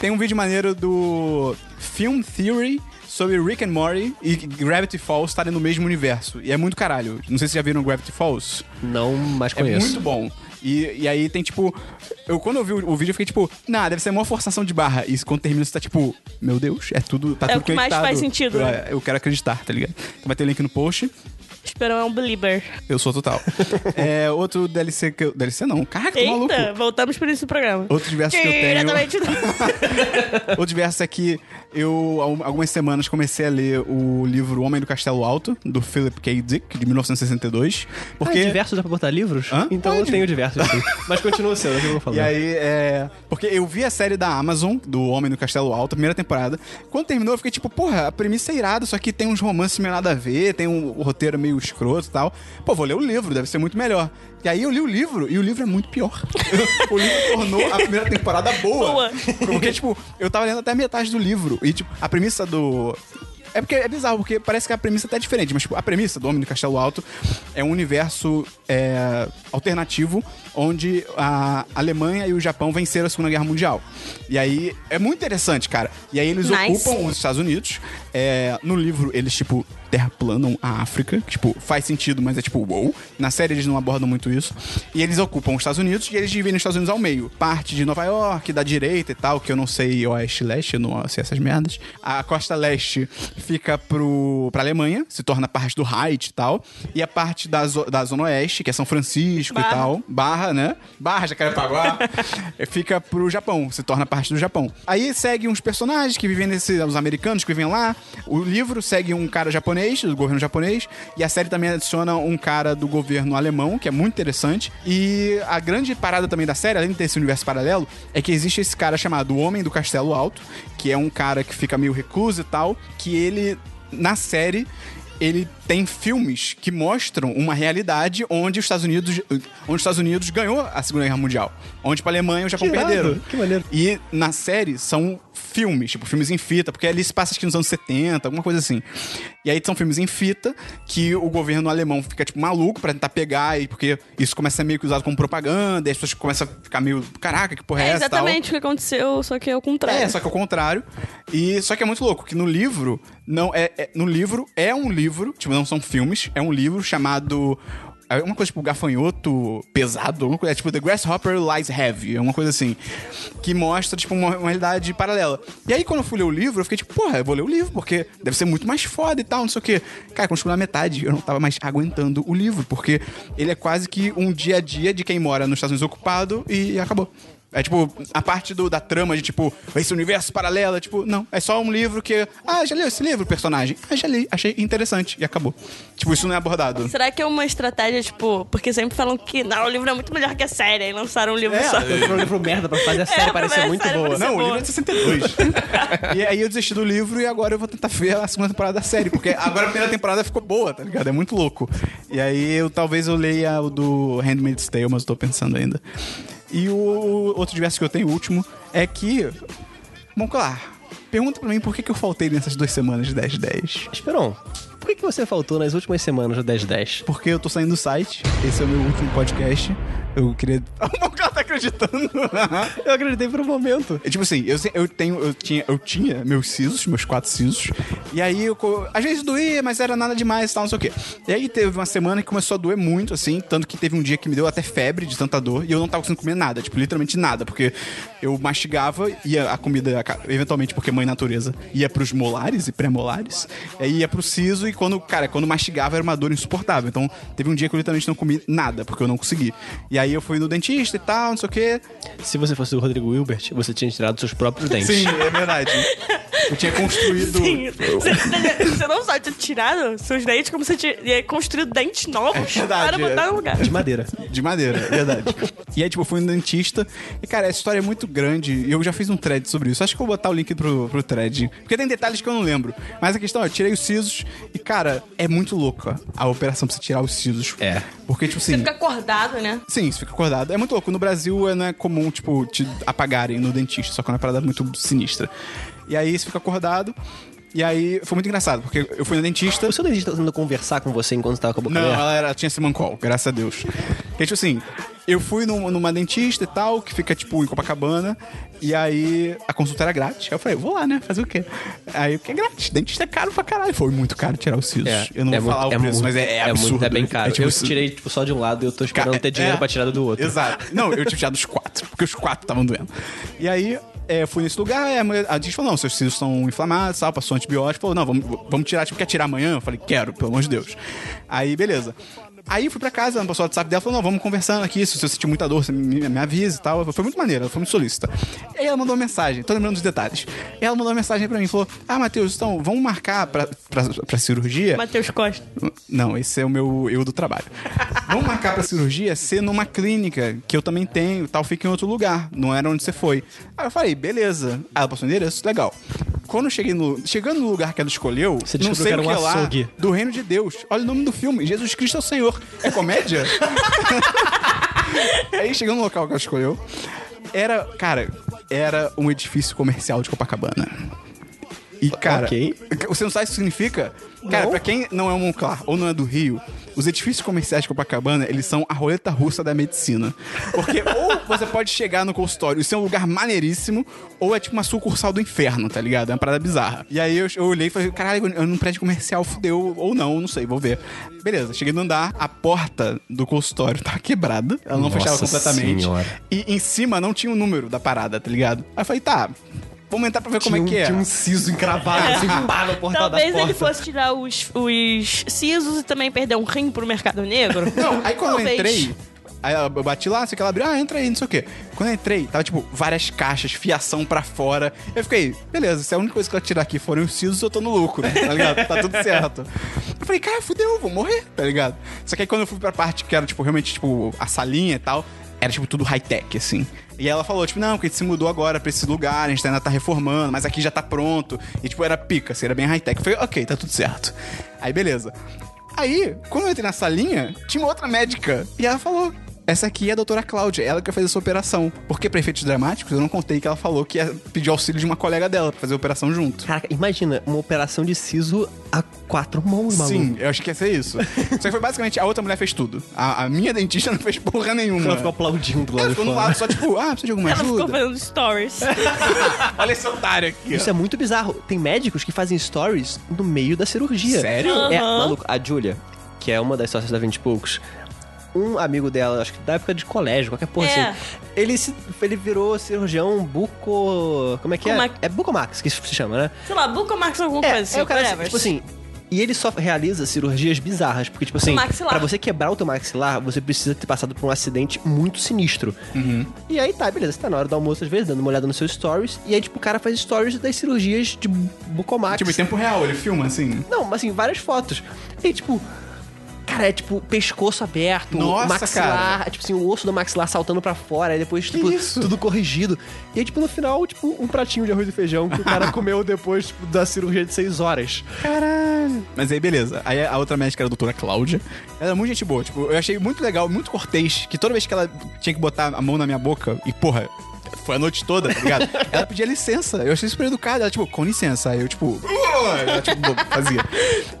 Tem um vídeo maneiro do Film Theory sobre Rick and Morty e Gravity Falls tá estarem no mesmo universo. E é muito caralho. Não sei se já viram Gravity Falls. Não mais É conheço. muito bom. E, e aí tem tipo. Eu quando eu vi o, o vídeo, eu fiquei tipo, nah, deve ser uma forçação de barra. E quando termina, você tá tipo, meu Deus, é tudo. Tá É o tudo que mais conectado. faz sentido, Eu, né? eu quero acreditar, tá ligado? Então vai ter o link no post. Esperão é um believer. Eu sou total. é, outro DLC que eu. DLC não. Caraca, tô maluco. Eita, voltamos pro início do programa. Outro diverso que eu tenho. Diretamente do- O diverso é que eu, há um- algumas semanas, comecei a ler o livro Homem do Castelo Alto, do Philip K. Dick, de 1962. Porque. Ah, diversos dá pra botar livros? Hã? Então eu Pode. tenho diversos. sim. Mas continua sendo, é o que eu vou falar. E aí, é. Porque eu vi a série da Amazon, do Homem do Castelo Alto, a primeira temporada. Quando terminou, eu fiquei tipo, porra, a premissa é irada, só que tem uns romances meio nada a ver, tem um roteiro meio escroto e tal. Pô, vou ler o livro, deve ser muito melhor. E aí eu li o livro, e o livro é muito pior. o livro tornou a primeira temporada boa. Boa. Porque, tipo, eu tava lendo até a metade do livro. E, tipo, a premissa do. É porque é bizarro, porque parece que a premissa é até diferente, mas tipo, a premissa do Homem do Castelo Alto é um universo é, alternativo onde a Alemanha e o Japão venceram a Segunda Guerra Mundial. E aí é muito interessante, cara. E aí eles Nice. ocupam os Estados Unidos. É, no livro eles, tipo, terraplanam a África, que, tipo, faz sentido, mas é tipo, uou. Na série eles não abordam muito isso. E eles ocupam os Estados Unidos e eles dividem os Estados Unidos ao meio. Parte de Nova York, da direita e tal, que eu não sei oeste leste, eu não sei essas merdas. A costa leste fica pro, pra Alemanha, se torna parte do Reich e tal. E a parte da, zo- da zona oeste, que é São Francisco e Barra. tal, barra, né? Barra, Jacarepaguá, eh, fica pro Japão, se torna parte do Japão. Aí segue uns personagens que vivem nesse, os americanos que vivem lá. O livro segue um cara japonês, do governo japonês, e a série também adiciona um cara do governo alemão, que é muito interessante. E a grande parada também da série, além de ter esse universo paralelo, é que existe esse cara chamado Homem do Castelo Alto, que é um cara que fica meio recluso e tal, que ele, na série, ele tem filmes que mostram uma realidade onde os Estados Unidos, onde os Estados Unidos ganhou a Segunda Guerra Mundial, onde para a Alemanha e o Japão Que irado, perderam. que maneiro. E na série são filmes, tipo filmes em fita, porque ali se passa acho que nos anos 70, alguma coisa assim. E aí são filmes em fita que o governo alemão fica tipo maluco para tentar pegar e porque isso começa a ser meio que usado como propaganda, e as pessoas começam a ficar meio, caraca, que porra é, É essa e tal. exatamente o que aconteceu, só que é o contrário. É, só que ao contrário. E só que é muito louco que no livro não é, é- no livro é um livro, tipo não são filmes, é um livro chamado é uma coisa tipo gafanhoto pesado, alguma coisa, é tipo The Grasshopper Lies Heavy, é uma coisa assim, que mostra tipo uma, uma realidade paralela. E aí quando eu fui ler o livro, eu fiquei tipo, porra, eu vou ler o livro porque deve ser muito mais foda e tal, não sei o quê. Cara, quando chegou na metade, eu não tava mais aguentando o livro, porque ele é quase que um dia a dia de quem mora nos Estados Unidos ocupado e acabou. É tipo, a parte do- da trama de tipo, esse universo paralelo, é, tipo, não. É só um livro que. Ah, já leu esse livro, personagem? Ah, já li, achei interessante. E acabou. Tipo, isso não é abordado. Será que é uma estratégia, tipo, porque sempre falam que não, o livro é muito melhor que a série, e lançaram um livro É, só. Eu um livro merda pra fazer a série pra parecer fazer a muito É, série boa. parecer- Não, o boa. livro é de 62. e aí eu desisti do livro e agora eu vou tentar ver a segunda temporada da série, porque agora a primeira temporada ficou boa, tá ligado? É muito louco. E aí eu talvez eu leia o do Handmaid's Tale, mas eu tô pensando ainda. E o outro diverso que eu tenho, o último, é que. Vamos lá. Pergunta pra mim por que, que eu faltei nessas duas semanas de 10 10. Esperon, por que, que você faltou nas últimas semanas do 1010? porque eu tô saindo do site. Esse é o meu último podcast. Eu queria. O cara tá acreditando. Eu acreditei por um momento. É tipo assim, eu, se- eu tenho, eu tinha, eu tinha meus sisos, meus quatro sisos, e aí eu, co- às vezes doía, mas era nada demais e tal, não sei o quê. E aí teve uma semana que começou a doer muito, assim, tanto que teve um dia que me deu até febre de tanta dor, e eu não tava conseguindo comer nada, tipo, literalmente nada, porque eu mastigava e a, a comida, aca- eventualmente, porque mãe natureza, ia pros molares e pré-molares, e aí ia pro siso, e quando, cara, quando mastigava era uma dor insuportável, então teve um dia que eu literalmente não comi nada, porque eu não consegui. E aí eu fui no dentista e tal, não sei o quê, Se você fosse o Rodrigo Wilbert, você tinha tirado seus próprios dentes. Sim, é verdade. Eu tinha construído. Sim. Você, você não só tinha tirado seus dentes, como você tinha ia construído dentes novos verdade, para botar é. no lugar. De madeira. De madeira, é verdade. e aí, tipo, eu fui no dentista. E, cara, essa história é muito grande. E eu já fiz um thread sobre isso. Acho que eu vou botar o link pro, pro thread. Porque tem detalhes que eu não lembro. Mas a questão é, eu tirei os sisos. E, cara, é muito louca a operação pra você tirar os sisos. É. Porque, tipo assim. Você fica acordado, né? Sim, você fica acordado. É muito louco. No Brasil é, não é comum, tipo, te apagarem no dentista, só que é uma parada muito sinistra. E aí você fica acordado. E aí foi muito engraçado, porque eu fui no dentista. O seu dentista tá tentando conversar com você enquanto você tava com a boca Não, aberta? ela, era- tinha Simancol, graças a Deus. Que é tipo assim, eu fui num- numa dentista e tal, que fica tipo em Copacabana, e aí a consulta era grátis. Aí eu falei, vou lá, né? Fazer o quê? Aí o que é grátis? Dentista é caro pra caralho. Foi muito caro tirar o siso. eu não vou falar o é preço, muito- mas é, é absurdo. muito- é bem caro. tipo, eu tirei tipo, só de um lado e eu Ca- tô esperando ter dinheiro é. pra tirar do outro. Exato. Não, eu tinha tirado os quatro, porque os quatro estavam doendo. E aí, é, eu fui nesse lugar, e a, mulher- a gente falou, não, seus cílios são inflamados, tal, passou antibiótico, falou, não, vamos, vamos tirar, tipo, quer tirar amanhã? Eu falei, quero, pelo amor de Deus. Aí, beleza. Aí eu fui pra casa, ela passou o WhatsApp dela, falou, não, vamos conversando aqui, se você sentir muita dor, você me, me avisa e tal. Foi muito maneiro, ela foi muito solícita. E aí ela mandou uma mensagem, tô lembrando dos detalhes. E ela mandou uma mensagem pra mim, falou, ah, Matheus, então, vamos marcar pra, pra, pra cirurgia? Matheus Costa. Não, esse é o meu eu do trabalho. Vamos marcar pra cirurgia ser numa clínica, que eu também tenho, tal, fica em outro lugar. Não era onde você foi. Aí eu falei, beleza. Ah, ela passou o endereço, legal. Quando eu cheguei no. Chegando no lugar que ela escolheu, Você não descobriu sei que era o que um lá. açougue. Do reino de Deus. Olha o nome do filme, Jesus Cristo é o Senhor. É comédia? Aí chegando no local que ela escolheu, era. Cara, era um edifício comercial de Copacabana. E, cara, Ok. você não sabe o que significa? Cara, pra quem não é um Monclar ou não é do Rio, os edifícios comerciais de Copacabana, eles são a roleta russa da medicina. Porque ou você pode chegar no consultório e ser um lugar maneiríssimo, ou é tipo uma sucursal do inferno, tá ligado? É uma parada bizarra. E aí eu, eu olhei e falei, caralho, eu num prédio comercial fudeu, ou não, não sei, vou ver. Beleza, cheguei no andar, a porta do consultório tava quebrada, ela não Nossa fechava completamente. Senhora. E em cima não tinha o número da parada, tá ligado? Aí eu falei, tá, vamos entrar pra ver como é que é. um siso encravado, assim, pá, no portal Talvez da porta. ele fosse tirar os, os sisos e também perder um rim pro mercado negro. Não, aí quando Talvez. eu entrei. Aí eu bati lá, sei que ela abriu, ah, entra aí, não sei o quê. Quando eu entrei, tava tipo várias caixas, fiação pra fora. Eu fiquei, beleza, se a única coisa que ela tirar aqui forem os sisos, eu tô no lucro, tá ligado? Tá tudo certo. Eu falei, cara, fudeu, vou morrer, tá ligado? Só que aí quando eu fui pra parte que era, tipo, realmente, tipo, a salinha e tal, era, tipo, tudo high-tech, assim. E ela falou, tipo, não, porque a gente se mudou agora pra esse lugar, a gente ainda tá reformando, mas aqui já tá pronto. E, tipo, era pica, assim, era bem high-tech. Eu falei, ok, tá tudo certo. Aí, beleza. Aí, quando eu entrei na salinha, tinha uma outra médica. E ela falou: Essa aqui é a doutora Cláudia, ela que fez essa operação. Porque, pra efeitos dramáticos, eu não contei que ela falou que ia pedir auxílio de uma colega dela pra fazer a operação junto. Caraca, imagina, uma operação de siso a quatro mãos, maluco. Sim, eu acho que ia ser isso. Só que foi basicamente a outra mulher fez tudo. A, a minha dentista não fez porra nenhuma. Ela ficou aplaudindo lá Ela de ficou no fora. lado só tipo, ah, precisa de alguma Ela ficou ajuda? É. fazendo stories. Olha esse otário aqui. Isso é muito bizarro. Tem médicos que fazem stories no meio da cirurgia. Sério? É, Aham. maluco, a Julia, que é uma das sócias da 20 e poucos, um amigo dela, acho que da época de colégio, qualquer porra É. assim, ele, se, ele virou cirurgião buco... Como é que Bucomax. é? É bucomax que se chama, né? Sei lá, Buco Max alguma É, coisa assim. é o cara, assim, whatever. tipo assim... E ele só realiza cirurgias bizarras, porque, tipo assim, Maxilar. pra você quebrar o teu maxilar, você precisa ter passado por um acidente muito sinistro. Uhum. E aí tá, beleza, você tá na hora do almoço, às vezes, dando uma olhada nos seus stories, e aí, tipo, o cara faz stories das cirurgias de bucomax. Tipo, em tempo real, ele filma assim. Não, mas assim, várias fotos. E tipo. Cara, é tipo pescoço aberto, Nossa, maxilar, cara. tipo assim, o osso do maxilar saltando pra fora, e depois, tipo, isso? tudo corrigido. E aí, tipo, no final, tipo, um pratinho de arroz e feijão que o cara comeu depois tipo, da cirurgia de seis horas. Caralho. Mas aí, beleza. Aí a outra médica era a doutora Cláudia. Ela é muito gente boa. Tipo, eu achei muito legal, muito cortês, que toda vez que ela tinha que botar a mão na minha boca, e porra, foi a noite toda, tá ligado? ela pedia licença. Eu achei super educada. Ela, tipo, com licença. Aí eu, tipo, "Uah!" ela, tipo, fazia.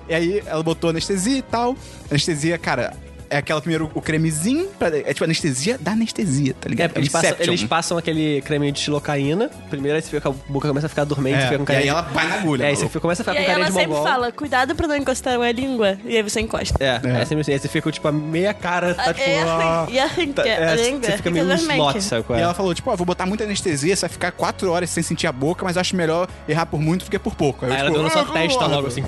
E aí ela botou anestesia e tal. Anestesia, cara. É aquela primeiro, o cremezinho, pra- é tipo anestesia da anestesia, tá ligado? É, porque eles passam, Inception. eles passam aquele creme de xilocaína. Primeiro aí você fica, a boca começa a ficar dormente, É, você fica com e carinha. aí ela vai na agulha. É, aí maluco. você fica- começa a ficar E com aí carinha ela de sempre mongol. fala, cuidado pra não encostar a língua. E aí você encosta. É, é. sempre assim. Aí você fica, tipo, a meia cara, tá, tipo... É, ah, e arranca tá- é, a língua. você fica meio um dormente. slot, sabe qual E é? ela falou, tipo, ó, vou botar muita anestesia, você vai ficar quatro horas sem sentir a boca, mas eu acho melhor errar por muito do que por pouco. Aí eu, Aí ela tipo, deu na "Ah, sua vamos testa embora." logo, assim,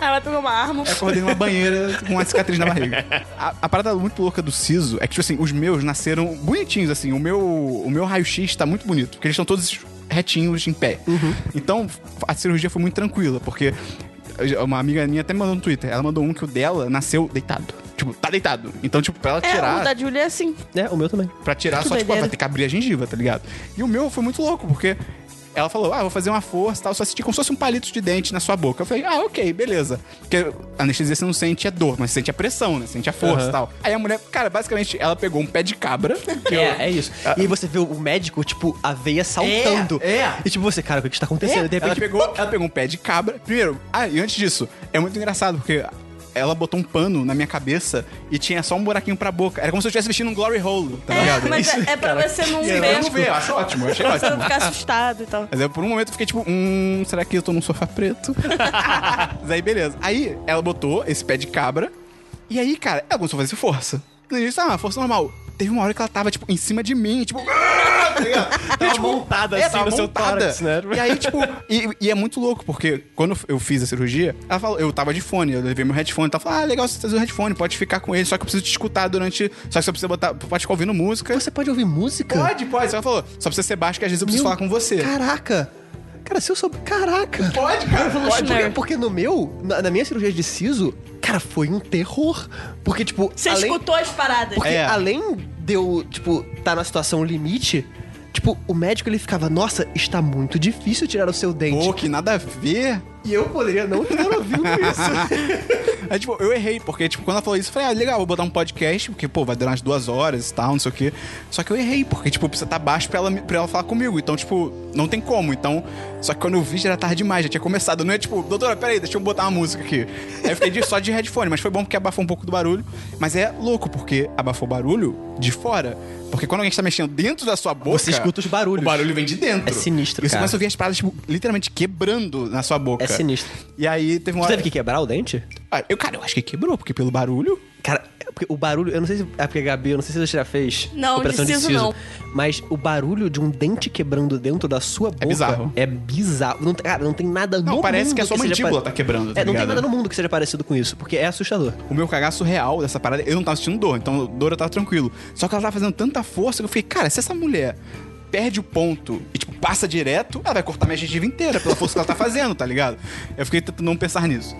Aí ela pegou uma arma. "Ah", Eu acordei numa banheira com uma cicatriz na barriga. A, a parada muito louca do siso é que, tipo assim, os meus nasceram bonitinhos, assim. O meu, o meu raio-x tá muito bonito, porque eles estão todos retinhos em pé. Uhum. Então, a cirurgia foi muito tranquila, porque uma amiga minha até me mandou no Twitter. Ela mandou um que o dela nasceu deitado. Tipo, tá deitado. Então, tipo, pra ela É, tirar... o da Julia é assim. É, o meu também. Pra tirar, só, Que tipo, ah, doideira. vai ter que abrir a gengiva, tá ligado? E o meu foi muito louco, porque ela falou, ah, vou fazer uma força e tal, só senti como se fosse um palito de dente na sua boca. Eu falei, ah, ok, beleza. Porque a anestesia você não sente a dor, mas você sente a pressão, né? Você sente a força e Aham. tal. Aí a mulher, cara, basicamente, ela pegou um pé de cabra. que eu- É, é isso. E aí você vê o médico, tipo, a veia saltando. Ah. É, é. E tipo, você, cara, o que que tá acontecendo? E de ela, tipo, repente, pegou, ela pegou um pé de cabra. Primeiro, ah, e antes disso, é muito engraçado, porque ela botou um pano na minha cabeça e tinha só um buraquinho pra boca. Era como se eu estivesse vestindo um glory hole, tá ligado? Mas é, é pra você não E aí eu não tipo, ver, vi, eu acho ótimo, eu achei pra você não ótimo. ficar assustado e É, tal. Mas eu, por um momento, eu fiquei tipo, hum, será que eu tô num sofá preto? Mas aí, beleza. Aí, ela botou esse pé de cabra. E aí, cara, ela começou a fazer força. No início, ah, força normal. Teve uma hora que ela tava, tipo, em cima de mim, tipo... "Ah", tá ligado? Tava montada É, assim tava no seu montada. tórax, né? E aí, tipo, e, e é muito louco, porque quando eu fiz a cirurgia, ela falou, eu tava de fone, eu levei meu headphone, tava falando, ah, legal, você trazer o headphone, pode ficar com ele, só que eu preciso te escutar durante. Só que você precisa botar. Pode ficar ouvindo música. Você pode ouvir música? Pode, pode. Só que ela falou, só precisa ser baixo que às vezes eu preciso Meu- falar com você. Caraca! Cara, se eu souber. Caraca! Pode, cara. Pode, porque, Revolutionário. porque no meu, na, na minha cirurgia de siso, cara, foi um terror. Porque, tipo, Você além, escutou as paradas. porque É. além de eu, tipo, tá na situação limite, tipo, o médico ele ficava, nossa, está muito difícil tirar o seu dente. Pô, que nada a ver. E eu poderia não ter ouvido isso. Aí, tipo, eu errei, porque, tipo, quando ela falou isso, eu falei, ah, legal, vou botar um podcast, porque, pô, vai durar umas duas horas e tal, não sei o quê. Só que eu errei, porque, tipo, precisa estar baixo pra ela, me- pra ela falar comigo. Então, tipo, não tem como. Então, só que quando eu vi, já era tarde demais, já tinha começado. Não é tipo, doutora, peraí, deixa eu botar uma música aqui. Aí eu fiquei de- só de headphone, mas foi bom porque abafou um pouco do barulho. Mas é louco, porque abafou o barulho de fora. Porque quando alguém está mexendo dentro da sua boca. Você escuta os barulhos. O barulho vem de dentro. É sinistro, E você cara. começa a ouvir as paradas, tipo, literalmente quebrando na sua boca. É sinistro. E aí teve uma Você hora. teve que quebrar o dente? Ah, eu, cara, eu acho que quebrou, porque pelo barulho. Cara, é porque o barulho, eu não sei se. É porque, Gabi, eu não sei se você já fez. Não, de operação de siso, siso, não. Mas o barulho de um dente quebrando dentro da sua boca bizarro. É bizarro. Não, tem- cara, não tem nada Não, no parece mundo que a sua seja mandíbula tá quebrando, tá é, não tem ligado? nada no mundo que seja parecido com isso, porque é assustador. O meu cagaço real dessa parada, eu não tava sentindo dor, então dor eu tava tranquilo. Só que ela tava fazendo tanta força que eu fiquei, cara, se essa mulher perde o ponto e, tipo, passa direto, ela vai cortar minha gengiva inteira pela força que ela tá fazendo, tá ligado? Eu fiquei tentando não pensar nisso.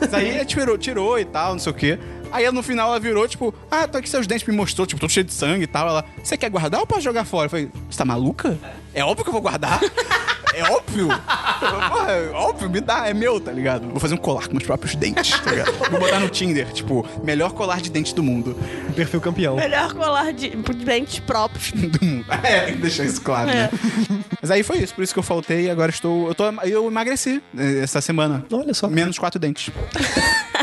Mas aí ela tirou, tirou e tal, não sei o quê. Aí ela, no final ela virou, tipo, ah, tô aqui seus dentes, me mostrou, tipo, todo cheio de sangue e tal. Ela, você quer guardar ou pode jogar fora? Eu falei, você tá maluca? É óbvio que eu vou guardar. É óbvio. Porra, é óbvio, me dá, é meu, tá ligado? Vou fazer um colar com meus próprios dentes, tá ligado? Vou botar no Tinder, tipo, melhor colar de dente do mundo. Perfil campeão. Melhor colar de dentes próprios. Do mundo. É, tem que deixar isso claro, né? Mas aí foi isso, por isso que eu faltei e agora estou. Eu, tô, eu emagreci eh, essa semana. Olha só. Menos quatro dentes.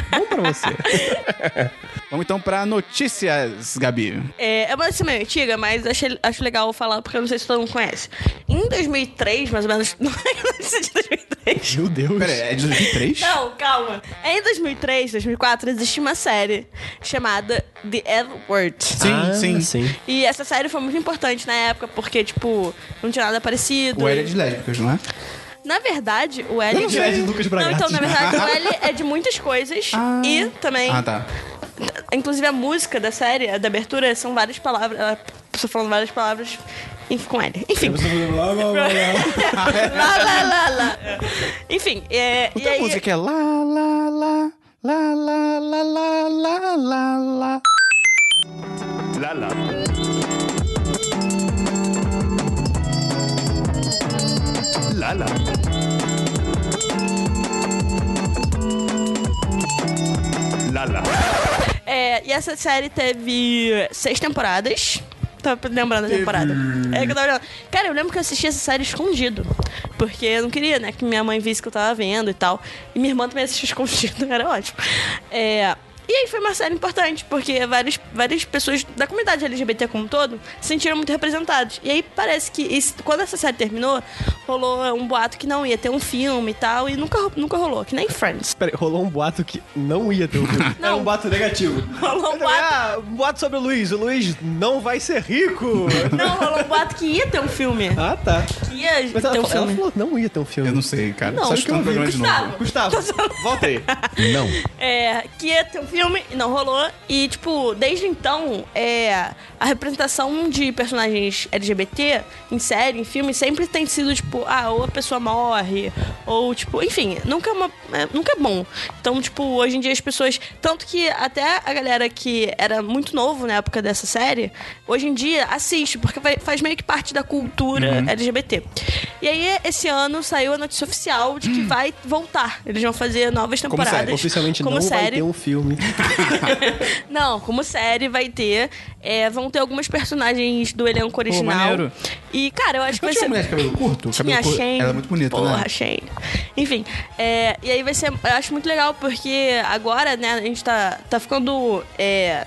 Bom pra você. Vamos então pra notícias, Gabi. É, é uma notícia meio antiga, mas achei, acho legal falar, porque eu não sei se todo mundo conhece. Em 2003, mais ou menos... Não é notícia de 2003. Meu Deus. Pera, é de 2003? Não, calma. Em 2003, 2004, existia uma série chamada The Edward. Sim, Ah, sim. E essa série foi muito importante na época, porque, tipo, não tinha nada parecido. O L é de lésbicas, não é? Na verdade, o L... Eu não sei. É de Lucas Bragatti. Não, então, na verdade, o L é de muitas coisas e também... Ah, tá. Inclusive a música da série, a da abertura, são várias palavras. Ela pessoa falando várias palavras enfim, com L. Enfim. tá Ah, é? lá, lá, lá, lá. Enfim, é, Não e tem aí, uma música que é lá, lá, lá, lá, lá, lá, lá, lá, lá, lá. é, e essa série teve seis temporadas. Tava lembrando a temporada. É que eu tava lembrando. Cara, eu lembro que eu assisti essa série escondido. Porque eu não queria, né, que minha mãe visse que eu tava vendo e tal. E minha irmã também assistia escondido, era ótimo. É, E aí foi uma série importante, porque várias, várias pessoas da comunidade LGBT como um todo se sentiram muito representadas. E aí parece que isso- quando essa série terminou, rolou um boato que não ia ter um filme e tal, e nunca, ro- nunca rolou, que nem Friends. Pera, aí, rolou um boato que não ia ter o filme. Era Não. um boato negativo. Rolou um boato Ah, um boato sobre o Luiz. O Luiz não vai ser rico. Não, rolou um boato que ia ter um filme. ah, tá. Que ia Mas ela, ter um falou- ela filme. falou que não ia ter um filme. Eu não sei, cara. Não, Só acho que eu escutando o programa de Gustavo. novo. Gustavo, volta aí. Não. É, que ia ter um filme, e não rolou. E, tipo, desde então, é, a representação de personagens LGBT em série, em filme, sempre tem sido, tipo, ah, ou a pessoa morre, ou, tipo, enfim, nunca é, uma- é, nunca é bom. Então, tipo, hoje em dia as pessoas. Tanto que até a galera que era muito novo na época dessa série, hoje em dia assiste, porque vai- faz meio que parte da cultura LGBT. E aí, esse ano saiu a notícia oficial de que vai voltar. Eles vão fazer novas Como série. temporadas. Oficialmente como não vai série. ter um filme. Não, como série vai ter. é, vão ter algumas personagens do elenco original. maneiro. e, cara, eu acho que Não tinha vai ser. uma mulher de cabelo curto? Tipo Tinha cabelo a curto. Shane. Ela é muito bonita, Porra, né? Shane. Enfim, é, e aí vai ser. Eu acho muito legal porque agora, né, a gente tá, tá ficando. É,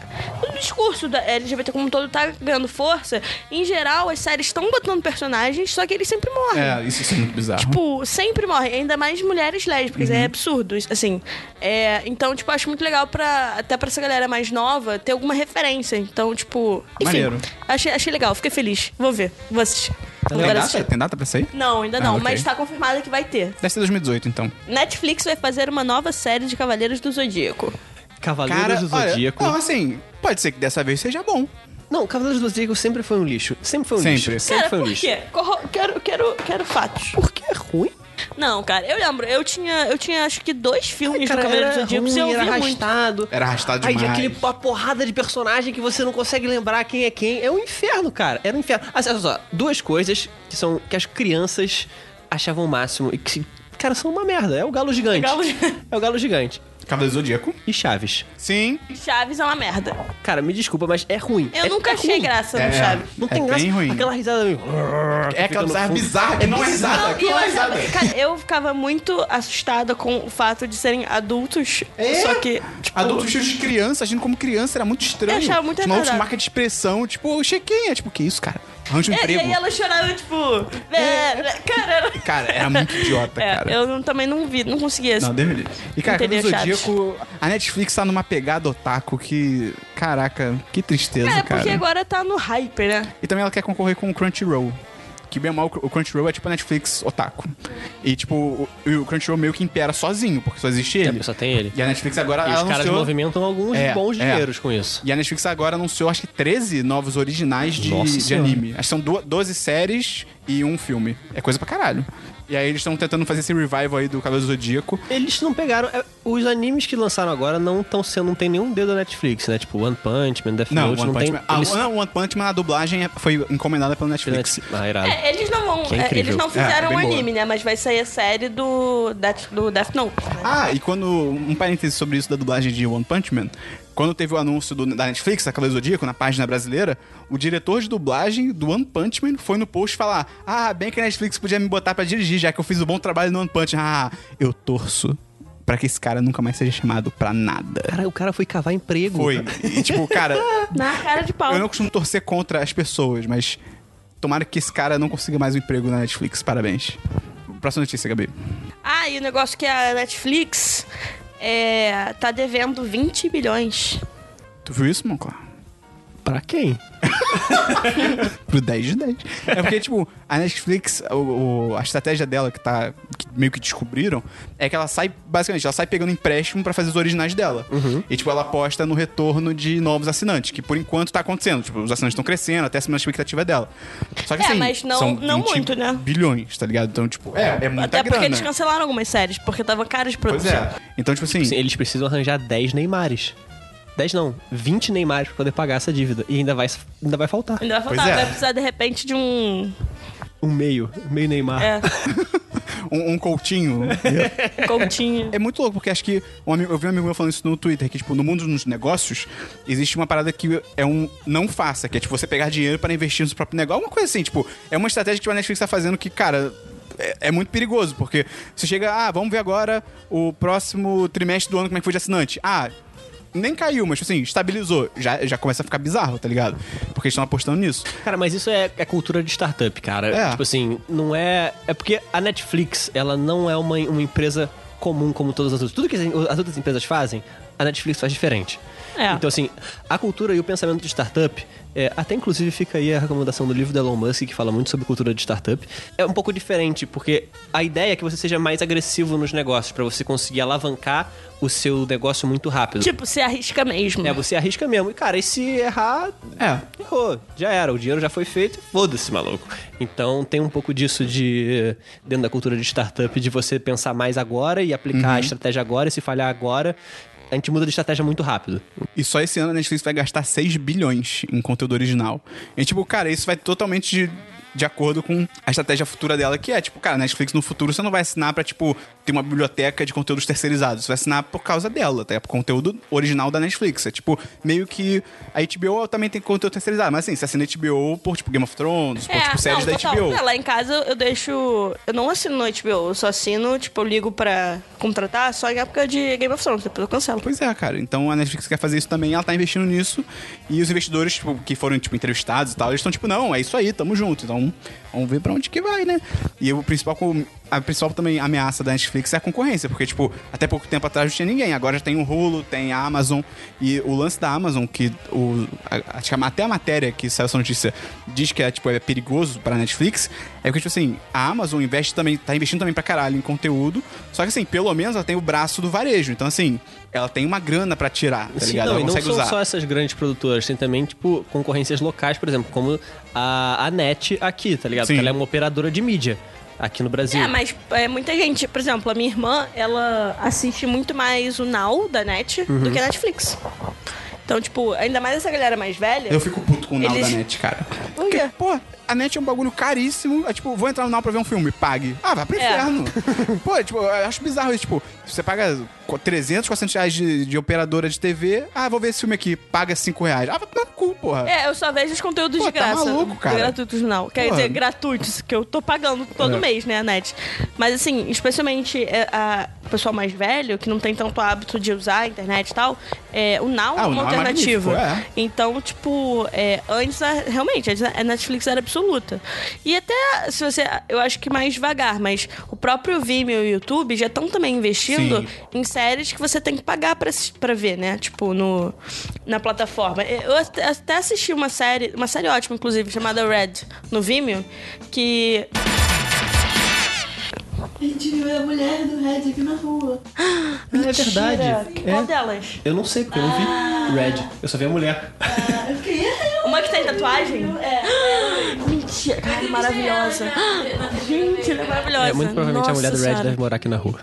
o discurso da LGBT como um todo tá ganhando força. Em geral, as séries estão botando personagens, só que eles sempre morrem. É, isso, isso é muito bizarro. Tipo, sempre morrem, ainda mais mulheres lésbicas, Uhum. é absurdo, isso, assim. É, então, tipo, acho muito legal pra, até pra essa galera mais nova ter alguma referência. Então, tipo, enfim. Maneiro. Achei, achei legal, fiquei feliz. Vou ver, vou assistir. Tá Vou Tem ver data? assistir. Tem data pra sair? Não, ainda Ah, não, ok. mas tá confirmado que vai ter. Deve ser 2018, então. Netflix vai fazer uma nova série de Cavaleiros do Zodíaco. Cavaleiros do olha, Zodíaco. não, assim, pode ser que dessa vez seja bom. Não, Cavaleiros do Zodíaco sempre foi um lixo. Sempre foi um Sempre. lixo. Sempre Cara, foi um por lixo. quê? Corro- Quero, quero, quero fatos. Porque é ruim. Não, cara, eu lembro, eu tinha, eu tinha acho que dois filmes Cara, do Cavaleiros do era um Zodíaco ruim, e eu era via muito. arrastado. Era arrastado Aí demais. tinha aquele, uma porrada de personagem que você não consegue lembrar quem é quem. É um inferno, cara. Era um inferno. Assim, olha só, duas coisas que são que as crianças achavam o máximo e que, cara, são uma merda. É o galo gigante. Galo Gigante. É o galo gigante. Cavaleiro do Zodíaco? E Chaves. Sim. Chaves é uma merda. Cara, me desculpa, mas é ruim. Eu É- nunca é achei ruim. graça É. no Chaves. Não É tem graça. bem ruim. Aquela risada meio... É aquela bizarra bizarra que não é risada. Não, que e eu, não é achava- risada. cara, eu ficava muito assustada com o fato de serem adultos. Só que. Tipo, Adultos cheios de criança, agindo como criança, era muito estranho. Eu achava muito Os malucos retardado. marca de expressão, tipo, eu chequei, é tipo, que isso, cara? Arranja um É, e emprego. aí ela chorava, tipo. É, é, cara, era... Cara, era muito idiota, É, cara. eu não- também não vi, não consegui esse. Não, deve E cara, Entendeu, Cavaleiro do Zodíaco, a Netflix tá numa pegada otaku que. Caraca, que tristeza, Cara, cara. é porque agora tá no hype, né? E também ela quer concorrer com o Crunchyroll. Que bem ou mal, o Crunchyroll é tipo a Netflix otaku. E tipo, o, e o Crunchyroll meio que impera sozinho, porque só existe ele. só tem ele. E a Netflix agora E os caras anunciou... movimentam alguns É, bons é. dinheiros com isso. E a Netflix agora anunciou, acho que 13 novos originais de, Nossa de Senhora. anime. Acho que são du- 12 séries e um filme. É coisa pra caralho. E aí eles estão tentando fazer esse revival aí do Cavaleiro do Zodíaco. Eles não pegaram. é, Os animes que lançaram agora não estão sendo. Não tem nenhum dedo da Netflix, né? Tipo One Punch Man, Death Não, Note. One não Punch tem. Man. Ah, eles- não, One Punch Man, a dublagem é- foi encomendada pela Netflix. Netflix. Ah, irado. É, eles não vão. Que é, incrível. eles não É, fizeram bem um boa. anime, né? Mas vai sair a série do Death, do Death Note. Ah, e quando. Um parêntese sobre isso da dublagem de One Punch Man. Quando teve o anúncio do- da Netflix, da Cavaleiro do Zodíaco, na página brasileira, o diretor de dublagem do One Punch Man foi no post falar: Ah, bem que a Netflix podia me botar pra dirigir, já que eu fiz um bom trabalho no One Punch. Man. Ah, eu torço pra que esse cara nunca mais seja chamado pra nada. Cara, o cara foi cavar emprego. Foi. E, tipo, cara, Na cara de pau. eu não costumo torcer contra as pessoas, mas tomara que esse cara não consiga mais um emprego na Netflix. Parabéns. Próxima notícia, Gabi. Ah, e o negócio que a Netflix é, tá devendo 20 bilhões. Tu viu isso, Monclar? Pra quem? Pro 10 de 10. É porque, tipo, a Netflix, o- o- a estratégia dela que tá. Que meio que descobriram, é que ela sai, basicamente, ela sai pegando empréstimo pra fazer os originais dela. E, tipo, ela aposta no retorno de novos assinantes, que por enquanto tá acontecendo. Tipo, os assinantes estão crescendo, até acima da expectativa é dela. Só que É, assim, mas não- são não 20 muito, né? Bilhões, tá ligado? Então, tipo, é, é muita Até porque grana. eles cancelaram algumas séries, porque tava caro de Pois produção. é. Então, tipo assim. Sim, eles precisam arranjar 10 Neymares. 10 não, 20 Neymares pra poder pagar essa dívida. E ainda vai, ainda vai faltar. Ainda vai Pois faltar, é. vai precisar de repente de um. Um meio. Meio Neymar. É, Um, um coutinho. um Coutinho. É muito louco, porque acho que um amigo- eu vi um amigo meu falando isso no Twitter, que, tipo, no mundo dos negócios, existe uma parada que é um não faça, que é, tipo, você pegar dinheiro para investir no seu próprio negócio. Alguma coisa assim, tipo, é uma estratégia que tipo, a Netflix tá fazendo que, cara. É, é muito perigoso, porque você chega, ah, vamos ver agora o próximo trimestre do ano como é que foi de assinante. Ah, nem caiu, mas tipo assim, estabilizou. Já, já começa a ficar bizarro, tá ligado? Porque eles estão apostando nisso. Cara, mas isso é, é cultura de startup, cara. É. Tipo assim, não é. É porque a Netflix, ela não é uma, uma empresa comum como todas as outras. Tudo que as- as outras empresas fazem, a Netflix faz diferente. É. Então, assim, a cultura e o pensamento de startup, é, até inclusive fica aí a recomendação do livro do Elon Musk, que fala muito sobre cultura de startup, é um pouco diferente, porque a ideia é que você seja mais agressivo nos negócios, pra você conseguir alavancar o seu negócio muito rápido. Tipo, se arrisca mesmo. É, você arrisca mesmo. E, cara, e se errar, é. errou. Já era, o dinheiro já foi feito, foda-se, maluco. Então tem um pouco disso de. dentro da cultura de startup, de você pensar mais agora e aplicar a estratégia agora, e se falhar agora. A gente muda de estratégia muito rápido. tá E só esse ano a Netflix vai gastar 6 bilhões em conteúdo original. E tipo, cara, isso vai totalmente de de acordo com a estratégia futura dela, que é, tipo, cara, Netflix no futuro você não vai assinar pra, tipo, ter uma biblioteca de conteúdos terceirizados. Você vai assinar por causa dela, tá? É por conteúdo original da Netflix. É, tipo, meio que a HBO também tem conteúdo terceirizado. Mas, assim, você assina HBO por, tipo, Game of Thrones, por, tipo, séries da total. HBO. É, Não, lá em casa eu deixo. Eu não assino no HBO, eu só assino, tipo, eu ligo pra contratar só em época de Game of Thrones, depois eu cancelo. Pois é, cara. Então a Netflix quer fazer isso também, ela tá investindo nisso. E os investidores, tipo, que foram, tipo, entrevistados e tal, eles estão, tipo, não, é isso aí, tamo junto. Então, vamos ver pra onde que vai, né? E o principal, com- a principal também ameaça da Netflix é a concorrência, porque, tipo, até pouco tempo atrás não tinha ninguém. Agora já tem o Hulu, tem a Amazon. E o lance da Amazon, que o, a- acho que a- até a matéria que saiu essa notícia diz que é, tipo, é perigoso pra Netflix, é porque, tipo assim, a Amazon investe também, tá investindo também pra caralho em conteúdo. Só que, assim, pelo menos ela tem o braço do varejo. Então, assim, ela tem uma grana pra tirar, tá Sim, ligado? não, ela e não consegue são usar. só essas grandes produtoras, tem também, tipo, concorrências locais, por exemplo, como a, a NET aqui, tá ligado? Sim. Porque ela é uma operadora de mídia aqui no Brasil. É, mas é, muita gente, por exemplo, a minha irmã, ela assiste muito mais o Now da Net do Uhum. que a Netflix. Então, tipo, ainda mais essa galera mais velha. Eu fico puto com o Now Eles- da net, cara. Por quê? pô, a net é um bagulho caríssimo. É tipo, vou entrar no Now pra ver um filme, pague. Ah, vai pro É. inferno. pô, é, tipo, eu acho bizarro isso. Tipo, você paga qu- 300, 400 reais de, de operadora de TV. Ah, vou ver esse filme aqui, paga 5 reais. Ah, vai tomar no cu, porra. É, eu só vejo os conteúdos Pô, de tá graça. maluco, cara. Gratuitos não. Quer Porra. dizer, gratuitos, que eu tô pagando todo É. mês, né, a net. Mas assim, especialmente é, a- o pessoal mais velho, que não tem tanto hábito de usar a internet e tal, é, o Now Ah, é o uma Now é alternativa. magnífico, Então, tipo, é, antes, a- realmente, antes a Netflix era absoluta. E até, se você. Eu acho que mais devagar, mas o próprio Vimeo e o YouTube já estão também investindo Sim. em séries que você tem que pagar pra, assis- pra ver, né? Tipo, no, na plataforma. Eu at- até assisti uma série, uma série ótima, inclusive, chamada Red, no Vimeo, que... A gente viu a mulher do Red aqui na rua. Ah, é verdade. É? Qual Ah. delas? Eu não sei, porque eu não vi Red. Eu só vi a mulher. Ah, Eu fiquei. Uma que tem tatuagem? É. Mentira, cara, maravilhosa. Gente, ela é maravilhosa. É, muito provavelmente a mulher do Nossa Red Senhora. deve morar aqui na rua.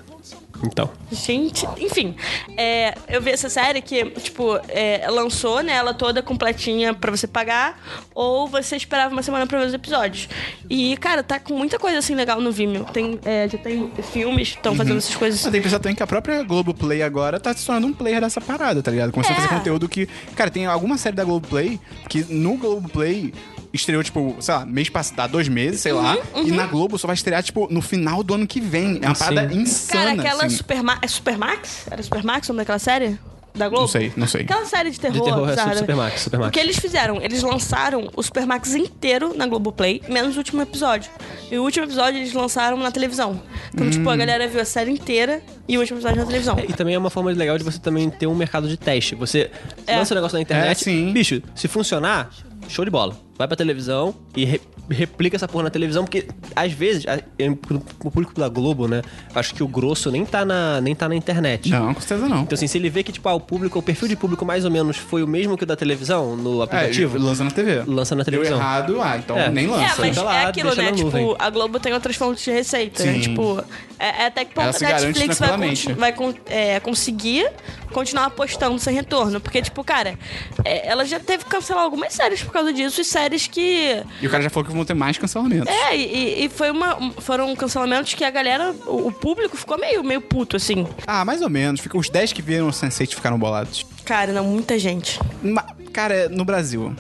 Então. Gente, enfim, é, eu vi essa série que, tipo, é, lançou, né, ela toda completinha pra você pagar, ou você esperava uma semana pra ver os episódios. E, cara, tá com muita coisa assim legal no Vimeo. Tem, é, já tem filmes que estão Uhum. fazendo essas coisas. Mas tem que pensar também que a própria Globoplay agora tá se tornando um player dessa parada, tá ligado? Começou a É. fazer conteúdo que. Cara, tem alguma série da Globoplay que no Globoplay estreou, tipo, sei lá, mês passado, há dois meses, sei lá. Uhum, E na Globo só vai estrear, tipo, no final do ano que vem. É uma parada Cara, insana. aquela assim. Superma é Supermax? Era Supermax o nome daquela série? Da Globo? Não sei, não sei. Aquela série de terror. De terror é bizarra, né? Supermax, Supermax. O que eles fizeram? Eles lançaram o Supermax inteiro na Globoplay, menos o último episódio. E o último episódio eles lançaram na televisão. Então, Hum. tipo, a galera viu a série inteira e o último episódio na televisão. É, E também é uma forma legal de você também ter um mercado de teste. Você É. lança um negócio na internet, É, sim. bicho, se funcionar, show de bola. Vai pra televisão e re- replica essa porra na televisão, porque às vezes, a- em- pro- pro público da Globo, né? Acho que o grosso nem tá na, nem tá na internet. Não, com certeza não. Então, assim, se ele vê que, tipo, ah, o público, o perfil de público mais ou menos foi o mesmo que o da televisão no aplicativo. É, lança na TV. Lança na televisão. Deu errado, ah, então É. nem lança. É, mas Tá lá, é aquilo, deixa né? na Tipo, nuvem. a Globo tem outras fontes de receita, né? Sim. Tipo, é, é até que Ela ponto se a garante Netflix vai, tranquilamente. con- vai con- é, conseguir continuar apostando sem retorno. Porque, tipo, cara, é, ela já teve que cancelar algumas séries por causa disso e séries que. E o cara já falou que vão ter mais cancelamentos. É, e, e- e foi uma, um- foram cancelamentos que a galera, o, o público ficou meio, meio puto, assim. Ah, mais ou menos. Fica- Os 10 que viram o Sense8 ficaram bolados. Cara, não, muita gente. Ma- Cara, é no Brasil.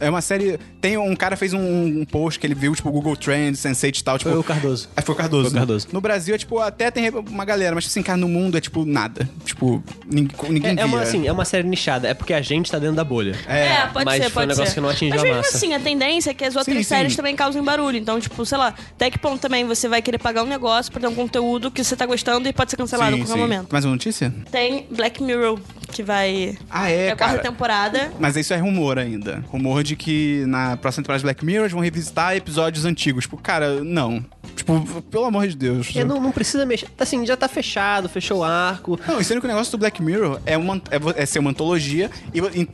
É uma série. Tem um cara fez um, um post que ele viu, tipo, Google Trends, Sense8 e tal. Tipo, Foi o Cardoso. Ah, foi o Cardoso. Foi o né? Cardoso. No Brasil é tipo, até tem uma galera, mas assim, cara, no mundo é tipo nada. Tipo, nin- ninguém É, é uma, via. assim, é uma série nichada. É porque a gente tá dentro da bolha. É, É. pode mas ser, pode foi um negócio ser. que não atingiu Mas a mesmo massa. assim, a tendência é que as outras Sim, sim. séries também causem barulho. Então, tipo, sei lá, até que ponto também você vai querer pagar um negócio pra ter um conteúdo que você tá gostando e pode ser cancelado a Sim, qualquer sim. momento. Mais uma notícia? Tem Black Mirror, que vai... Ah, é, é a quarta um- cara. temporada. Mas isso é rumor ainda. Rumor de que na próxima temporada de Black Mirror eles vão revisitar episódios antigos. Tipo, cara, não. Tipo, pelo amor de Deus. É, não, não precisa mexer. Assim, já tá fechado, fechou o arco. Não, e sendo que o negócio do Black Mirror é, uma, é, vo- é ser uma antologia e vo- em,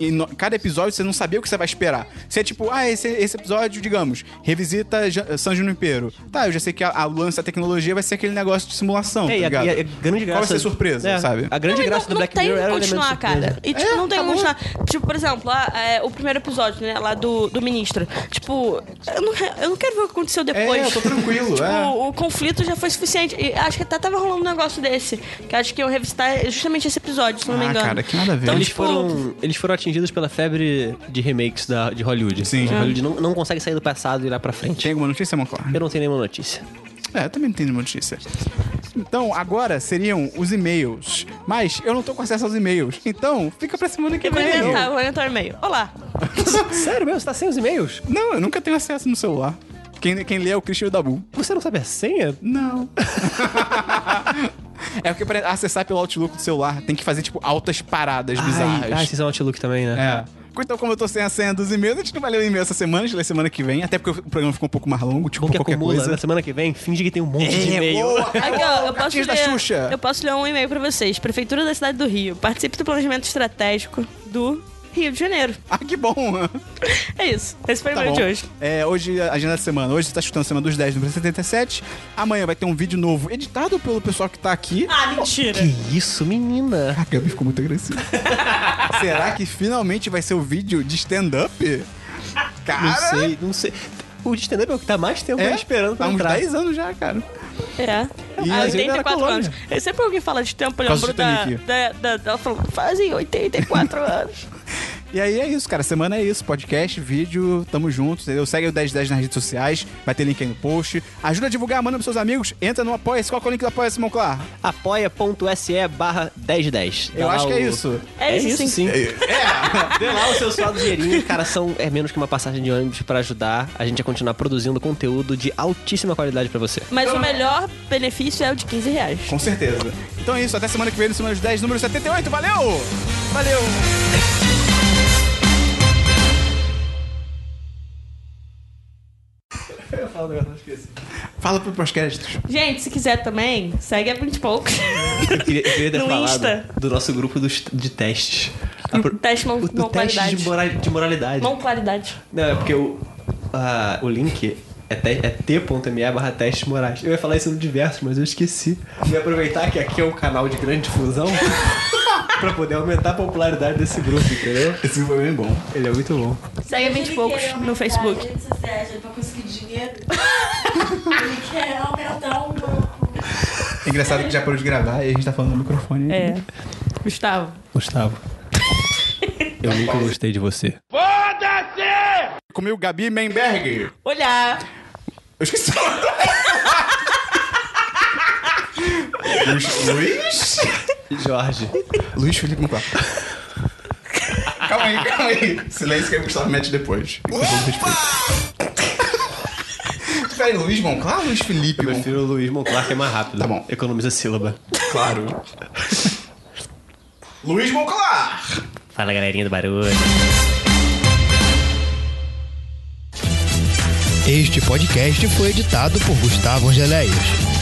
em- no- cada episódio você não sabia o que você vai esperar. Você é tipo, ah, esse, esse episódio, digamos, revisita Ja- San Junipero. Tá, eu já sei que a, a lance da tecnologia vai ser aquele negócio de simulação, É, tá e a, ligado? e a- e a grande graça. Qual vai ser a surpresa, é, sabe? A grande Não, e graça não, do Black não Mirror tem era como o elemento continuar, surpresa. cara. E, tipo, É, não tem como continuar. Tipo, por exemplo, lá, é, o primeiro episódio, né? Lá do, do ministro. Tipo, eu não, eu não quero ver o que aconteceu depois. É, eu tô tranquilo, tipo, é. o, o conflito já foi suficiente. E acho que até tava rolando um negócio desse. Que acho que eu revisitar justamente esse episódio, se não me Ah, engano. cara, que nada a ver. Então, Eles tipo, foram, eles foram atingidos pela febre de remakes da, de Hollywood. Sim. Hollywood não, não consegue sair do passado e ir lá pra frente. Tem alguma notícia, Monclar? Eu não tenho nenhuma notícia. É, eu também não tenho nenhuma notícia. Então, agora seriam os e-mails. Mas eu não tô com acesso aos e-mails. Então, fica pra semana que Eu vou vem. inventar, eu vou inventar um e-mail. Olá. Sério mesmo? Você tá sem os e-mails? Não, eu nunca tenho acesso no celular. Quem, quem lê é o Cristian e o Dabu. Você não sabe a senha? Não. é porque pra acessar pelo Outlook do celular tem que fazer, tipo, altas paradas Ai, ai, bizarras. Ah, vocês são Outlook também, né? é. Então, como eu tô sem a senha dos e-mails, a gente não vai ler o e-mail essa semana, a gente lê semana que vem, até porque o programa ficou um pouco mais longo, tipo, Bom que qualquer acumula, na coisa. semana que vem, finge que tem um monte de É, e-mail. boa. Aqui, ó, eu posso, Cartinhas da Xuxa. ler, eu posso ler um e-mail pra vocês. Prefeitura da cidade do Rio. Participe do planejamento estratégico do Rio de Janeiro. Ah, que bom! É isso. Esse foi o Tá e-mail bom. de hoje. É, hoje, a agenda da semana. Hoje você tá chutando a semana dos 10, número 77. Amanhã vai ter um vídeo novo editado pelo pessoal que tá aqui. Ah, Ah, mentira. Que isso, menina? A Gabi ficou muito agressiva. Será que finalmente vai ser o vídeo de stand-up? Cara, Não sei, não sei. O de stand-up é o que tá mais tempo aí esperando pra há uns entrar. 10 anos já, cara. É. E Ah, a gente era 84 colônia. anos. Eu sempre alguém fala de tempo, eu causa lembro do da, Titanic. da, da, da. Ela falou, fazem 84 anos. E aí é isso, cara. Semana é isso. Podcast, vídeo, tamo junto, entendeu? Segue o 1010 nas redes sociais, vai ter link aí no post. Ajuda a divulgar, manda pros seus amigos, entra no Apoia-se. Qual que é o link do Apoia-se, Monclar? apoia.se barra 1010. Dá Eu lá acho que é o- isso. É É isso, isso sim. sim. Dê lá o seu suado dinheirinho. Cara, são, é menos que uma passagem de ônibus pra ajudar a gente a continuar produzindo conteúdo de altíssima qualidade pra você. Mas o melhor benefício é o de 15 reais. Com certeza. Então é isso, até semana que vem no Semana dos 10, número 78. Valeu! Valeu! Fala pro pós-créditos. Gente, se quiser também, segue a 20 e poucos. Eu queria, eu queria ter No falado Insta. do nosso grupo dos, de testes. A pro- Teste não, o não o teste qualidade. de, mora- de moralidade. Não qualidade. Não, é porque o, ah, o link é, te- é t.me barra testes morais. Eu ia falar isso no diversos, mas eu esqueci. Eu ia aproveitar que aqui é um canal de grande difusão pra poder aumentar a popularidade desse grupo, entendeu? Esse foi bem bom. Ele é muito bom. Segue a 20 e poucos no Facebook. Ele quer pra conseguir dinheiro. ele quer aumentar o banco. Engraçado que já parou de gravar e a gente tá falando no microfone. É. Gustavo. Gustavo. Eu nunca gostei de você. Comigo, Gabi Menberg. Olhar. Eu esqueci. Luiz, Luiz? Jorge. Luiz Felipe Monclar. Calma aí, calma aí. Silêncio que o Gustavo mete depois. Com todo respeito. Peraí, Luiz Monclar ou Luiz Felipe Eu Monclar? prefiro o Luiz Monclar, que é mais rápido. Tá bom. Economiza sílaba. Claro. Luiz Monclar! Fala, galerinha do barulho. Este podcast foi editado por Gustavo Angeléias.